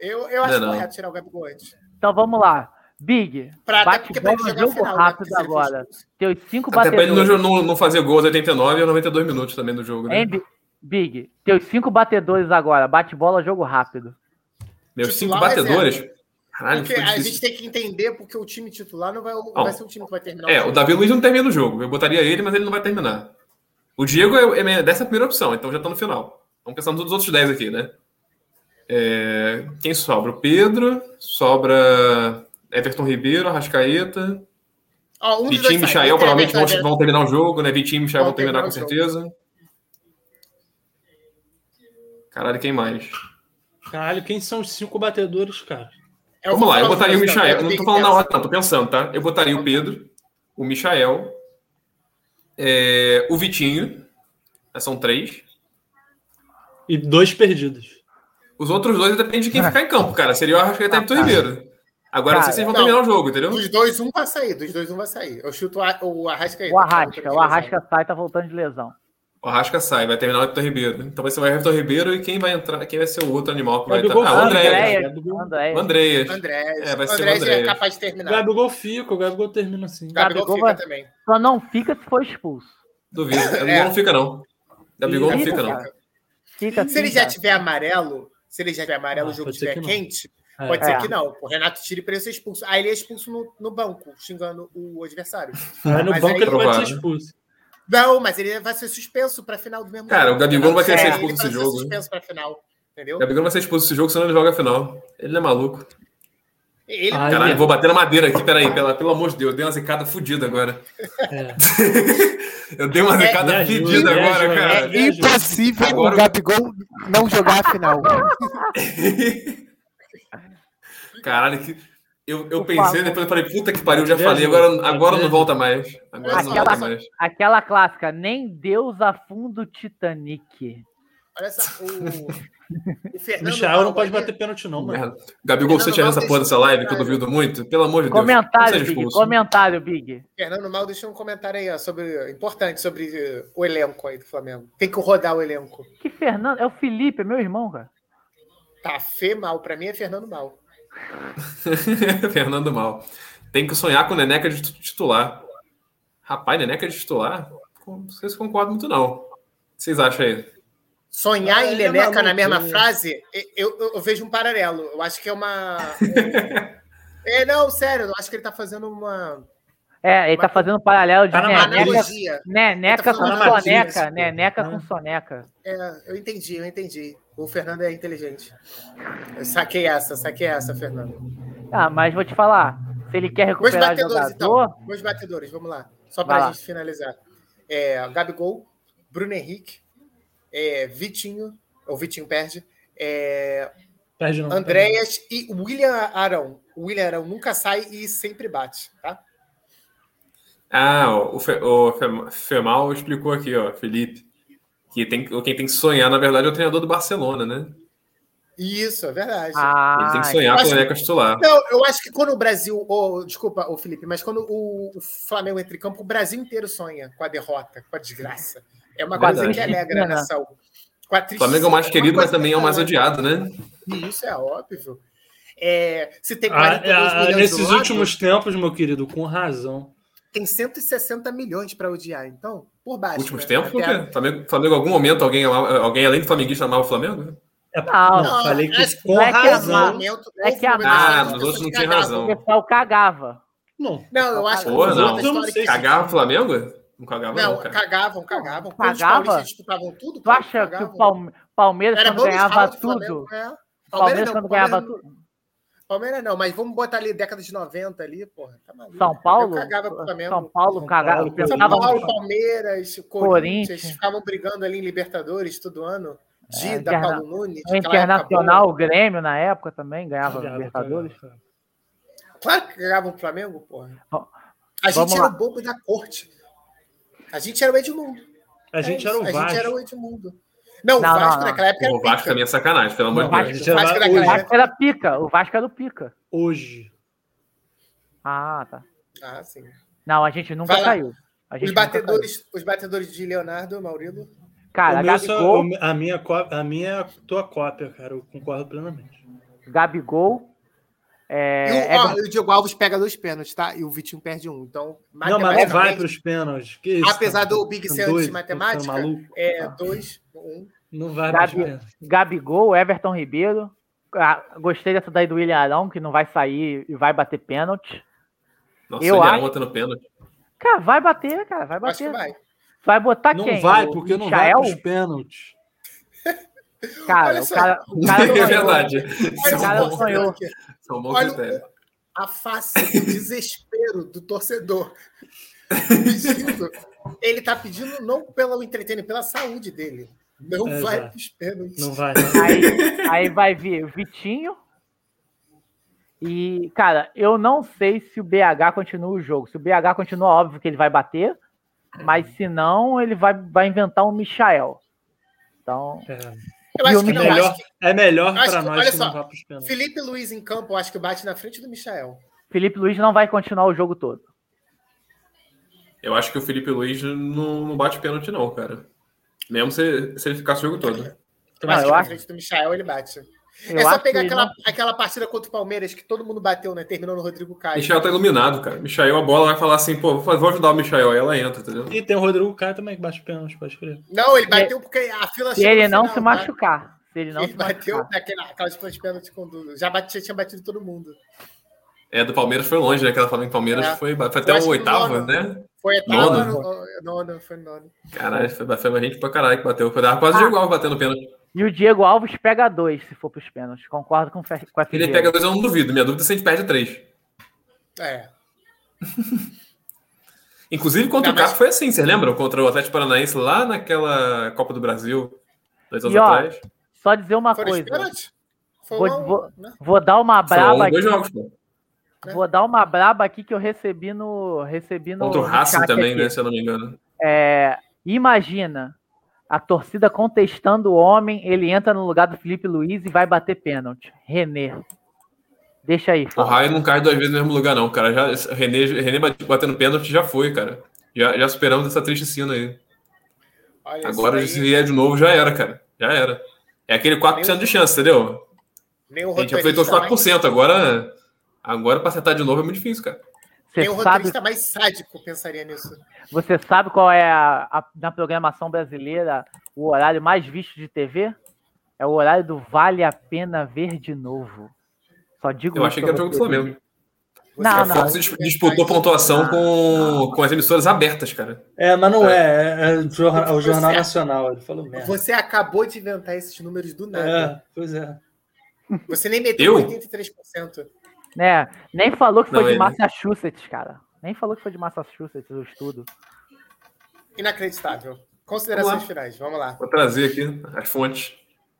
Eu, eu
Não é
acho
não.
correto tirar o Gabigol antes.
Então vamos lá. Big,
Pra, até
bate
porque pra ele
bola
jogar a
jogo
final. né? Porque
rápido
se ele for
agora.
expulso-
Teus cinco
Até pra ele
batedores.
não, não- não fazer gol aos 89 e aos 92 minutos também no jogo, né?
Hein, Bi- Big? Teus cinco batedores agora. Bate bola, jogo rápido.
Meus cinco
Titular
batedores.
reserva.
Caralho,
é Porque
ficou
a
Ah, difícil.
gente tem que entender porque o time titular não vai, não
Bom,
vai ser o time que vai terminar
É,
jogo.
o Davi Luiz não termina o jogo. Eu botaria ele, mas ele não vai terminar. O Diego é, é dessa primeira opção, então já tá no final. Vamos pensar nos outros 10 aqui, né? É, quem sobra? O Pedro, sobra Everton Ribeiro, Arrascaeta,
Ó, um dos
Vitinho e
dois sai.
Michael
Ou tem
provavelmente vão,
Everton
vão terminar o jogo, né? Vitinho e Michael
Vão
vão terminar com
terminar o
certeza. Caralho, quem mais?
Caralho, quem são os cinco batedores, cara?
É, vou
Vamos lá,
falar
eu botaria o
os dois, tá?
Michael. Não
Tem
tô
que
falando na
pensar.
hora, não, tô pensando, tá? Eu botaria o Pedro, o Michael, é, o Vitinho. né, São três.
E dois perdidos.
Os outros dois depende de quem ficar em campo, cara. Seria o Arrascaeta e o Everton
Ah, tá.
Ribeiro. Agora não sei se eles vão
Cara,
terminar o jogo, entendeu?
Dos dois, um vai sair. Dos dois, um vai sair. Eu chuto a- o Arrascaeta.
O
que tá voltando
Arrasca. O
de
Arrasca
lesão.
sai, tá voltando de lesão.
O Arrasca sai, vai terminar o Everton Ribeiro. Então vai ser o Everton Ribeiro e quem vai entrar, quem vai ser o outro animal que vai entrar?
Gabigol
Ah, o
fica,
André.
né?
Andréia,
Gabigol-
Andréia.
O Andréas.
Andrés.
É, vai ser o
Andrés é
Andrés.
capaz de terminar.
O Gabigol fica, o Gabigol termina assim.
Gabigol,
Gabigol
fica
vai-
também.
Só não fica se for expulso.
Duvido. Gabigol
É.
não fica, não. Gabigol não
Ih,
fica, não.
cara. Fica
Se ele
assim,
já
cara.
tiver amarelo, se ele já tiver amarelo,
Ah,
o jogo
pode ser
estiver
que não.
quente,
É.
pode ser
É.
que não. O Renato tira pra ele ser expulso. Aí ele é expulso no, no banco, xingando o adversário.
Aí no
Mas
banco
aí-
ele pode
Provável.
ser expulso.
Não, mas ele vai ser suspenso pra final do mesmo
Cara,
jogo.
o Gabigol não vai querer
É,
ser
ele
expulso desse
vai
jogo. né? É.
suspenso pra final, entendeu?
Gabigol não vai ser expulso desse jogo, senão ele joga a final. Ele não é maluco.
Ele
Ah,
Caralho,
é.
vou bater na madeira aqui, peraí, pela, pelo amor de Deus, eu dei uma zicada fudida agora. *laughs*
*laughs* É.
Eu dei uma
É,
zicada
me ajuda,
fudida
me
agora,
ajuda.
cara.
É
Impossível
Agora-
o Gabigol não jogar a final.
*laughs* Caralho, que... eu, eu
Por
pensei,
favor.
depois eu falei, puta que pariu, eu já
Me
falei,
ajuda,
agora, agora
me
não
ajuda.
volta mais. Agora não
Aquela-
volta mais.
Aquela clássica, nem Deus afunda o Titanic.
Olha só, o, o
O
Fernando.
Michael não pode
Alba-
bater pênalti, não, mano.
Merda. Gabigol, se você
Fernando,
tiver
não
essa
deixa
porra dessa live que eu
comentário.
duvido muito, pelo amor de Deus. não
Comentário,
seja
Big.
expulso. né?
Comentário, Big.
Fernando Mal deixou um comentário aí, ó, sobre, importante, sobre eh, o elenco aí do Flamengo. Tem que rodar o elenco.
Que Fernando. É o Felipe, é meu irmão, cara.
Tá, Fê Mal, pra mim é Fernando Mal.
*laughs* Fernando Mal. Tem que sonhar com Neneca de tu- titular. Rapaz, Neneca de titular? Com- Não sei se concordo muito, não. O que vocês acham aí?
Sonhar
Ah,
e
ele é
Leleca na
maluco,
mesma
né?
frase, e- eu, eu- eu vejo um paralelo. Eu acho que é
*laughs*
uma. é, não, sério, eu acho que ele tá fazendo uma,
É, ele tá
Mas-
fazendo um paralelo de
Tá na
uma
Neneca,
analogia.
neneca
Ele tá
com
fazendo
uma matriz,
soneca.
pô.
Neneca
Ah.
com soneca.
É, eu entendi, eu entendi. O Fernando é inteligente. Eu saquei essa, saquei essa, Fernando.
Ah, mas vou te falar. Se ele quer
Meus
recuperar
batedores,
jogador,
então. Meus batedores, vamos lá. Só
Vai
pra
lá.
gente finalizar. É, Gabigol, Bruno Henrique, é, Vitinho, ou Vitinho perde, é,
Perde não.
Andréas e William Arão. O William Arão nunca sai e sempre bate, tá?
Ah, ó, o, Fe, o Fe- Femal explicou aqui, ó, Felipe. Que tem, quem tem que sonhar, na verdade, é o treinador do Barcelona, né?
Isso, é verdade.
Ah,
Ele tem que sonhar
eu
com
acho-
Neneca titular.
Não, eu acho que quando o Brasil. ô, desculpa, o Felipe, mas quando o, o Flamengo entra em campo, o Brasil inteiro sonha com a derrota, com a desgraça. É uma coisa
Verdade.
que alegra a nação. Com a
O
tristeza,
Flamengo é o mais querido,
uma
mas
coisa
também é o mais
que
odiado, né?
alegra. Isso é óbvio. É, se tem
Ah,
42
ah,
milhões do
nesses
lado,
últimos tempos, meu querido, com razão.
Tem 160 milhões para odiar, então, por baixo.
Últimos
né?
tempos, o
Até-
quê? Flamengo, Flamengo, algum momento, alguém, ama- alguém além do Flamenguista amava o Flamengo?
É,
Não,
não, falei que
acho que
com
não é que é
No
razão.
mal.
momento,
É que a-
houve um momento
Ah,
que as
nos outros não
pessoas
tinha
cagavam.
razão.
o pessoal cagava.
Não.
Não, eu acho que
Pô,
nos
não.
outros a
Eu não
história
sei
que-
se-
Cagava o Flamengo? Não cagava, não,
Não,
cara.
cagavam, cagavam. Quando os
Cagava?
paulistas disputavam tudo,
Tu acha que
cagavam.
o Palme- Palmeiras, quando
bom
ganhava
desfalque,
tudo,
Flamengo, né? Palmeiras
Palmeiras,
não,
quando
Palmeiras
ganhava
não.
tudo,
Palmeiras não, mas vamos botar ali década de 90 ali, porra. Tá maluco.
São Paulo,
Eu cagava pro Flamengo.
São Paulo cagava,
Paulo,
São
pensava
Paulo,
no-
Palmeiras, Corinthians,
Corinthians. É,
ficavam brigando ali em Libertadores todo ano. Dida,
interna-
Paulo Nunes,
no
aquela época boa.
Internacional, o Grêmio na época também ganhava
Cagava,
Libertadores.
cagava.
Claro que ganhavam o Flamengo, porra.
Ó,
A gente
vamos
era
lá.
o bobo da corte. A gente era o Edmundo.
A gente
É
era o
isso, A
Vasco.
gente era o Edmundo. Não, o
Não,
Vasco
não, não.
naquela época era
O Vasco
pica.
também é sacanagem, pelo amor de
Não,
Deus.
a gente
O
era
Vasco
lá
naquela
O
hoje,
época-
Vasco era pica. O Vasco era o pica.
hoje.
Ah, tá.
Ah, sim.
Não, a gente nunca
Vai lá.
caiu. A gente
Os
nunca
batedores, os batedores de Leonardo, Maurilo.
caiu. Cara,
O meu só-
Gabigol,
o- a, minha, có- a minha é a tua cópia, cara. Eu concordo plenamente.
Gabigol.
e, o,
É,
ó,
Everton-
e o Diogo Alves pega dois pênaltis, tá? E o Vitinho perde um. Então,
não, mas não vai
matematicamente,
para os pênaltis. Que isso,
apesar
cara?
do Big
Tá
ser
doido?
antes de
Tá
matemática,
maluco?
é dois, um.
Não vai para os
Gabi-
pênaltis.
Gabigol, Everton Ribeiro. Ah, gostei dessa daí do William Arão, que não vai sair e vai bater pênalti.
Nossa,
Eu
ele era
acho-
ontem no pênalti.
Cara, vai bater, cara, vai
Acho que
bater. Vai.
vai.
botar
Não
quem?
vai,
O
porque não vai
Michael?
para os pênaltis.
Cara,
Olha
o
só.
cara, o
*laughs*
*laughs*
cara
É
sonhou.
verdade. Isso é um
cara
bom-
Olha
sonhou.
aqui,
isso é um bom
Olha o-
critério.
A face de
*laughs*
desespero do torcedor. Pedindo- Ele tá pedindo não pelo entretenimento, pela saúde dele. Não
É,
vai
exato.
pros pênaltis.
Não vai.
Aí, aí vai vir Vitinho. E, cara, eu não sei se o BH continua o jogo. Se o BH continua, óbvio que ele vai bater. Mas se não, ele vai, vai inventar um Michael. Então,
É,
Eu
E
acho
o
que
é
não.
melhor-
Acho
melhor, é melhor
acho
para
que-
nós
olha
que
só,
não vá para os
que
pênaltis.
Felipe Luiz em campo, eu acho que bate na frente do Michael.
Felipe Luiz não vai continuar o jogo todo.
Eu acho que o Felipe Luiz não, não bate pênalti, não, cara. Mesmo se, se ele ficasse o jogo todo.
Eu
Não,
acho
eu
que na
acho-
frente do Michael ele bate.
Eu
é só
acho
pegar
que
aquela,
não-
aquela partida contra o Palmeiras que todo mundo bateu, né? Terminou no Rodrigo Caio.
Michael tá iluminado, cara. Michael, a bola vai falar assim, pô, vou ajudar o Michael. Aí ela entra, entendeu?
E tem o Rodrigo Caio também que bate os pênaltis, pode crer.
Não, ele bateu porque a fila
Se
chegou
ele
no
não
final,
se
tá?
machucar. Se ele não
Ele
se
bateu
machucar.
naquela, aquelas filas de pênalti quando já, bate, já tinha batido todo mundo.
É, do Palmeiras foi longe, né? Aquela Flamengo e Palmeiras
É.
foi, foi até
acho
o
que
oitavo,
nono.
né?
Foi etapa,
Nono?
no- nono, foi nono.
Caralho, foi, foi uma gente pra caralho que bateu. Foi dava quase
Ah.
igual batendo pênalti.
E o Diego Alves pega dois, se for pros pênaltis. Concordo com, o Fe- com a
Se ele
Figueira.
pega dois, eu não duvido. Minha dúvida é se a gente perde três.
É.
Inclusive contra
Não,
o Caco
mas-
foi assim, vocês lembram? Contra o Atlético Paranaense lá naquela Copa do Brasil, dois anos
E, ó,
atrás.
Só dizer uma
Foram os
coisa.
pênaltis? Foi
Vou-
um a um,
vou-
né?
Vou dar uma
São
braba
dois
aqui.
jogos, pô.
né?
Vou dar uma braba aqui que eu recebi no. Recebi no
Contra o
no
Racing
chat
também,
aqui.
né? Se eu não me engano.
É, imagina a torcida contestando o homem, ele entra no lugar do Felipe Luiz e vai bater pênalti. René. Deixa aí,
O
fala.
Raio não cai duas vezes no mesmo lugar, não, cara. Já, esse- René, René bate- batendo pênalti já foi, cara. Já, já superamos essa triste cena aí.
Olha,
Agora,
isso
se
aí,
vier de novo, já era, cara. Já era. É aquele 4% de chance, entendeu?
nem o
A gente
roteirista
aproveitou os
mais-
4%. Agora, agora pra acertar de novo é muito difícil, cara.
Você
Nem o
sabe,
roteirista mais sádico pensaria nisso.
você sabe qual é a, a- na programação brasileira o horário mais visto de TV? É o horário do Vale a Pena Ver de Novo. Só digo
Eu
isso
achei que era
pra
o jogo do
vocês.
Flamengo.
Não,
É, a
não.
Fox dis- disputou pontuação
Ah,
com, com as emissoras abertas, cara.
É, mas não é. É, é o jornal, é o Jornal
Você-
Nacional. Ele falou merda.
Você acabou de inventar esses números do nada.
É, pois é.
Você nem meteu
Eu?
83%.
Né? Nem falou que foi
Não,
de
ele-
Massachusetts, cara. Nem falou que foi de Massachusetts o estudo.
Inacreditável. Considerações
Vamos lá.
finais, vamos lá.
Vou trazer aqui as fontes.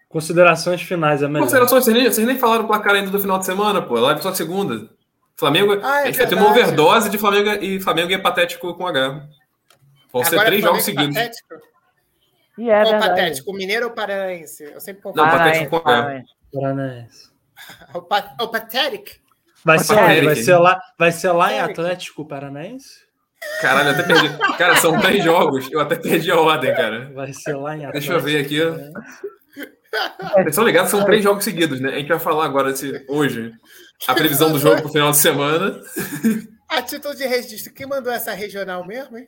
Considerações finais, é melhor.
Considerações, vocês nem, vocês nem falaram o placar ainda do final de semana, pô. A live só segunda. Flamengo.
Ah, é
a gente vai ter
verdade.
uma overdose de Flamengo e Flamengo é patético com H. Vão ser três
Flamengo
jogos seguidos.
Patético?
E é
Qual
verdade.
patético? O Mineiro ou o Paranaense? Eu sempre
Não,
confundo.
Patético
Paranaense,
com H.
Paranaense.
Paranaense.
O, pa... o Patético?
Vai ser
Patético,
onde? Vai
hein?
ser lá, vai ser lá em
Patético.
Atlético Paranaense?
Caralho, eu até perdi. Cara,
*laughs*
são três jogos. Eu até perdi a ordem, cara.
Vai ser lá em Atlético.
Deixa eu ver aqui.
Paranaense.
Vocês estão ligados? São três jogos seguidos, né? A gente vai falar agora esse, hoje a previsão do jogo pro final de semana.
A título de registro, quem mandou essa regional mesmo, hein?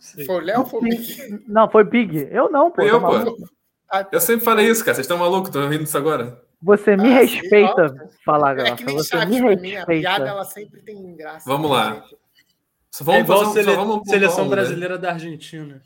Sei.
Foi É o Léo ou foi o Pique?
Não, foi Big. Eu não, pô.
Foi
tá
eu, pô.
maluco?
Ah,
Eu sempre falei isso, cara. Vocês estão malucos? Estão rindo disso agora?
Você me
Ah, sim,
respeita, falar
É
graça.
que nem
Você
Chaves
me
pra mim, a piada
respeita.
ela sempre tem graça.
Vamos lá.
É
Só vamos
igual
fazer um- só
sele-
vamos pontuar
seleção
um, né?
brasileira da Argentina.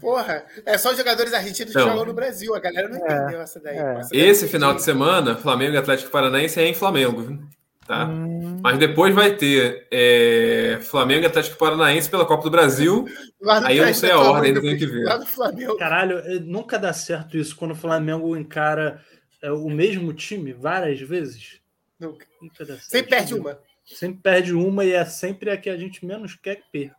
Porra, é só os jogadores argentinos que
Não.
jogam no Brasil. A galera não entendeu essa daí.
é.
Essa daí
Então. Esse
eu
final de
entendi.
semana, Flamengo e Atlético Paranaense é em Flamengo, tá?
Hum.
Mas depois vai ter é, Flamengo e Atlético Paranaense pela Copa do Brasil.
Lá no
Aí eu não
Flamengo,
sei a
pelo amor
ordem,
de
eu tenho que
Deus,
ver.
Lá no Flamengo.
Caralho, eh, nunca dá certo isso quando o Flamengo encara
é o mesmo time várias vezes.
Nunca.
Interessante.
Sempre perde uma.
Sempre perde uma e é sempre a que a gente menos quer que perca.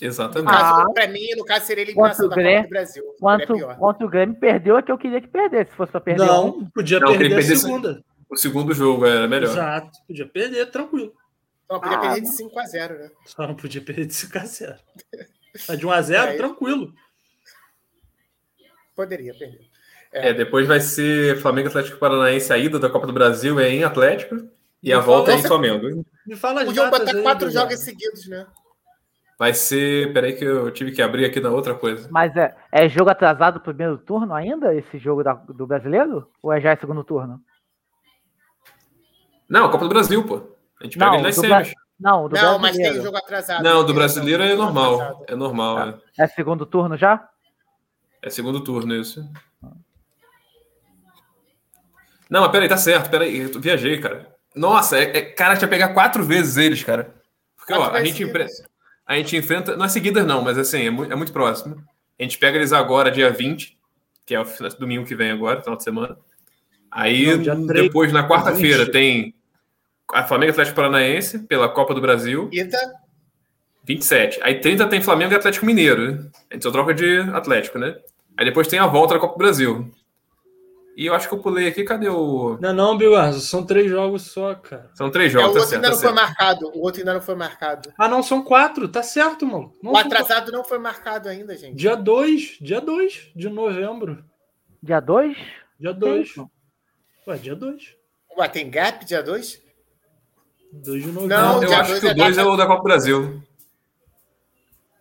No
Exatamente.
Ah.
caso, pra mim, no caso, seria a eliminação
Quanto
da Copa
Grêmio-
do Brasil.
Quanto,
É pior.
quanto o Grêmio perdeu é que eu queria que perdesse. Se fosse pra perder um,
Não, podia
Não,
perder
quem
a
perdesse-
segunda.
O segundo jogo era melhor.
Exato, podia perder, tranquilo.
Não, Então, podia
Ah,
perder de 5 a 0 né?
Só não podia perder de 5 a 0. Mas de 1 a 0,
Aí-
tranquilo.
Poderia perder.
É, depois vai ser Flamengo e Atlético Paranaense, a ida da Copa do Brasil é em Atlético e a
Não
volta é em
fala-
Flamengo.
Me fala as
Podiam
datas
botar
aí,
quatro
Eduardo.
jogos seguidos, né?
Vai ser. Peraí, que eu tive que abrir aqui na outra coisa.
mas é, é jogo atrasado pro primeiro turno ainda, esse jogo da- do brasileiro? Ou é já é segundo turno?
Não, Copa do Brasil, pô. A gente pega
Não,
ele nas
do
semis.
Não, do
Não, mas tem
brasileiro.
o jogo atrasado.
Não, do
Tem
brasileiro
jogo
é normal.
atrasado.
É normal,
Tá.
é.
É segundo turno já?
É segundo turno isso. Não, mas peraí, tá certo, peraí, eu viajei, cara. Nossa, é, é, cara, tinha que pegar quatro vezes eles, cara. Porque, ó,
Quatro
a
vezes
gente,
seguidas.
empre- a gente enfrenta. Não é seguidas, não, mas assim, é, mu- é muito próximo. A gente pega eles agora, dia 20, que é o fina- domingo que vem agora, final de semana. Aí,
Não, dia três,
depois, na quarta-feira,
20.
tem a Flamengo e Atlético Paranaense pela Copa do Brasil,
Ida,
27. Aí 30 tem Flamengo e Atlético Mineiro. né? A gente só troca de Atlético, né? Aí depois tem a volta da Copa do Brasil. E eu acho que eu pulei aqui, cadê o.
Não, não, Bilarzo, são três jogos só, cara.
São três
é, o
jogos,
outro
tá certo.
ainda
tá
não foi
certo.
marcado. O outro ainda não foi marcado.
Ah, não, são quatro, tá certo, mano. Não
O
são
atrasado não foi marcado ainda, gente.
Dia 2, dia 2 de novembro.
Dia 2?
Dia 2. Ué, dia 2.
Ué, tem gap dia 2?
2 de novembro.
Não,
eu
dia
acho
dois
que
é
o dois é
data-
o da Copa do Brasil.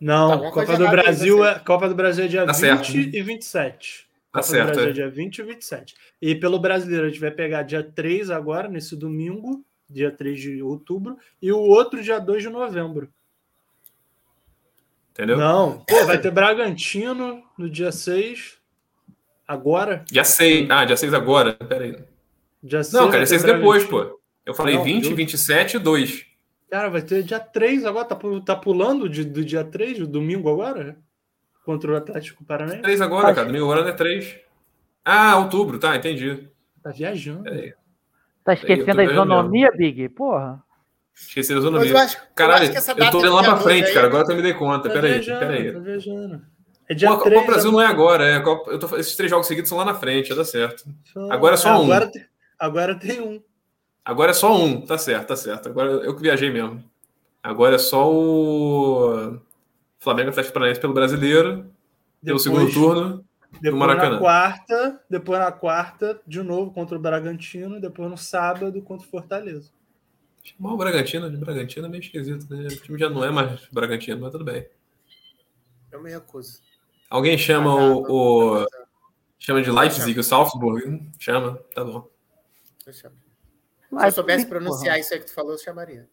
Não,
Tá alguma
Copa
coisa
do
errada tá aí,
Brasil
você.
é Copa do Brasil é dia
Tá
20
certo.
e 27.
Tá
Copa do
certo.
Brasil é
é.
dia 20 e 27. E pelo brasileiro a gente vai pegar dia 3 agora nesse domingo, dia 3 de outubro, e o outro dia 2 de novembro.
Entendeu?
Não, pô, vai ter Bragantino no dia 6. Agora?
Dia 6. Ah, dia 6 agora. Peraí.
Dia 6
Não, cara,
vai
dia 6
ter
depois,
Bragantino.
pô. Eu falei
é Não,
20,
eu-
27 e 2.
Cara, vai ter dia 3 agora, tá, pu- tá pulando de- do dia 3, do domingo agora? Contra o Atlético Paranaense?
3 agora, cara. Domingo agora é 3. Ah, outubro, tá, entendi.
Tá viajando.
Peraí.
Tá esquecendo
tô
a
vendo mesmo.
isonomia, Big? Porra.
Esqueci a
Mas eu
isonomia.
acho, eu
Caralho,
acho que essa
eu
data
tô
do
olhando lá
dia
pra
dois
frente,
aí-
cara. Agora que eu me dei conta.
Tá
Peraí,
viajando,
peraí.
tá viajando. É
Pô,
dia
a Copa
3.
do Brasil não é agora, é. a Copa- eu tô- esses três jogos seguidos são lá na frente, já dá certo. agora é só um.
Ah, Agora, tem- agora tem um.
Agora é só um, tá certo, tá certo. Agora eu que viajei mesmo. Agora é só o Flamengo e Atlético Paranaense pelo Brasileiro, pelo segundo turno.
depois
Maracanã.
na quarta, depois na quarta, de novo contra o Bragantino, e depois no sábado contra o Fortaleza.
Chamar o Bragantino, de Bragantino é meio esquisito, né? O time já não é mais Bragantino, mas tudo bem.
Eu me recuso.
Alguém chama o, o- chama de Leipzig, o Salzburg? Chama, tá bom.
Deixa eu- Se eu soubesse pronunciar
porra.
isso aí que tu falou, eu chamaria.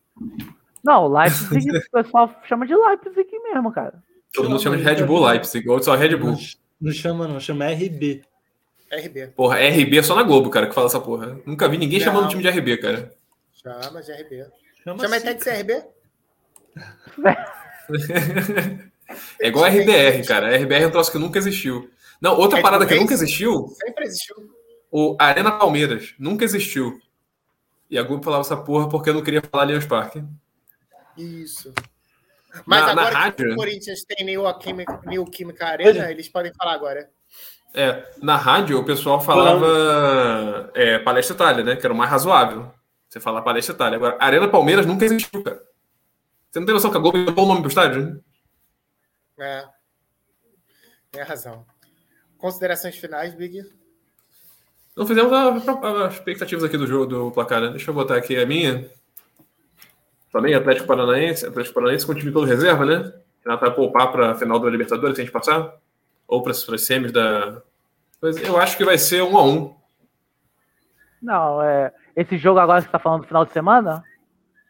Não, Leipzig, o pessoal chama de Leipzig mesmo, cara.
Todo mundo chama de Red Bull Leipzig, ou só Red Bull.
Não, não chama, não, chama RB.
RB.
Porra, RB é só na Globo, cara, que fala essa porra. Nunca vi ninguém chamando o time de RB, cara.
Chama de RB.
Chama,
Chama
assim,
até de CRB?
*laughs* É igual a RBR, cara. A RBR é um troço que nunca existiu. Não, outra
É tipo
parada que
Waze?
nunca existiu,
Sempre existiu.
o Arena Palmeiras. Nunca existiu. E a Globo falava essa porra porque eu não queria falar Allianz Parque.
Isso.
Na-
Mas
na
agora que
rádio?
o Corinthians tem New Alquímica, New Química Arena, eles podem falar agora.
É, na rádio o pessoal falava é, Palestra Itália, né? Que era o mais razoável. Você falar Palestra Itália. Agora, Arena Palmeiras nunca existiu, cara. Você não tem noção que a Globo inventou o nome pro estádio?
É. Tem razão. Considerações finais, Big?
Não fizemos a- a- as expectativas aqui do jogo do placar, né? Deixa eu botar aqui a minha. Também Atlético Paranaense. Atlético Paranaense com o time pelo reserva, né? Renato vai poupar para a final da Libertadores, se a gente passar. Ou para as semis da. Mas eu acho que vai ser um a um.
Não, é. Esse jogo agora que você tá falando do final de semana,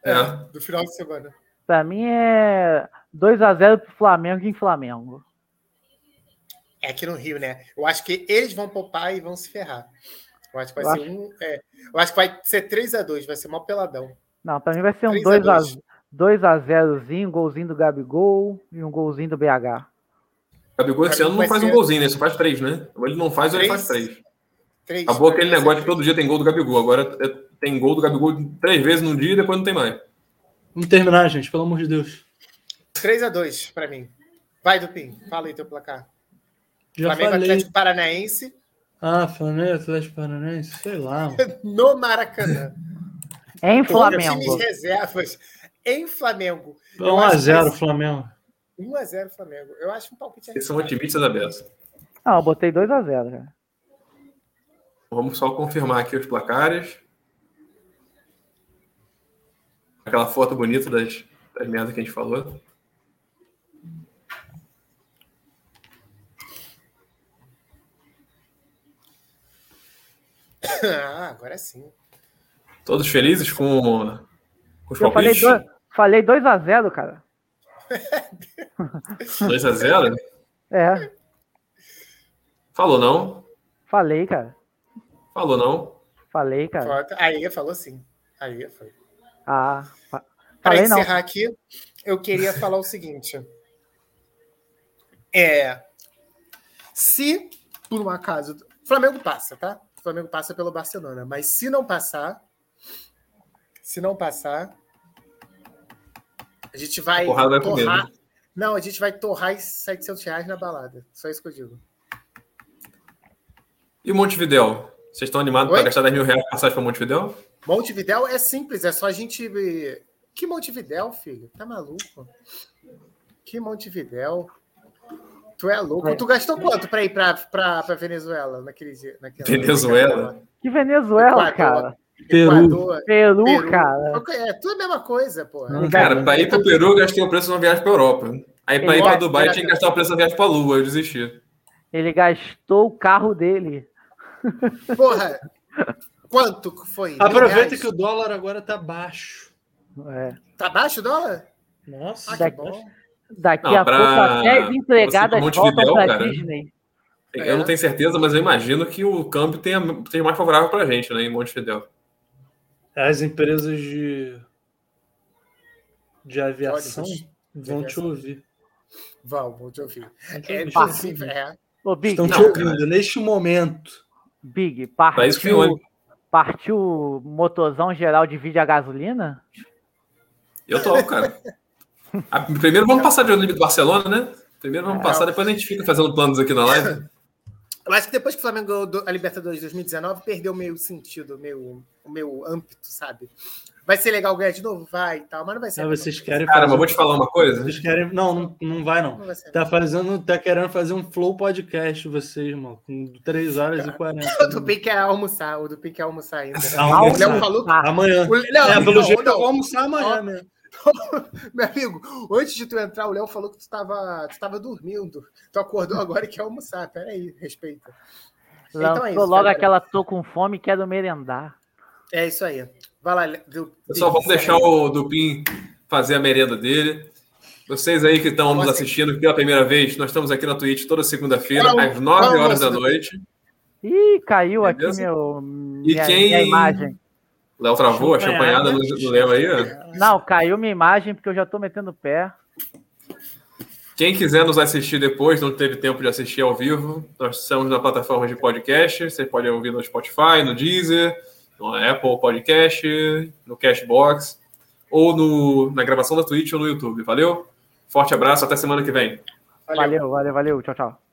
É.
Do final de semana.
pra mim é 2x0 pro Flamengo em Flamengo.
É aqui no Rio, né? Eu acho que eles vão poupar e vão se ferrar. Eu acho que vai
Eu
ser um. é, eu acho que vai ser 3x2, vai ser mal peladão.
Não, pra mim vai ser um
3 a 2.
2x0. 2x0zinho, golzinho do Gabigol e um golzinho do BH.
Gabigol esse
Pra
ano
mim
não
vai
faz um
ser-
golzinho, né? Só faz três, né? Ou ele não faz ou ele
Três?
faz três.
Três.
Acabou aquele negócio de todo dia tem gol do Gabigol. Agora é- tem gol do Gabigol três vezes num dia e depois não tem mais.
Vamos terminar, gente, pelo amor de Deus.
3x2 pra mim. Vai, Dupin. Fala aí teu placar.
Já
Flamengo
falei.
Atlético Paranaense *laughs*
Ah, Flamengo, Atlético Paranaense, sei lá. mano.
no Maracanã.
É Em
Times
Flamengo.
reservas em Flamengo.
É
Eu acho que é
1x0
vai-
Flamengo.
1x0 Flamengo. Eu acho um palpite
Eles são otimistas da beça.
Não, Ah, eu botei 2x0, cara.
Vamos só confirmar aqui os placares. Aquela foto bonita das, das merdas que a gente falou.
*laughs* Ah, agora sim.
Todos felizes com, com os
Eu falei
palpites?
dois- falei 2x0, cara.
2 a 0
É,
Falou não.
falei, cara.
Falou não.
Falei, cara.
Falta- Aí falou sim. Aí foi.
Ah, fa-
Para
falei não.
encerrar aqui, eu
*laughs*
queria falar o seguinte. É. Se, por um acaso. Flamengo passa, tá? Flamengo passa pelo Barcelona. Mas se não passar. Se não passar. A gente vai.
Porrada vai comer, né?
torrar- Não, a gente vai torrar esses 700 reais na balada. Só isso que eu digo.
E Montevidéu? Vocês estão animados
Oi?
para gastar 10 mil reais pra passagem para Montevidéu?
Montevidéu é simples, é só a gente. Que Montevidéu, filho? Tá maluco? Que Montevidéu? Tu é louco. Tu gastou quanto pra ir pra, pra, pra Venezuela naquele dia? Naquela,
Venezuela?
Que Venezuela,
Equador.
cara.
Equador,
Peru,
Peru.
cara.
É tudo a mesma coisa, pô.
Não,
Cara, para ir para o Peru, eu gastei o preço de uma viagem para Europa. Aí para ir para Dubai, eu tinha que gastar o preço da viagem para Lua. Eu desisti.
Ele gastou o carro dele.
Porra! Quanto que foi? Mil
Aproveita
reais?
que o dólar agora tá baixo.
É.
Tá baixo o dólar? Ah,
Nossa,
que
Daqui-
bom.
Daqui
Não,
a
pra-
pouco até as
pra
empregadas
você ir pra
voltam
Montevidéu,
pra
cara.
Disney.
Eu não tenho certeza, mas eu imagino que o câmbio tenha, seja mais favorável para a gente, né, em Montevidéu.
as empresas de, de aviação
Ônibus.
vão te ouvir.
Vamos, vou te ouvir.
Vão te
É,
ouvir.
inclusive, é.
Ô, Big,
Estão te
Não,
ouvindo neste momento.
Big,
Para isso que tem
partiu,
ônibus.
partiu motorzão geral de vídeo a gasolina?
Eu topo, cara. A- primeiro vamos passar de ônibus do Barcelona, né? Primeiro vamos passar, depois a gente fica fazendo planos aqui na live.
Eu acho que depois que o Flamengo ganhou do- a Libertadores de 2019, perdeu meio sentido, meio, o meu âmbito, sabe? Vai ser legal ganhar de novo? Vai e tal, mas não vai ser.
Ah, vocês querem
Cara, mas
fazer-
vou te falar uma coisa.
vocês querem- Não, não, não vai não.
Não vai ser.
Tá fazendo, tá querendo fazer um flow podcast vocês, mano, com 3 horas e
*laughs*
né? 40.
O Dupin quer almoçar, o Dupin quer almoçar ainda.
Almoçar.
O Léo falou.
Ah,
Amanhã.
O, não,
é, pelo
não,
jeito
não.
eu vou almoçar amanhã,
Ó.
né?
Meu amigo, antes de tu entrar, o Léo falou que tu tava, tu tava dormindo. Tu acordou agora e quer almoçar. Peraí, respeita. Então é
Lançou
isso,
logo
galera.
aquela tô com fome e quero merendar.
É isso aí. Vai lá, Lé- Du-
Pessoal, vamos deixar o Dupin fazer a merenda dele. Vocês aí que estão nos
Nossa.
assistindo pela primeira vez, nós estamos aqui na Twitch toda segunda-feira,
Qual-
às 9
qual
horas
almoço,
da
Dupin?
noite.
Ih, caiu aqui
Beleza?
meu, minha,
quem-
minha imagem.
O Léo travou a
Champanhada.
champanhada no no Léo aí, né? ó.
Não, caiu minha imagem porque eu já tô metendo o pé.
Quem quiser nos assistir depois, não teve tempo de assistir ao vivo, nós estamos na plataforma de podcast. Você pode ouvir no Spotify, no Deezer, no Apple Podcast, no Cashbox, ou no- na gravação da Twitch ou no YouTube. Valeu? Forte abraço, até semana que vem.
Valeu.
valeu, valeu. valeu tchau, tchau.